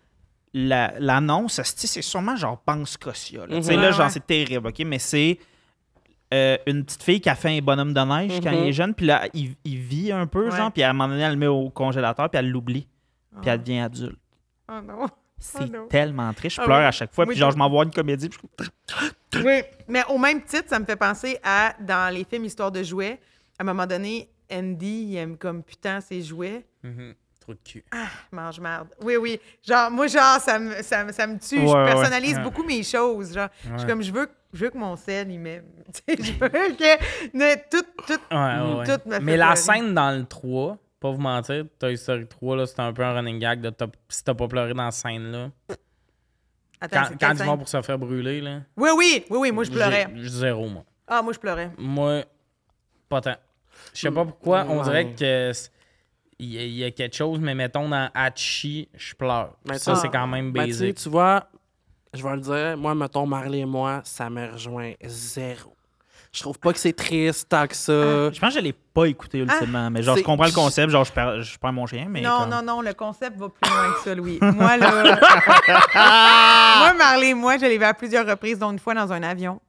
S3: la- l'annonce asti, c'est sûrement genre pense Scotia. Là, Tu sais,
S4: Mhm.
S3: là,
S2: Ouais,
S3: genre
S2: ouais.
S3: c'est terrible, OK, mais c'est euh, une petite fille qui a fait un bonhomme de neige quand il est jeune, puis là, il, il vit un peu,
S2: Mhm. Ouais.
S3: genre, puis à un moment donné, elle le met au congélateur, puis elle l'oublie, puis elle devient adulte.
S2: Oh non.
S3: C'est
S2: Ah. non.
S3: tellement triste. Je
S2: Ah
S3: pleure
S2: oui.
S3: à chaque fois.
S2: Oui,
S3: Puis genre,
S2: tout.
S3: je m'envoie une comédie. puis je-
S2: Oui, mais au même titre, ça me fait penser à, dans les films Histoire de jouets, à un moment donné, Andy, il aime comme putain ses jouets.
S1: Mhm. Trop de cul.
S2: Mange merde. Oui, oui. Genre, moi, genre, ça me, ça me, ça me tue.
S3: Ouais,
S2: je
S3: ouais.
S2: personnalise
S1: Ouais.
S2: beaucoup mes choses. Genre, je suis
S1: Ouais.
S2: comme, je veux, je veux que mon sel, il m'aime. Tu sais, je veux que ne- tout, tout.
S1: Ah, Ouais, ouais, ouais.
S2: Tout me fait
S1: Mais la
S2: pleurer.
S1: scène dans le 3, pas vous mentir, Toy Story 3, là, c'était un peu un running gag de t'as- si t'as pas pleuré dans cette scène-là.
S2: Attends,
S1: Quand,
S2: c'est
S1: quand
S2: quelle
S1: ils
S2: scène?
S1: vont pour se faire brûler, là.
S2: Oui, oui, oui, oui, moi, je pleurais.
S1: j'ai- Zéro, moi.
S2: Ah, moi, je pleurais.
S1: Moi, pas tant. Je sais pas pourquoi, on
S4: Ouais.
S1: dirait que c'est- il y, a- il y a quelque chose, mais mettons dans Hachi, je pleure.
S4: Ben,
S1: ça,
S4: tu-
S1: c'est quand même
S4: Ben, tu sais,
S1: basic.
S4: tu vois, je vais le dire, moi, mettons, Marley et moi, ça me rejoint zéro. Je trouve pas que c'est triste tant que ça.
S3: Je pense que je l'ai pas écouté ultimement. mais genre,
S4: c'est-
S3: je comprends le concept. Genre, je perds, je perds mon chien. Mais
S2: Ah. Non,
S3: comme-
S2: non, non, le concept va plus loin que ça, Louis. Moi, là. moi, Marley, moi, je l'ai vu à plusieurs reprises, dont une fois dans un avion.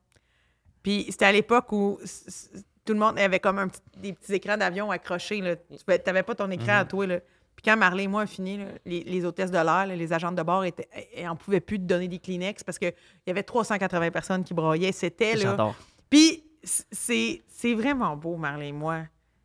S2: Puis c'était à l'époque où s- s- tout le monde avait comme un petit- des petits écrans d'avion accrochés. Là. Tu pouvais- t'avais pas ton écran
S3: Mhm.
S2: à toi. Là. Puis quand Marley et moi, on fini, là, les, les hôtesses de l'air, là, les agentes de bord, étaient, elles en pouvaient plus de donner des Kleenex parce qu'il y avait 380 personnes qui broyaient. C'était là.
S3: J'adore.
S2: Puis c- c'est c'est vraiment beau, Marley et moi.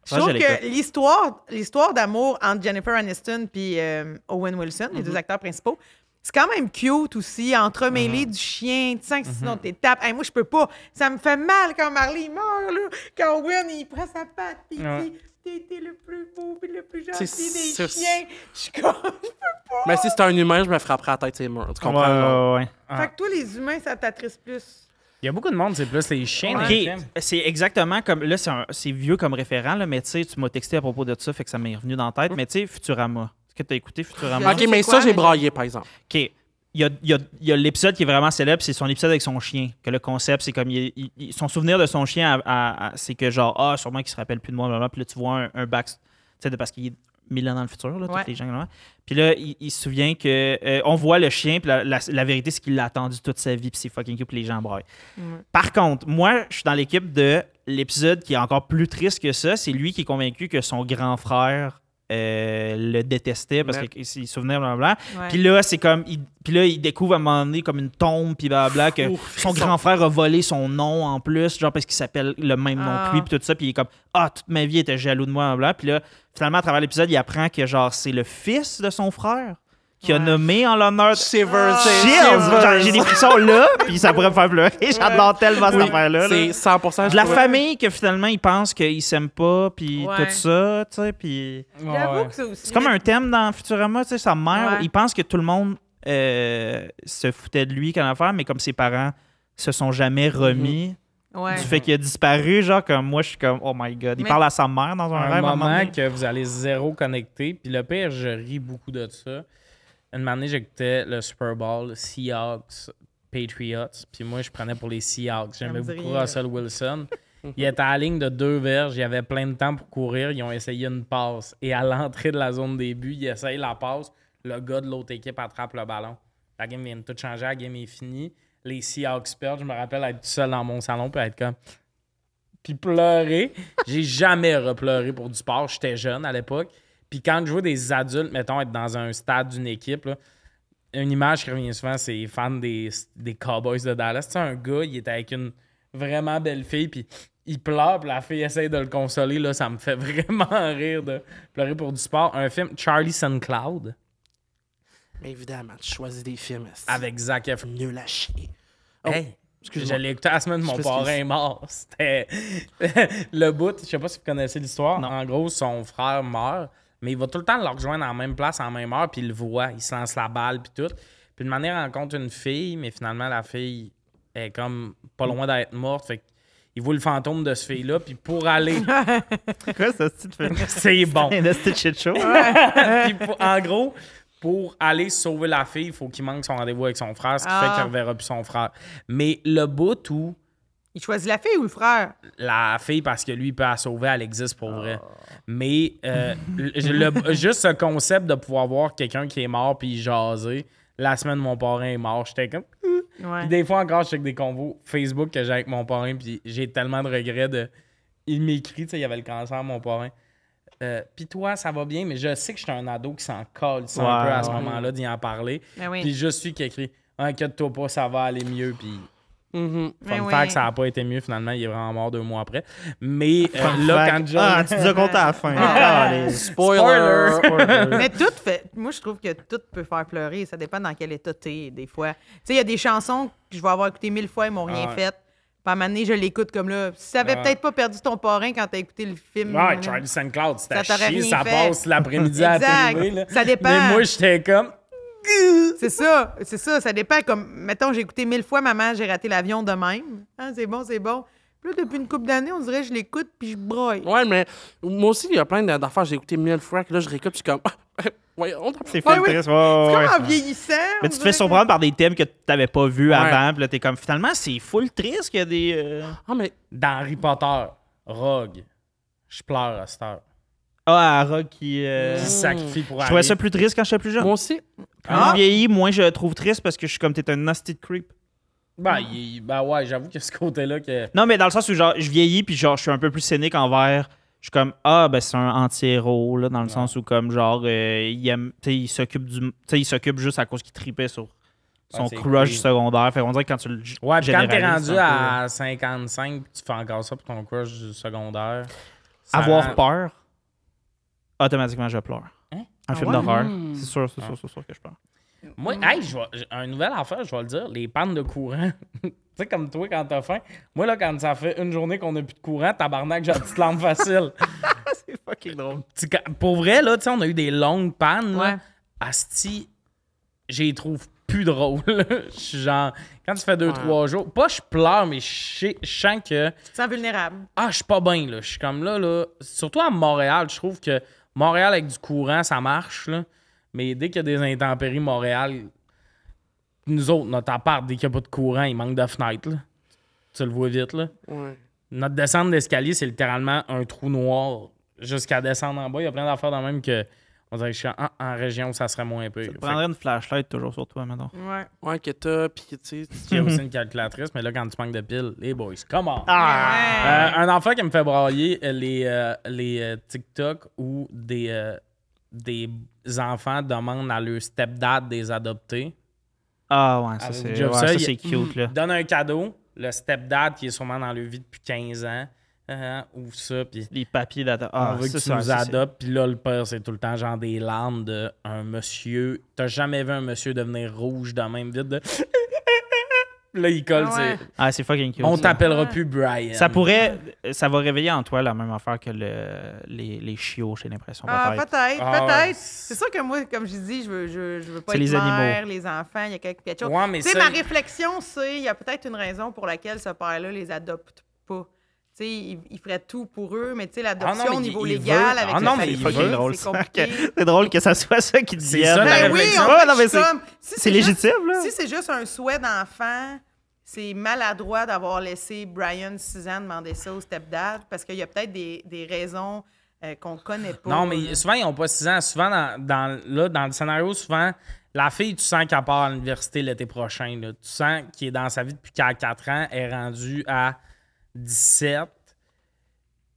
S2: Je
S3: Moi,
S2: trouve
S3: je
S2: que
S3: l'écoute.
S2: l'histoire l'histoire d'amour entre Jennifer Aniston puis euh, Owen Wilson, les deux acteurs principaux, c'est quand même cute aussi, entremêlé du chien, tu sens que sinon t'es tapes. Hey, moi, je peux pas. Ça me fait mal quand Marley il meurt, là, quand Owen, il prend sa patte, puis il
S1: Ouais.
S2: dit « T'as été le plus beau puis le plus gentil
S4: C'est-
S2: des
S4: c'est-
S2: chiens. » Je suis comme « Je peux pas.
S4: Mais si c'était un humain, je me frapperais la tête, c'est mort. Tu comprends?
S3: Ouais,
S4: genre?
S3: ouais, ouais.
S1: Ah.
S2: Fait que toi, les humains, ça t'attriste plus.
S1: Il y a beaucoup de monde, c'est plus les chiens dans
S3: Ok, Euh,
S1: les films.
S3: c'est exactement comme. Là, c'est, un- c'est vieux comme référent, là, mais tu sais, tu m'as texté à propos de ça, fait que ça m'est revenu dans la tête. Mais tu sais, Futurama. Est-ce que tu as écouté Futurama?
S4: Ok,
S3: Ok.
S2: c'est
S4: mais
S2: quoi,
S4: ça, j'ai
S2: mais-
S4: braillé, par exemple.
S3: Il y a, il y a- il y a l'épisode qui est vraiment célèbre, c'est son épisode avec son chien. Que le concept, c'est comme. il- il- il- son souvenir de son chien, à- à- à- c'est que genre, ah, sûrement qu'il se rappelle plus de moi, blablabla. Puis là, tu vois un, un back. Tu sais, de- parce qu'il est mille ans dans le futur, là,
S2: Ouais.
S3: tous les gens. blablabla. Puis là, il, il se souvient que. euh, on voit le chien, puis la, la- la vérité, c'est qu'il l'a attendu toute sa vie, puis c'est fucking cute, puis les gens braillent. Par contre, moi, je suis dans l'équipe de l'épisode qui est encore plus triste que ça. C'est lui qui est convaincu que son grand frère euh, le détestait parce
S4: Ouais.
S3: qu'il se souvenait, blablabla.
S2: Ouais.
S3: Puis là, c'est comme. Il, puis là, il découvre à un moment donné comme une tombe, puis blablabla, que
S4: Ouf,
S3: son
S4: son-
S3: grand frère a volé son nom en plus, genre parce qu'il s'appelle le même nom
S2: Ah.
S3: que lui, puis tout ça. Puis il est comme Ah, toute ma vie il était jaloux de moi, blablabla. Puis là, finalement, à travers l'épisode, il apprend que genre c'est le fils de son frère qui a
S2: Ouais.
S3: nommé en l'honneur de
S4: Shivers.
S3: Chills! Genre, J'ai des frissons là, puis ça pourrait me faire pleurer. J'adore tellement cette affaire-là. là.
S4: C'est 100
S3: De la famille que finalement ils pensent qu'ils s'aiment pas, puis
S2: Ouais.
S3: tout ça, tu sais, puis...
S2: J'avoue
S1: Ouais.
S2: que ça aussi.
S3: C'est comme un thème dans Futurama, tu sais, sa mère,
S2: Ouais.
S3: il pense que tout le monde euh, se foutait de lui quand affaire, mais comme ses parents se sont jamais remis
S2: Mhm. Ouais.
S3: du fait qu'il a disparu, genre comme moi, je suis comme, oh my god, il
S2: Mais-
S3: parle à sa mère dans un, rêve. à
S1: un
S3: moment
S1: moment
S3: donné.
S1: que vous allez zéro connecter. Puis le pire, je ris beaucoup de ça. Une année, j'écoutais le Super Bowl Seahawks Patriots. Puis moi, je prenais pour les Seahawks. J'aimais
S2: me dit
S1: beaucoup
S2: rien.
S1: Russell Wilson. Il était à la ligne de deux verges. Il avait plein de temps pour courir. Ils ont essayé une passe. Et à l'entrée de la zone début, il essaye la passe. Le gars de l'autre équipe attrape le ballon. La game vient de tout changer. La game est finie. Les Seahawks perdent. Je me rappelle être tout seul dans mon salon puis être comme puis pleurer. J'ai jamais repleuré pour du sport. J'étais jeune à l'époque. Puis quand je vois des adultes, mettons, être dans un stade d'une équipe, là, une image qui revient souvent, c'est les fans des, des Cowboys de Dallas. Tu sais, un gars, il est avec une vraiment belle fille, puis il pleure, puis la fille essaie de le consoler. Là, ça me fait vraiment rire de pleurer pour du sport. Un film, Charlie Suncloud,
S4: Mais évidemment, tu choisis des films. esti.
S1: avec Zac Efron.
S4: Nul à chier. Oh,
S1: Hey, je
S4: excuse-moi.
S1: l'ai écouté à la semaine de mon
S4: Je
S1: parrain est
S4: m'excuse.
S1: mort. C'était le bout. Je sais pas si vous connaissez l'histoire. En gros, son frère meurt, mais il va tout le temps le rejoindre en même place, en même heure, puis il le voit. Il se lance la balle, puis tout. Puis de manière, il rencontre une fille, mais finalement, la fille est comme pas loin d'être morte. Fait qu'il voit le fantôme de ce fille-là, puis pour aller.
S4: Ah,
S3: Quoi, ça, c'est de fait-
S1: C'est bon.
S3: Un esti de shit show.
S1: Puis pour- en gros, pour aller sauver la fille, il faut qu'il manque son rendez-vous avec son frère, ce qui fait
S2: Ah.
S1: qu'il reverra plus son frère. Mais le bout où.
S2: Il choisit la fille ou le frère?
S1: la fille parce que lui il peut la sauver, elle existe pour vrai. Mais euh, le- le- juste ce concept de pouvoir voir quelqu'un qui est mort puis jaser. La semaine, mon parrain est mort. J'étais comme. Puis
S2: Ouais.
S1: des fois encore, je check des convos Facebook que j'ai avec mon parrain, puis j'ai tellement de regrets de. Il m'écrit, tu sais, il avait le cancer, mon parrain. Euh, puis toi, ça va bien, mais je sais que je suis un ado qui s'en colle ça, un
S3: Ouais.
S1: peu à ce moment-là d'y en parler.
S2: Ben oui.
S1: Puis je suis qui écrit Ah, Inquiète-toi pas, ça va aller mieux. Puis
S4: Mhm.
S1: Fun
S2: Ben
S1: fact,
S2: oui.
S1: ça n'a pas été mieux finalement. Il est vraiment mort deux mois après. Mais euh,
S3: Fun
S1: là,
S3: fact.
S1: quand John.
S3: Ah, tu nous as compté à la fin.
S2: Ah.
S3: Calais.
S4: Spoiler.
S2: Mais tout fait. Moi, je trouve que tout peut faire pleurer. Ça dépend dans quel état t'es, des fois. Tu sais, il y a des chansons que je vais avoir écoutées mille fois, ils m'ont rien
S1: Ah ouais.
S2: fait. Puis à un moment donné, je l'écoute comme là. Si t'avais
S1: Ah.
S2: peut-être pas perdu ton parrain quand t'as écouté le film.
S1: Ouais, Charlie St. Cloud, c'était
S2: Ça t'aurait
S1: chier,
S2: rien
S1: ça
S2: fait.
S1: passe l'après-midi à la
S2: Exact.
S1: télé. là.
S2: Ça dépend.
S1: Mais moi, j'étais comme.
S2: C'est ça, c'est ça. Ça dépend. Comme, mettons, j'ai écouté mille fois Maman, j'ai raté l'avion de même. Ah, c'est bon, c'est bon. Puis là, depuis une couple d'années, on dirait que je l'écoute puis je broille.
S4: Ouais, mais moi aussi, il y a plein d'affaires. J'ai écouté mille fois que là, je récupère, je suis comme. ah, ouais, on t'en
S3: C'est
S4: fait.
S2: Ouais,
S3: fait
S2: oui.
S3: triste. ouais, ouais,
S2: C'est
S3: ouais.
S2: comme en vieillissant. on
S3: Mais tu te
S2: dirait
S3: fais
S2: que-
S3: surprendre par des thèmes que tu n'avais pas vus
S4: Ouais.
S3: avant. Puis là, t'es comme, finalement, c'est full triste qu'il y a des. euh,
S4: Ah, mais.
S1: Dans Harry Potter, Rogue, je pleure à cette heure.
S3: Ah, à Rock qui. euh,
S2: Mm.
S1: Il se
S3: Je
S1: sacrifie pour
S3: trouvais
S1: Harry.
S3: ça plus triste quand j'étais plus jeune.
S4: Moi aussi.
S3: Plus
S2: Ah!
S3: je vieillis, moins je le trouve triste parce que je suis comme, t'es un nasty de creep.
S1: Ben, il- ben ouais, j'avoue que ce côté-là que.
S3: Non, mais dans le sens où genre, je vieillis, puis genre, je suis un peu plus scénique envers. Je suis comme, ah, ben c'est un anti-héros, là, dans le sens où, comme, genre, euh, il aime. Tu sais, il s'occupe du. Tu sais, il s'occupe juste à cause qu'il tripait sur son
S1: c'est
S3: crush
S1: cool.
S3: secondaire. Fait qu'on dirait que quand tu le. g-
S1: Ouais, puis quand t'es
S3: généralises,
S1: rendu
S3: c'est un peu, euh,
S1: à 55 puis tu fais encore ça pour ton crush du secondaire. ça
S3: Avoir
S1: rend-
S3: peur, automatiquement, je pleure.
S1: Hein? Hmm.
S3: Un film
S2: ouais?
S3: d'horreur. C'est sûr, c'est sûr, c'est sûr que je pleure.
S1: Moi, hey, je vais- j'ai un nouvel affaire, je vais le dire, les pannes de courant. tu sais, comme toi, quand t'as faim. Moi, là, quand ça fait une journée qu'on n'a plus de courant, tabarnak, j'ai la petite lampe facile.
S3: C'est fucking drôle.
S1: Tu- quand- pour vrai, là, tu sais, on a eu des longues pannes. là.
S2: Ouais.
S1: Asti, je les trouve plus drôle. je suis genre, quand tu fais deux,
S4: Ouais.
S1: trois jours, pas je pleure, mais je sais- je sens que,
S2: Tu te sens vulnérable.
S1: ah, je suis pas bien, là. Je suis comme là, là. Surtout à Montréal, je trouve que Montréal avec du courant, ça marche, là. Mais dès qu'il y a des intempéries, Montréal, nous autres, notre appart, dès qu'il n'y a pas de courant, il manque de fenêtres, là. Tu le vois vite, là.
S4: Ouais.
S1: Notre descente d'escalier, c'est littéralement un trou noir jusqu'à descendre en bas. Il y a plein d'affaires dans le même que. On dirait que je suis en, en région, ça serait moins peu.
S3: Tu prendrais une flashlight toujours sur toi maintenant.
S2: Ouais.
S4: Ouais, que t'as, pis que tu sais. tu-
S1: J'ai aussi une calculatrice, mais là, quand tu manques de piles, les boys, come on.
S2: Ah!
S1: Euh, un enfant qui me fait brailler, euh, les, euh, les euh, TikTok où des, euh, des enfants demandent à leur stepdad des adoptés.
S3: Ah ouais, ça
S1: Avez-vous
S3: c'est
S1: déjà vu
S3: ouais,
S1: ça? Il-
S3: ça,
S1: Mm-hmm. Hmm.
S3: c'est cute là.
S1: Donne un cadeau, le stepdad qui est sûrement dans leur vie depuis 15 ans, euh, ouvre ça, puis
S3: Les papiers d'adoption.
S1: on
S3: Ah,
S1: veut que
S3: ça,
S1: tu
S3: ça,
S1: nous
S3: ça, c'est-
S1: adoptes. Puis là, le père, c'est tout le temps genre des larmes de un monsieur. T'as jamais vu un monsieur devenir rouge dans même vite de. là, il colle,
S2: Ah ouais.
S1: c'est-
S3: Ah, c'est fucking cute.
S1: On
S3: ça.
S1: t'appellera plus Brian.
S3: Ça pourrait. Ça va réveiller en toi la même affaire que le- les, les chiots, j'ai l'impression.
S2: Ah,
S3: peut-être.
S2: peut-être,
S1: Ah, ouais.
S2: peut-être. C'est sûr que moi, comme je dis, je veux, je, je veux pas
S3: C'est
S2: être
S3: les
S2: mère, les enfants, il y a quelque, quelque chose.
S1: Ouais, mais
S2: tu sais,
S1: ça,
S2: ma
S1: il-
S2: réflexion, c'est il y a peut-être une raison pour laquelle ce père-là les adopte pas. Tu sais, il, il ferait tout pour eux, mais tu sais, l'adoption
S1: Ah non,
S2: au
S1: mais il-
S2: niveau
S1: il
S2: légal
S1: veut.
S2: avec
S1: Ah non,
S2: la
S1: mais il
S2: famille,
S1: veut.
S2: c'est
S3: drôle, ça.
S2: compliqué.
S3: C'est drôle que ça soit ça qui
S1: C'est
S3: dit.
S1: ça, la
S2: Ben oui,
S1: réflexion.
S2: on dirait
S3: Ah, non,
S2: que
S3: mais
S2: je suis
S3: c'est
S2: comme- si
S3: c'est légitime, là.
S2: Si c'est juste un souhait d'enfant, c'est maladroit d'avoir laissé Brian 6 ans demander ça au stepdad parce qu'il y a peut-être des, des raisons euh, qu'on connaît pas.
S1: Non, mais souvent, ils n'ont pas 6 ans. Souvent, dans, dans- là, dans le scénario, souvent, la fille, tu sens qu'elle part à l'université l'été prochain. là. Tu sens qu'elle est dans sa vie depuis qu'elle a 4 ans, elle est rendue à 17.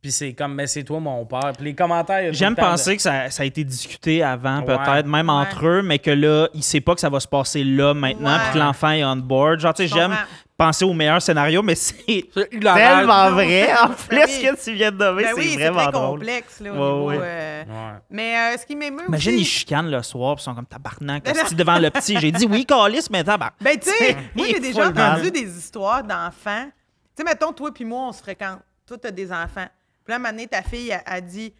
S1: Puis c'est comme, mais c'est toi, mon père. Puis les commentaires. il y a tout
S3: J'aime
S1: le temps de-
S3: penser que ça, ça a été discuté avant,
S1: Ouais.
S3: peut-être, même
S2: Ouais.
S3: entre eux, mais que là, il sait pas que ça va se passer là, maintenant,
S2: Ouais.
S3: puis que l'enfant est on board. Genre, tu sais,
S2: Je
S3: j'aime
S2: comprends.
S3: penser au meilleur scénario, mais c'est
S4: C'est hilarant.
S3: tellement vrai. En plus,
S2: Ben oui.
S3: ce que tu viens de nommer,
S2: Ben oui,
S3: c'est
S2: c'est
S3: vraiment
S2: très
S3: drôle.
S2: complexe là, au
S3: Ouais,
S2: niveau,
S3: ouais.
S2: euh,
S1: Ouais.
S2: Mais euh, ce qui m'émeut
S3: Imagine, ils
S2: aussi...
S3: chicanent le soir, puis ils sont comme tabarnak,
S2: Ben non.
S3: hostie, devant le petit. J'ai dit oui, Calis, mais tabarnak.
S2: Ben, tu sais, moi,
S3: Il
S2: j'ai
S3: est
S2: déjà
S3: full mal.
S2: entendu des histoires d'enfants. Tu sais, mettons, toi puis moi, on se fréquente. Toi, t'as des enfants. Puis là, à un moment donné, ta fille a, a dit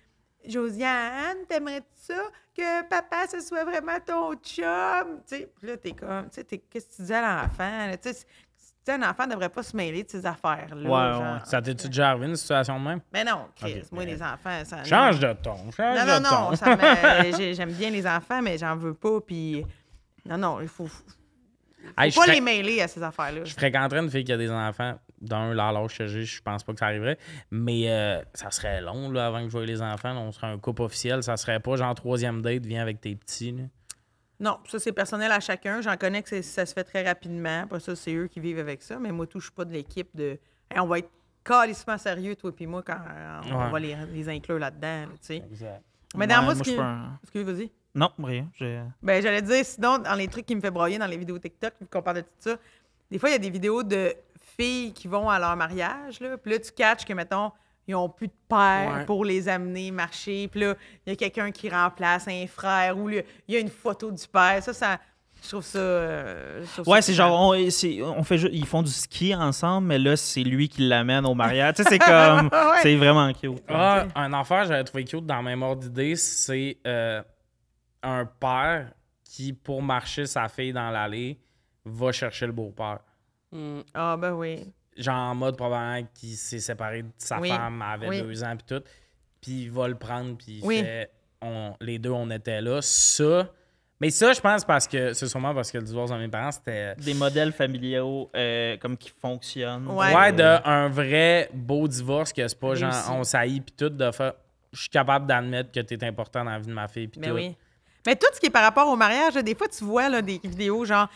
S2: Josiane, t'aimerais-tu ça que papa, ce soit vraiment ton chum? Tu sais, puis là, t'es comme, tu sais, t'es- qu'est-ce que tu dis à l'enfant? là? Tu sais, c'est- tu sais, un enfant ne devrait pas se mêler de ces affaires-là.
S3: Ouais,
S2: genre.
S3: ouais.
S1: Ça t'est-tu déjà arrivé, une situation de même?
S2: Mais non, Chris,
S1: Ok,
S2: moi,
S1: mais-
S2: les enfants, ça.
S1: Change de ton. Change
S2: Ah, Non,
S1: de
S2: non, non,
S1: ton.
S2: ça me- j'ai- j'aime bien les enfants, mais j'en veux pas. Puis, non, non, il faut, faut
S1: Hey, je
S2: pas
S1: fais-
S2: les mêler à ces affaires-là.
S1: Je fréquenterais une fille qui a des enfants. D'un, là, à l'âge que j'ai, je pense pas que ça arriverait. Mais euh, ça serait long, là, avant que je voie les enfants. là. on serait un couple officiel. Ça serait pas genre troisième date, viens avec tes petits. là.
S2: Non, ça, c'est personnel à chacun. J'en connais que c'est- ça se fait très rapidement. Après ça, c'est eux qui vivent avec ça. Mais moi, tout, je suis pas de l'équipe de. Hey, on va être calissement sérieux, toi puis moi, quand euh, on
S1: Ouais.
S2: va les, les inclure là-dedans. là, tu sais. Mais
S3: Ouais,
S2: dans moi,
S3: moi,
S2: ce
S3: je
S2: qui.
S3: suis pas un-
S2: Excuse, vas-y.
S3: Non, rien. j'ai-
S2: Ben, j'allais dire, sinon, dans les trucs qui me fait broyer dans les vidéos TikTok, vu qu'on parle de tout ça, des fois, il y a des vidéos de filles qui vont à leur mariage, là. Puis là, tu catches que, mettons, ils ont plus de père
S4: Ouais.
S2: pour les amener marcher. Puis là, il y a quelqu'un qui remplace un frère ou le- il y a une photo du père. Ça, ça. Je trouve ça. euh, je trouve ça
S3: Ouais, c'est
S2: touchant.
S3: genre, on, c'est- on fait, ju- ils font du ski ensemble, mais là, c'est lui qui l'amène au mariage. tu sais, c'est comme,
S2: Ouais.
S3: c'est vraiment cute. hein.
S1: Ah, un affaire, j'avais trouvé cute dans ma mémoire d'idée, c'est euh, un père qui, pour marcher sa fille dans l'allée, va chercher le beau-père.
S4: Hum,
S2: Ah, ben oui.
S1: Genre en mode probablement qu'il s'est séparé de sa
S2: Oui.
S1: femme, elle avait
S2: Oui.
S1: deux ans, puis tout. Puis il va le prendre, puis il
S2: Oui.
S1: fait, on, les deux, on était là. Ça, mais ça, je pense, parce que c'est sûrement parce que le divorce de mes parents, c'était.
S3: Des modèles familiaux euh, comme qui fonctionnent.
S2: Ouais.
S1: Ouais, de un vrai beau divorce que c'est pas genre
S2: Réussi.
S1: on s'haït puis tout de faire je suis capable d'admettre que t'es important dans la vie de ma fille puis
S2: Mais
S1: tout.
S2: Ben oui. Mais tout ce qui est par rapport au mariage, là, des fois, tu vois là, des vidéos genre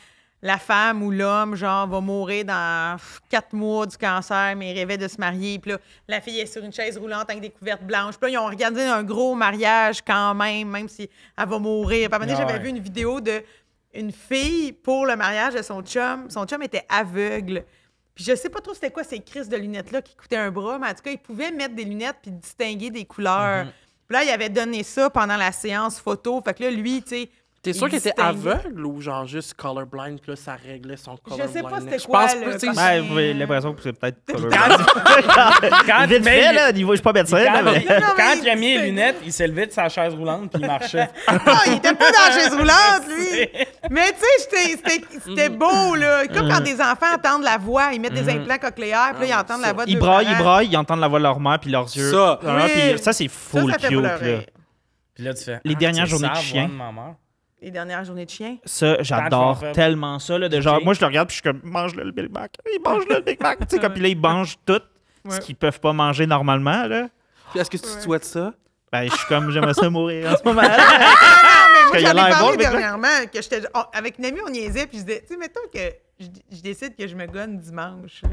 S2: la femme ou l'homme, genre, va mourir dans pff, quatre mois du cancer, mais il rêvait de se marier. Puis là, la fille est sur une chaise roulante avec des couvertes blanches. Puis là, ils ont organisé un gros mariage quand même, même si elle va mourir. Puis à un moment donné,
S1: Ah
S2: j'avais
S1: ouais.
S2: vu une vidéo de une fille pour le mariage de son chum. Son chum était aveugle. Puis je sais pas trop c'était quoi ces crises de lunettes-là qui coûtaient un bras, mais en tout cas, il pouvait mettre des lunettes puis
S1: Mhm.
S2: distinguer des couleurs. Puis là, il avait donné ça pendant la séance photo. Fait que là, lui, tu sais,
S4: T'es sûr
S2: Il
S4: qu'elle était
S2: distinguait.
S4: aveugle ou genre juste colorblind, puis là, ça réglait son
S2: Je
S4: colorblind?
S2: sais pas c'était
S4: Je
S2: quoi.
S4: pense
S2: là,
S4: plus, tu sais,
S2: parce
S3: Ben,
S2: que-
S3: vous avez l'impression que c'est peut-être colorblind.
S1: Quand, quand-
S3: Ah, Vite
S1: mais-
S3: fait, là, niveau, je suis pas médecin,
S1: Quand,
S3: là, mais...
S2: Non, non,
S1: quand
S2: mais
S1: il a mis
S2: c'est-
S1: les lunettes, il s'est levé de sa chaise roulante puis il marchait.
S2: Ah, il était pas dans la chaise roulante, lui. Mais tu sais, j'étais- c'était- c'était
S4: Mm.
S2: beau, là. Comme
S3: Mm.
S2: quand des enfants entendent la voix, ils mettent des implants cochléaires, puis là, ils
S4: Ah,
S2: entendent
S4: ça.
S2: la voix de
S3: Ils
S2: leurs
S3: braillent, ils
S2: parents.
S3: braillent, ils entendent la voix de leur mère puis leurs yeux.
S4: Ça.
S3: Ah,
S2: Oui.
S3: puis ça,
S2: Ça,
S3: c'est full
S2: ça fait
S3: cute,
S2: pleurer.
S3: là.
S1: Puis là, tu fais.
S3: Les
S1: ah,
S3: dernières
S1: c'est
S3: journées
S1: ça,
S3: de chien.
S1: voix de ma mère.
S2: Les dernières journées de chien.
S3: Ça, j'adore
S1: Fred.
S3: tellement ça. Là, de genre,
S1: Ok.
S3: moi, je le regarde, puis je suis comme, mange-le le Big Mac. Il mange-le le Big Mac. tu sais, comme, puis là, ils mangent tout ce
S2: Ouais.
S3: qu'ils peuvent pas manger normalement. Là.
S4: Est-ce que tu te souhaites ça?
S3: Ben, je suis comme, j'aimerais ça mourir en ce moment.
S2: Ah, mais moi,
S3: qu'il
S2: j'en
S3: a
S2: ai
S3: l'air bon,
S2: parlé
S3: le mec-là.
S2: dernièrement. Que j'étais on- avec une amie, on niaisait, puis je disais, tu sais, mettons que je, je décide que je me gonne dimanche. là.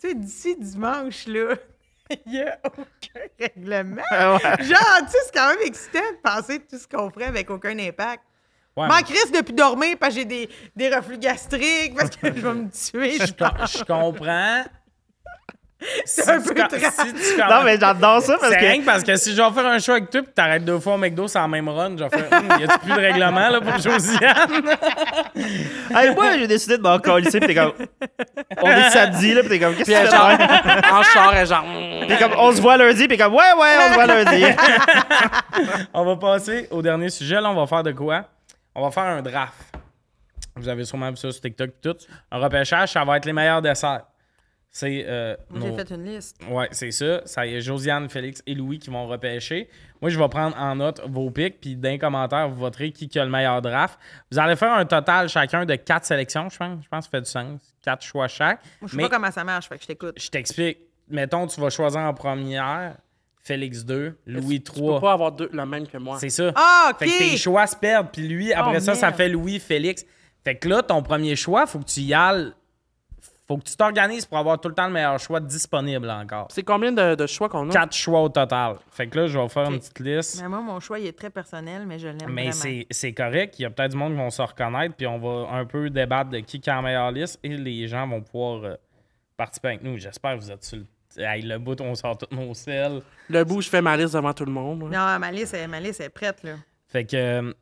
S2: Tu sais, d'ici dimanche, là, il n'y a aucun règlement.
S3: Ah ouais.
S2: Genre, tu sais, c'est quand même excitant de penser tout ce qu'on ferait avec aucun impact.
S1: Ouais,
S2: M'en
S1: mais
S2: crisse depuis dormir parce que j'ai des, des reflux gastriques, parce que je vais me tuer.
S1: je, com- je comprends.
S2: C'est un
S1: Si
S2: peu
S1: tu com-
S2: trash.
S1: si tu com-
S3: non, mais j'adore ça parce
S1: C'est
S3: que.
S1: rien que parce que si je vais faire un show avec toi puis t'arrêtes deux fois au McDo sans même run, je vais faire Hum, y a-tu plus de règlement là, pour Josiane?
S3: Hey, moi, j'ai décidé de m'en coller, puis t'es comme. On est samedi, là, puis t'es comme, qu'est-ce que tu
S4: Genre,
S3: fais?
S4: en char, elle genre... mm.
S3: T'es comme, on se voit lundi, puis t'es comme, ouais, ouais, on se voit lundi.
S1: On va passer au dernier sujet. Là, on va faire de quoi? On va faire un draft. Vous avez sûrement vu ça sur TikTok et tout. Un repêchage, ça va être les meilleurs desserts. C'est euh, nos-
S2: une liste.
S1: Ouais, c'est ça. Ça y est, Josiane, Félix et Louis qui vont repêcher. Moi, je vais prendre en note vos pics, puis d'un commentaire, vous voterez qui qui a le meilleur draft. Vous allez faire un total chacun de quatre sélections, je pense. Je pense que ça fait du sens. Quatre choix chaque.
S2: Moi, je sais
S1: Mais
S2: pas comment ça marche, fait que je t'écoute.
S1: je t'explique. Mettons, tu vas choisir en première, Félix 2, Louis
S4: Tu peux
S1: 3.
S4: pas avoir deux, la même que moi.
S1: C'est ça.
S2: Ah, OK! Oh,
S1: Fait que tes choix se perdent, puis lui, après ça, ça
S2: merde.
S1: fait Louis, Félix. Fait que là, ton premier choix, faut que tu y ailles. Faut que tu t'organises pour avoir tout le temps le meilleur choix disponible encore.
S4: C'est combien de, de choix qu'on a?
S1: Quatre choix au total. Fait que là, je vais faire une petite liste.
S2: Mais moi, mon choix, il est très personnel, mais je l'aime
S1: Mais
S2: vraiment.
S1: c'est c'est correct. Il y a peut-être du monde qui vont se reconnaître, puis on va un peu débattre de qui qui a la meilleure liste et les gens vont pouvoir euh, participer avec nous. J'espère que vous êtes sur le. Hey, le bout, on sort toutes nos selles.
S4: Le bout, je fais ma liste devant tout le monde. moi.
S2: Non, ma liste, elle- ma liste est prête, là.
S1: Fait que. euh,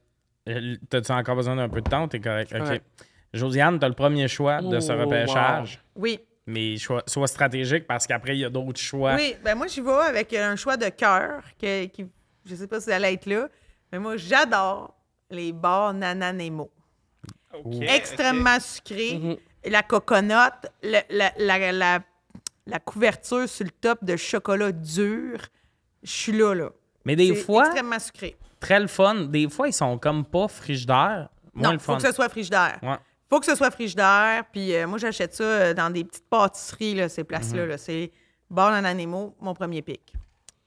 S1: euh, T'as-tu encore besoin d'un peu de temps? T'es correct. OK.
S4: correct.
S1: Josiane, t'as le premier choix de ce
S4: Oh,
S1: repêchage.
S2: Oui.
S1: Mais choix, soit stratégique parce qu'après, il y a d'autres choix.
S2: Oui, ben moi, j'y vais avec un choix de cœur, que, qui, je sais pas si vous allez être là, mais moi, j'adore les bars Nananemo. Extrêmement sucrés,
S1: Mhm.
S2: la coconote, le- la, la- la- la couverture sur le top de chocolat dur. Je suis là, là.
S1: Mais des
S2: C'est
S1: fois,
S2: extrêmement sucré.
S1: très le fun. Des fois, ils sont comme pas frigidaires. Moins
S2: non,
S1: le
S2: faut
S1: fun.
S2: que ce soit frigidaire.
S1: Ouais.
S2: Faut que ce soit frigidaire. Puis euh, moi, j'achète ça euh, dans des petites pâtisseries, là, ces
S1: Mhm.
S2: places-là. là. C'est bar Nananemo, mon premier pic.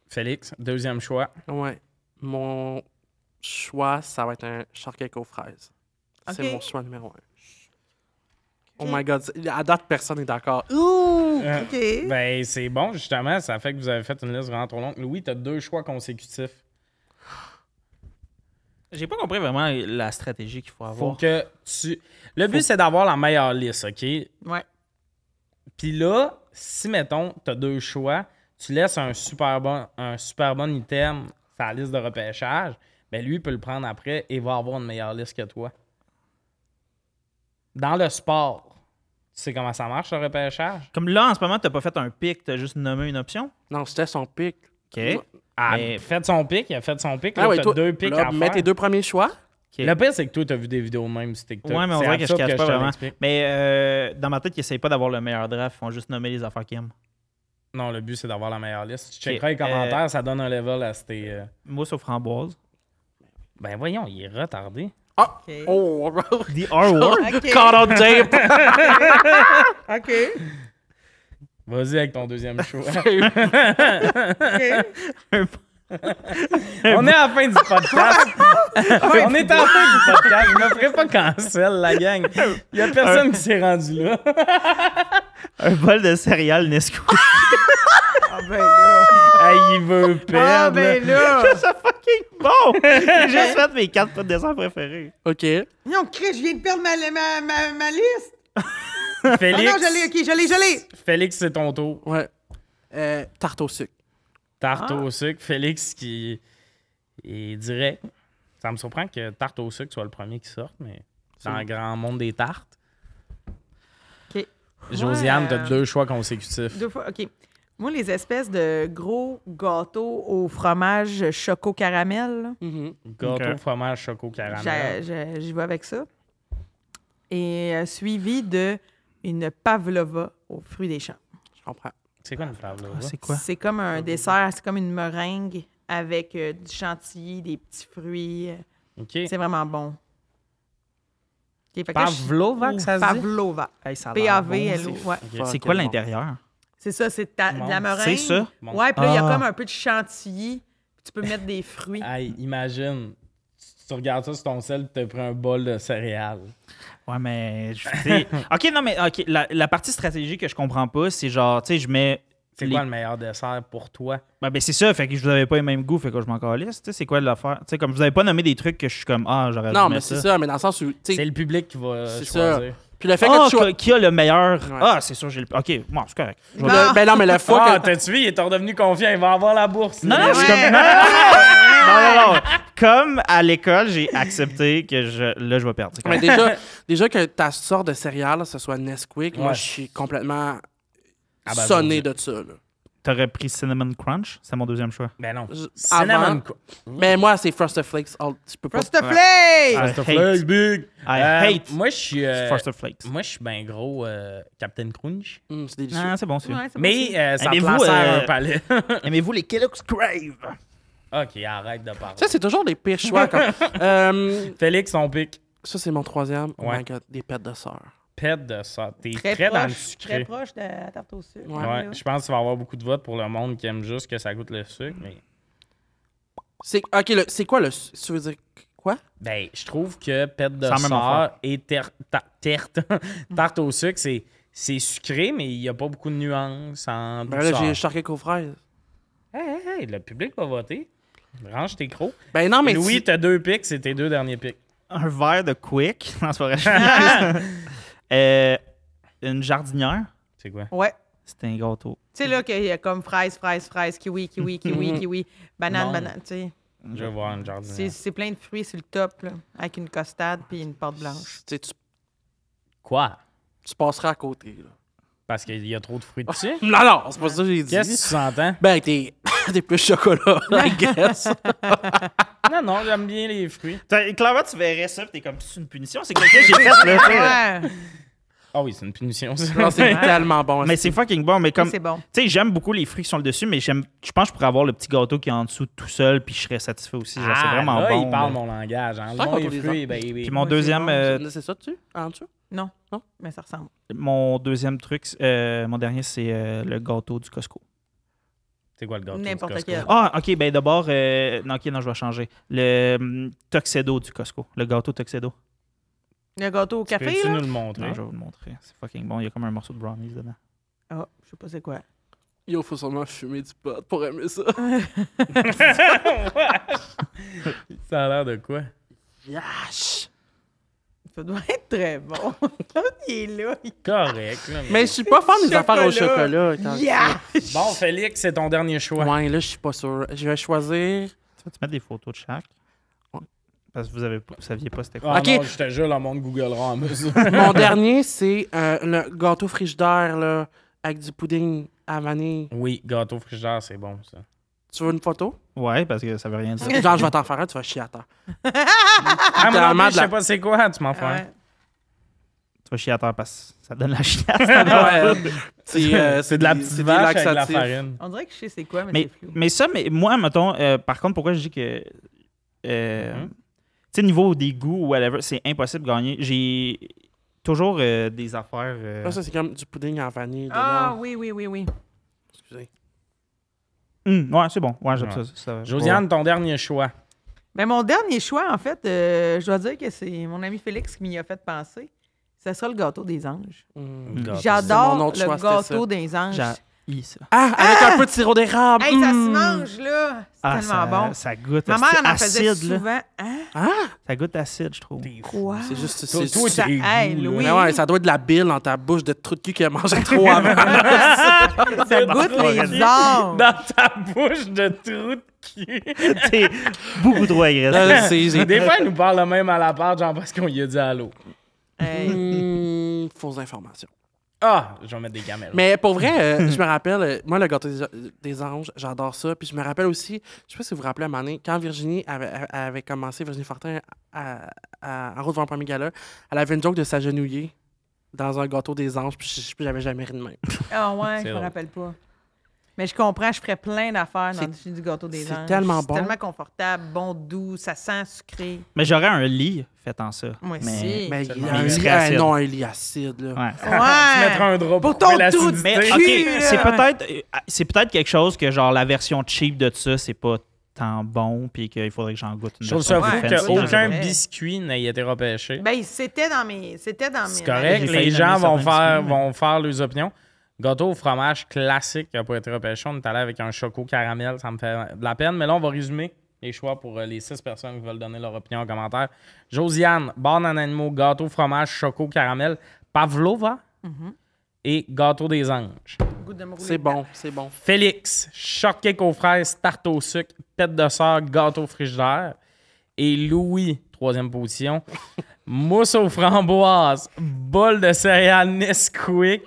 S1: Félix, deuxième choix.
S4: Ouais. Mon choix, ça va être un charcake aux fraises.
S2: Ok.
S4: C'est mon choix numéro un. Oh my god, c'est- à date, personne n'est d'accord.
S2: Ouh!
S1: Euh,
S2: OK.
S1: Ben, c'est bon, justement. Ça fait que vous avez fait une liste vraiment trop longue. Louis, t'as deux choix consécutifs.
S3: J'ai pas compris vraiment la stratégie qu'il faut
S1: Faut que tu. Le but, c'est d'avoir la meilleure liste, OK?
S2: Ouais.
S1: Puis là, si, mettons, t'as deux choix, tu laisses un super bon, un super bon item sur la liste de repêchage, ben lui, il peut le prendre après et va avoir une meilleure liste que toi. Dans le sport, tu sais comment ça marche, le repêchage?
S3: Comme là, en ce moment, t'as pas fait un pic, t'as juste nommé une option.
S4: Non, c'était son pic.
S3: OK.
S1: Ah,
S3: Mais-
S1: faites son pic, il a fait son pic, là,
S4: Ah ouais,
S1: t'as
S4: toi,
S1: deux pics
S4: là,
S1: à
S4: mets
S1: faire.
S4: tes deux premiers choix.
S1: Le pire, c'est que toi, t'as vu des vidéos de même sur TikTok.
S3: Ouais, mais on
S1: C'est
S3: dirait que je
S1: absurde
S3: cache pas
S1: te
S3: vraiment.
S1: l'explique.
S3: Mais euh, dans ma tête, ils essayent pas d'avoir le meilleur draft, ils font juste nommer les affaires qu'ils aiment.
S1: Non, le but, c'est d'avoir la meilleure liste. Tu
S3: Ok,
S1: checkeras les
S3: euh,
S1: commentaires, ça donne un level à tes... euh,
S3: Mousse aux framboises.
S1: Ben voyons, il est retardé.
S4: Ah!
S2: OK.
S4: Oh!
S3: The R-Word.
S2: OK.
S4: Caught on tape!
S2: OK.
S1: Vas-y avec ton deuxième choix.
S2: OK.
S1: On est à la fin du podcast. on est à la fin du podcast. Je me ferai pas cancel, la gang. Il y a
S3: Euh.
S1: personne qui s'est rendu là.
S3: un bol de céréales Nesquik.
S2: Ah ben là.
S1: Hey, il veut perdre.
S2: Ah ben là.
S3: ça fucking bon! J'ai juste fait mes quatre potes de dessert préférés.
S4: ok.
S2: Non, Chris, je viens de perdre ma, ma, ma, ma liste.
S3: ben,
S2: Ah
S1: Félix,
S2: non, je l'ai, OK, je l'ai, je l'ai.
S1: Félix, c'est ton tour.
S4: Ouais. Euh, tarte au sucre.
S1: Tarte au sucre. Félix qui est direct. Ça me surprend que tarte au sucre soit le premier qui sorte, mais dans
S4: C'est-
S1: le grand monde des tartes.
S2: OK.
S1: Josiane,
S2: Ouais,
S1: t'as
S2: euh,
S1: deux choix consécutifs.
S2: Deux fois, OK. Moi, les espèces de gros gâteaux au fromage choco caramel, là,
S4: Mhm.
S1: Gâteau,
S3: Ok.
S1: fromage, choco, caramel.
S2: j'a- j'a- j'y vais avec ça. Et euh, suivi de une pavlova aux fruits des champs.
S4: Je comprends.
S1: C'est quoi une fleur là?
S3: Ah, c'est quoi?
S2: C'est comme un dessert, c'est comme une meringue avec euh, du chantilly, des petits fruits. euh,
S1: OK.
S2: C'est vraiment bon. OK, fait que là, je-
S1: Pavlova, que ça se dit?
S2: Pavlova.
S3: Hey, ça a l'air bon,
S2: P-A-V-L-O.
S3: c'est
S2: Ouais.
S1: Ok.
S4: Fuck,
S3: C'est quoi
S4: bon.
S3: l'intérieur?
S2: C'est ça, c'est ta- de
S1: Bon,
S2: la meringue.
S3: C'est ça?
S1: Bon.
S2: Ouais, puis là, il y a
S3: Ah.
S2: comme un peu de chantilly. puis Tu peux mettre des fruits.
S1: Hey, imagine, tu, tu regardes ça sur ton sel, tu as pris un bol de céréales.
S3: Ouais, mais. je- t'sais- ok, non, mais ok, la, la partie stratégique que je comprends pas, c'est genre, tu sais, je mets.
S1: C'est
S3: les-
S1: quoi le meilleur dessert pour toi?
S3: Ben, ben, c'est ça, fait que je vous avais pas les mêmes goûts, fait que je m'en calisse. Tu sais, c'est quoi l'affaire? Tu sais, comme vous avez pas nommé des trucs que je suis comme, ah, j'aurais
S4: Non,
S3: aimé
S4: mais c'est ça, mais dans le sens où. tu
S1: C'est
S4: sais,
S1: le public qui va
S4: C'est
S1: choisir.
S4: Puis le fait
S3: Ah,
S4: que tu.
S3: qui- qui a le meilleur.
S4: Ouais.
S3: Ah, c'est sûr, j'ai le. Ok, bon, c'est correct. Je vais-
S2: Ah!
S4: le- Ben non, mais le fois
S1: Ah,
S4: que.
S1: t'as-tu vu? Il est redevenu confiant. Il va avoir la bourse.
S3: Non, non, je suis
S2: ouais.
S3: comme. Non, non, non, non, non. Comme à l'école, j'ai accepté que je, là, je vais perdre. C'est
S4: Mais
S3: correct.
S4: déjà, déjà que ta sorte de céréales, là, ce soit Nesquik, moi,
S1: Ouais.
S4: je suis complètement
S1: Ah, ben,
S4: sonné
S1: bon
S4: de ça. Là.
S3: T'aurais pris Cinnamon Crunch? C'est mon deuxième choix.
S1: Ben non.
S4: Je-
S1: Cinnamon
S4: avant-
S1: quoi?
S4: Mais moi, c'est Frosted Flakes. all- Tu peux pas.
S2: Frosted Flakes!
S3: Ah, I
S1: Frosted
S3: hate.
S1: Flakes, big.
S3: I
S1: Euh,
S3: hate
S1: Moi, je suis. euh,
S3: Frosted Flakes.
S1: moi, je suis ben gros euh, Captain Crunch.
S4: Hum, c'est délicieux.
S3: Ah, c'est bon, c'est
S2: Ouais, c'est bon,
S1: Mais
S2: c'est-
S1: euh, ça
S3: Aimez-vous,
S1: place à un
S3: euh,
S1: palais.
S3: Aimez-vous les Kellogg's Crave?
S1: ok, arrête de parler.
S4: Ça, c'est toujours les pires choix. Comme... Euh,
S1: Félix, on pique.
S4: ça, c'est mon troisième. Oh
S1: Ouais.
S4: my god, des pets de sœurs.
S1: Pète de ça. T'es très,
S2: très,
S1: dans le
S2: proche,
S1: sucré.
S2: très proche de la tarte au sucre.
S1: Ouais,
S4: Ouais.
S1: je pense qu'il va y avoir beaucoup de votes pour le monde qui aime juste que ça goûte le sucre. Mais
S4: C'est ok, le- c'est quoi le. Tu veux dire quoi?
S1: ben, je trouve que pète de
S3: C'est la même
S1: sort
S3: affaire.
S1: et ter- ta- tarte, tarte au sucre, c'est, c'est sucré, mais il n'y a pas beaucoup de nuances en
S4: Ben là,
S1: douceur.
S4: j'ai charqué qu'aux fraises.
S1: Hey, hey, hey, le public va voter. Range tes crocs.
S4: Ben non, mais.
S1: Louis,
S4: si-
S1: t'as deux pics, c'est tes deux derniers pics.
S3: Un verre de Quick. Non, c'est pas vrai. Euh, une jardinière.
S1: C'est quoi?
S2: Ouais.
S3: C'était un gâteau.
S2: Tu sais, là, qu'il y a comme fraise, fraise, fraise, kiwi, kiwi,
S1: Mhm.
S2: kiwi, kiwi, banane,
S1: Non.
S2: banane. Tu sais,
S1: Je vais voir une
S2: c'est-
S1: jardinière.
S2: c'est plein de fruits sur le top, là, avec une costade puis une porte blanche.
S4: tu sais, tu,
S1: Quoi?
S4: tu passeras à côté. Là.
S1: Parce qu'il y a trop de fruits dessus?
S4: Non, non, c'est pas ça que j'ai dit.
S1: Qu'est-ce que tu s'entends?
S4: Ben, t'es t'es plus chocolat, I guess.
S1: Non, non, j'aime bien les fruits.
S3: T'as- Clairement, tu verrais ça, pis t'es comme, c'est une punition, c'est quelqu'un que j'ai fait, là, tu
S2: Ouais,
S3: sais.
S1: Ah oui, c'est une punition. ça.
S4: Non, c'est tellement bon.
S3: Mais c'est fucking bon, mais comme,
S2: c'est
S3: tu
S2: bon.
S3: sais, j'aime beaucoup les fruits qui sont le dessus, mais j'aime, je pense que je pourrais avoir le petit gâteau qui est en dessous tout seul, puis je serais satisfait aussi. Genre, c'est
S1: Ah,
S3: vraiment
S1: là,
S3: bon.
S1: il parle
S3: là.
S1: mon langage. Hein.
S4: Tant
S1: Enlevons
S4: qu'on
S1: les
S4: trouve des
S1: fruits,
S4: gens.
S1: baby.
S3: Puis mon
S2: c'est
S3: deuxième,
S2: bon,
S3: euh,
S4: C'est ça, tu? En dessous?
S2: Non,
S4: Non?
S2: mais ça ressemble.
S3: mon deuxième truc, euh, mon dernier, c'est euh, le gâteau du Costco.
S1: C'est quoi le gâteau? du
S2: N'importe
S1: Costco?
S2: quel.
S3: Ah, ok, ben d'abord, euh, non, ok, non, je vais changer. Le hum, Tuxedo du Costco, le gâteau Tuxedo.
S2: Le gâteau au café,
S1: Peux-tu
S2: là?
S1: nous le montrer?
S3: Non, je vais vous le montrer. C'est fucking bon. Il y a comme un morceau de brownies dedans.
S2: Ah, je sais pas c'est quoi.
S4: Yo, faut sûrement fumer du pot pour aimer ça.
S1: Ça a l'air de quoi?
S4: Yash!
S2: Ça doit être très bon. il est là. il-
S1: Correct. là, mais-
S4: Mais je suis pas fan des affaires au
S2: Chocolat.
S4: chocolat. quand-
S2: Yeah!
S1: Bon, Félix, c'est ton dernier choix.
S4: Ouais, là, je suis pas sûr. Je vais choisir.
S3: Tu vas-tu mettre des photos de chaque?
S4: Ouais.
S3: Parce que vous avez pas- vous saviez pas c'était quoi.
S1: Ah
S4: Ok.
S1: non, je te jure, le monde googlera en mesure.
S4: Mon dernier, c'est euh, le gâteau frigidaire, là, avec du pudding à vanille.
S1: oui, gâteau frigidaire, c'est bon, ça.
S4: Tu veux une photo?
S3: Ouais, parce que ça veut rien dire.
S4: Genre, je vais t'en faire un, tu vas chier à terre.
S1: Ah, mais non,
S4: Littéralement
S1: mais
S4: de
S1: je
S4: la-
S1: sais pas c'est quoi, tu m'en fais un.
S2: Ouais.
S3: Tu vas chier à terre parce que ça donne la chiasse.
S4: C'est euh,
S1: C'est de la
S4: des-
S1: petite
S4: c'est des
S1: vache avec de la
S4: laxatifs.
S1: farine.
S2: On dirait que je sais c'est quoi, mais,
S3: mais,
S2: c'est flou.
S3: mais ça, mais moi, mettons, euh, par contre, pourquoi je dis que. euh,
S1: Mhm.
S3: Tu sais, niveau des goûts ou whatever, c'est impossible de gagner. J'ai toujours euh, des affaires. euh,
S4: Là, ça, c'est comme du pudding en vanille.
S2: Ah
S4: dedans.
S2: oui, oui, oui, oui.
S4: Excusez.
S3: hum, ouais, c'est bon. Ouais, j'aime
S1: Ouais.
S3: ça. ça-
S1: Josiane, ton dernier choix.
S2: Ben, mon dernier choix, en fait, euh, je dois dire que c'est mon ami Félix qui m'y a fait penser. Ça sera le gâteau des anges.
S4: Hum.
S3: Mm.
S1: Gâteau.
S2: J'adore
S4: mon autre
S2: le
S4: choix, c'était
S2: gâteau des
S3: Ouais.
S2: anges.
S3: J'a- I, ça.
S4: Ah, avec un peu de sirop d'érable.
S2: Hey, ça se
S4: Mm.
S2: mange, là. C'est
S3: Mmh. Ah,
S2: tellement
S3: ça,
S2: bon.
S3: ça goûte
S2: Ma mère en, en faisait
S3: acide, là.
S2: souvent. Hein?
S4: Ah,
S3: Ça goûte acide, je trouve.
S2: Quoi?
S4: c'est juste.
S1: Toi,
S4: c'est-
S1: toi,
S4: c'est-
S2: ça-
S1: t'es
S2: hey,
S1: goût, là.
S2: Louis.
S4: Mais ouais, ça doit être de la bile dans ta bouche de trou de cul qui a mangé trop avant.
S2: Ça goûte les arbres.
S1: Dans ta bouche de trou de cul.
S3: C'est beaucoup trop agressif.
S1: Euh,
S4: Là, c'est- j'ai-
S1: Des fois, il nous parle le même à la part, genre parce qu'on lui a dit allô.
S2: Hey.
S4: Hmm, fausses informations.
S1: Ah, je vais mettre des caméras.
S4: Mais pour vrai, euh, je me rappelle, euh, moi, le gâteau des, des anges, j'adore ça. Puis je me rappelle aussi, je sais pas si vous vous rappelez à un moment donné, quand Virginie avait, avait commencé, Virginie Fortin, à, à- en route vers le premier gala, elle avait une joke de s'agenouiller dans un gâteau des anges, puis je- je- j'avais jamais ri de même.
S2: Ah ouais,
S1: C'est
S2: je me
S1: drôle.
S2: rappelle pas. Mais je comprends, je ferais plein d'affaires dans
S4: C'est-
S2: le dessus du gâteau des
S4: c'est
S2: anges.
S4: tellement bon.
S2: tellement confortable, bon, doux, ça sent sucré.
S3: Mais j'aurais un lit fait en ça.
S2: Moi
S3: Mais-
S2: aussi.
S4: Mais il y a
S1: Seulement
S4: un
S3: il
S4: lit,
S3: serait
S4: ah,
S3: acide.
S4: non, un lit acide, là.
S3: Ouais.
S1: Tu
S2: Ouais.
S1: mettras un drap
S2: Pour
S1: couper
S2: ton
S1: l'acidité.
S2: trou de
S3: Mais
S2: Cul,
S3: ok,
S2: là,
S3: c'est
S1: hein.
S2: ouais.
S3: peut-être euh, c'est peut-être quelque chose que genre la version cheap de ça, c'est pas tant bon, puis qu'il faudrait que j'en goûte une.
S1: Je trouve ça
S3: version
S1: fou
S2: Ouais,
S3: plus
S2: tu
S3: fancy,
S2: vois,
S3: je sais
S1: qu'aucun
S2: j'aurais-
S1: biscuit n'ait été repêché.
S2: Ben, c'était dans mes. C'était dans mes.
S1: C'est correct,
S3: j'ai
S1: les
S3: failli
S1: gens
S3: nommer
S1: vont
S3: certains
S1: faire,
S3: biscuits, mais-
S1: vont faire leurs opinions. Gâteau au fromage classique qui n'a pas été repêché. On est allé avec un choco caramel, ça me fait de la peine. Mais là, on va résumer les choix pour euh, les six personnes qui veulent donner leur opinion en commentaire. Josiane, barne en animaux, gâteau au fromage, choco caramel, pavlova et gâteau des anges.
S2: Goût de me rouler
S4: C'est
S2: dedans.
S4: bon, c'est bon.
S1: Félix, shortcake aux fraises, tarte au sucre, pète de sœur, gâteau frigidaire. Et Louis, troisième position, mousse aux framboises, bol de céréales Nesquik,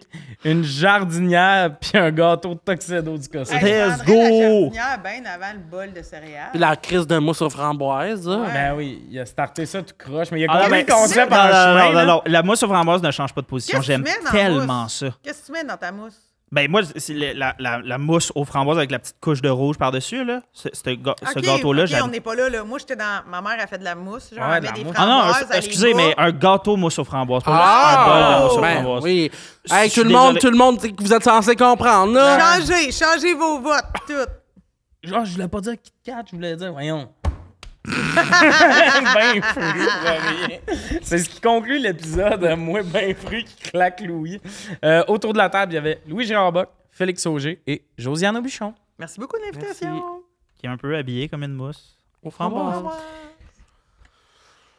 S1: une jardinière, puis un gâteau de tuxedo du Costco.
S2: Hey, je prendrais
S3: Let's
S2: la
S3: go!
S2: jardinière bien avant le bol de céréales.
S4: Puis la crise de mousse aux framboises, là.
S1: Ben oui, il a starté ça tout croche, mais il a
S3: Ah,
S1: compris
S3: ben,
S1: le concept
S3: non,
S1: en hein.
S3: non,
S1: chemin.
S3: non,
S1: là.
S3: non, non. La mousse aux framboises ne change pas de position.
S2: Qu'est-ce que tu
S3: J'aime
S2: mets dans la
S3: tellement
S2: mousse?
S3: ça.
S2: Qu'est-ce que tu mets dans ta mousse?
S3: Ben moi, c'est le- la, la- la mousse aux framboises avec la petite couche de rouge par-dessus, là. Ce, ce ga- ce
S2: Ok,
S3: gâteau-là,
S2: ok,
S3: j'aime.
S2: on n'est pas là, là. Moi, j'étais dans. Ma mère a fait de la mousse. Genre,
S1: Ouais,
S2: elle
S1: de
S2: met
S1: la
S2: des
S1: mousse.
S3: Ah non,
S2: framboises. elle les
S3: excusez,
S2: bat.
S3: mais un gâteau mousse aux framboises. Pas
S4: Ah!
S3: juste un bol de mousse aux
S4: Ben
S3: framboises.
S4: oui.
S3: Je
S4: Hey,
S3: suis
S4: tout le monde,
S3: désolé.
S4: tout le monde, c'est que vous êtes censé comprendre,
S3: euh,
S4: là.
S2: Changez, changez vos votes, toutes.
S1: Genre, je voulais pas dire Kit Kat, je voulais dire, voyons. ben fru, premier. C'est ce qui conclut l'épisode. euh, Moi, ben fru qui claque Louis. Euh, autour de la table, il y avait Louis Gérard Bock, Félix Auger et Josiane Aubuchon.
S2: Merci beaucoup de l'invitation.
S3: Qui est un peu habillé comme une mousse.
S4: Aux
S2: Au
S4: framboises.
S2: revoir.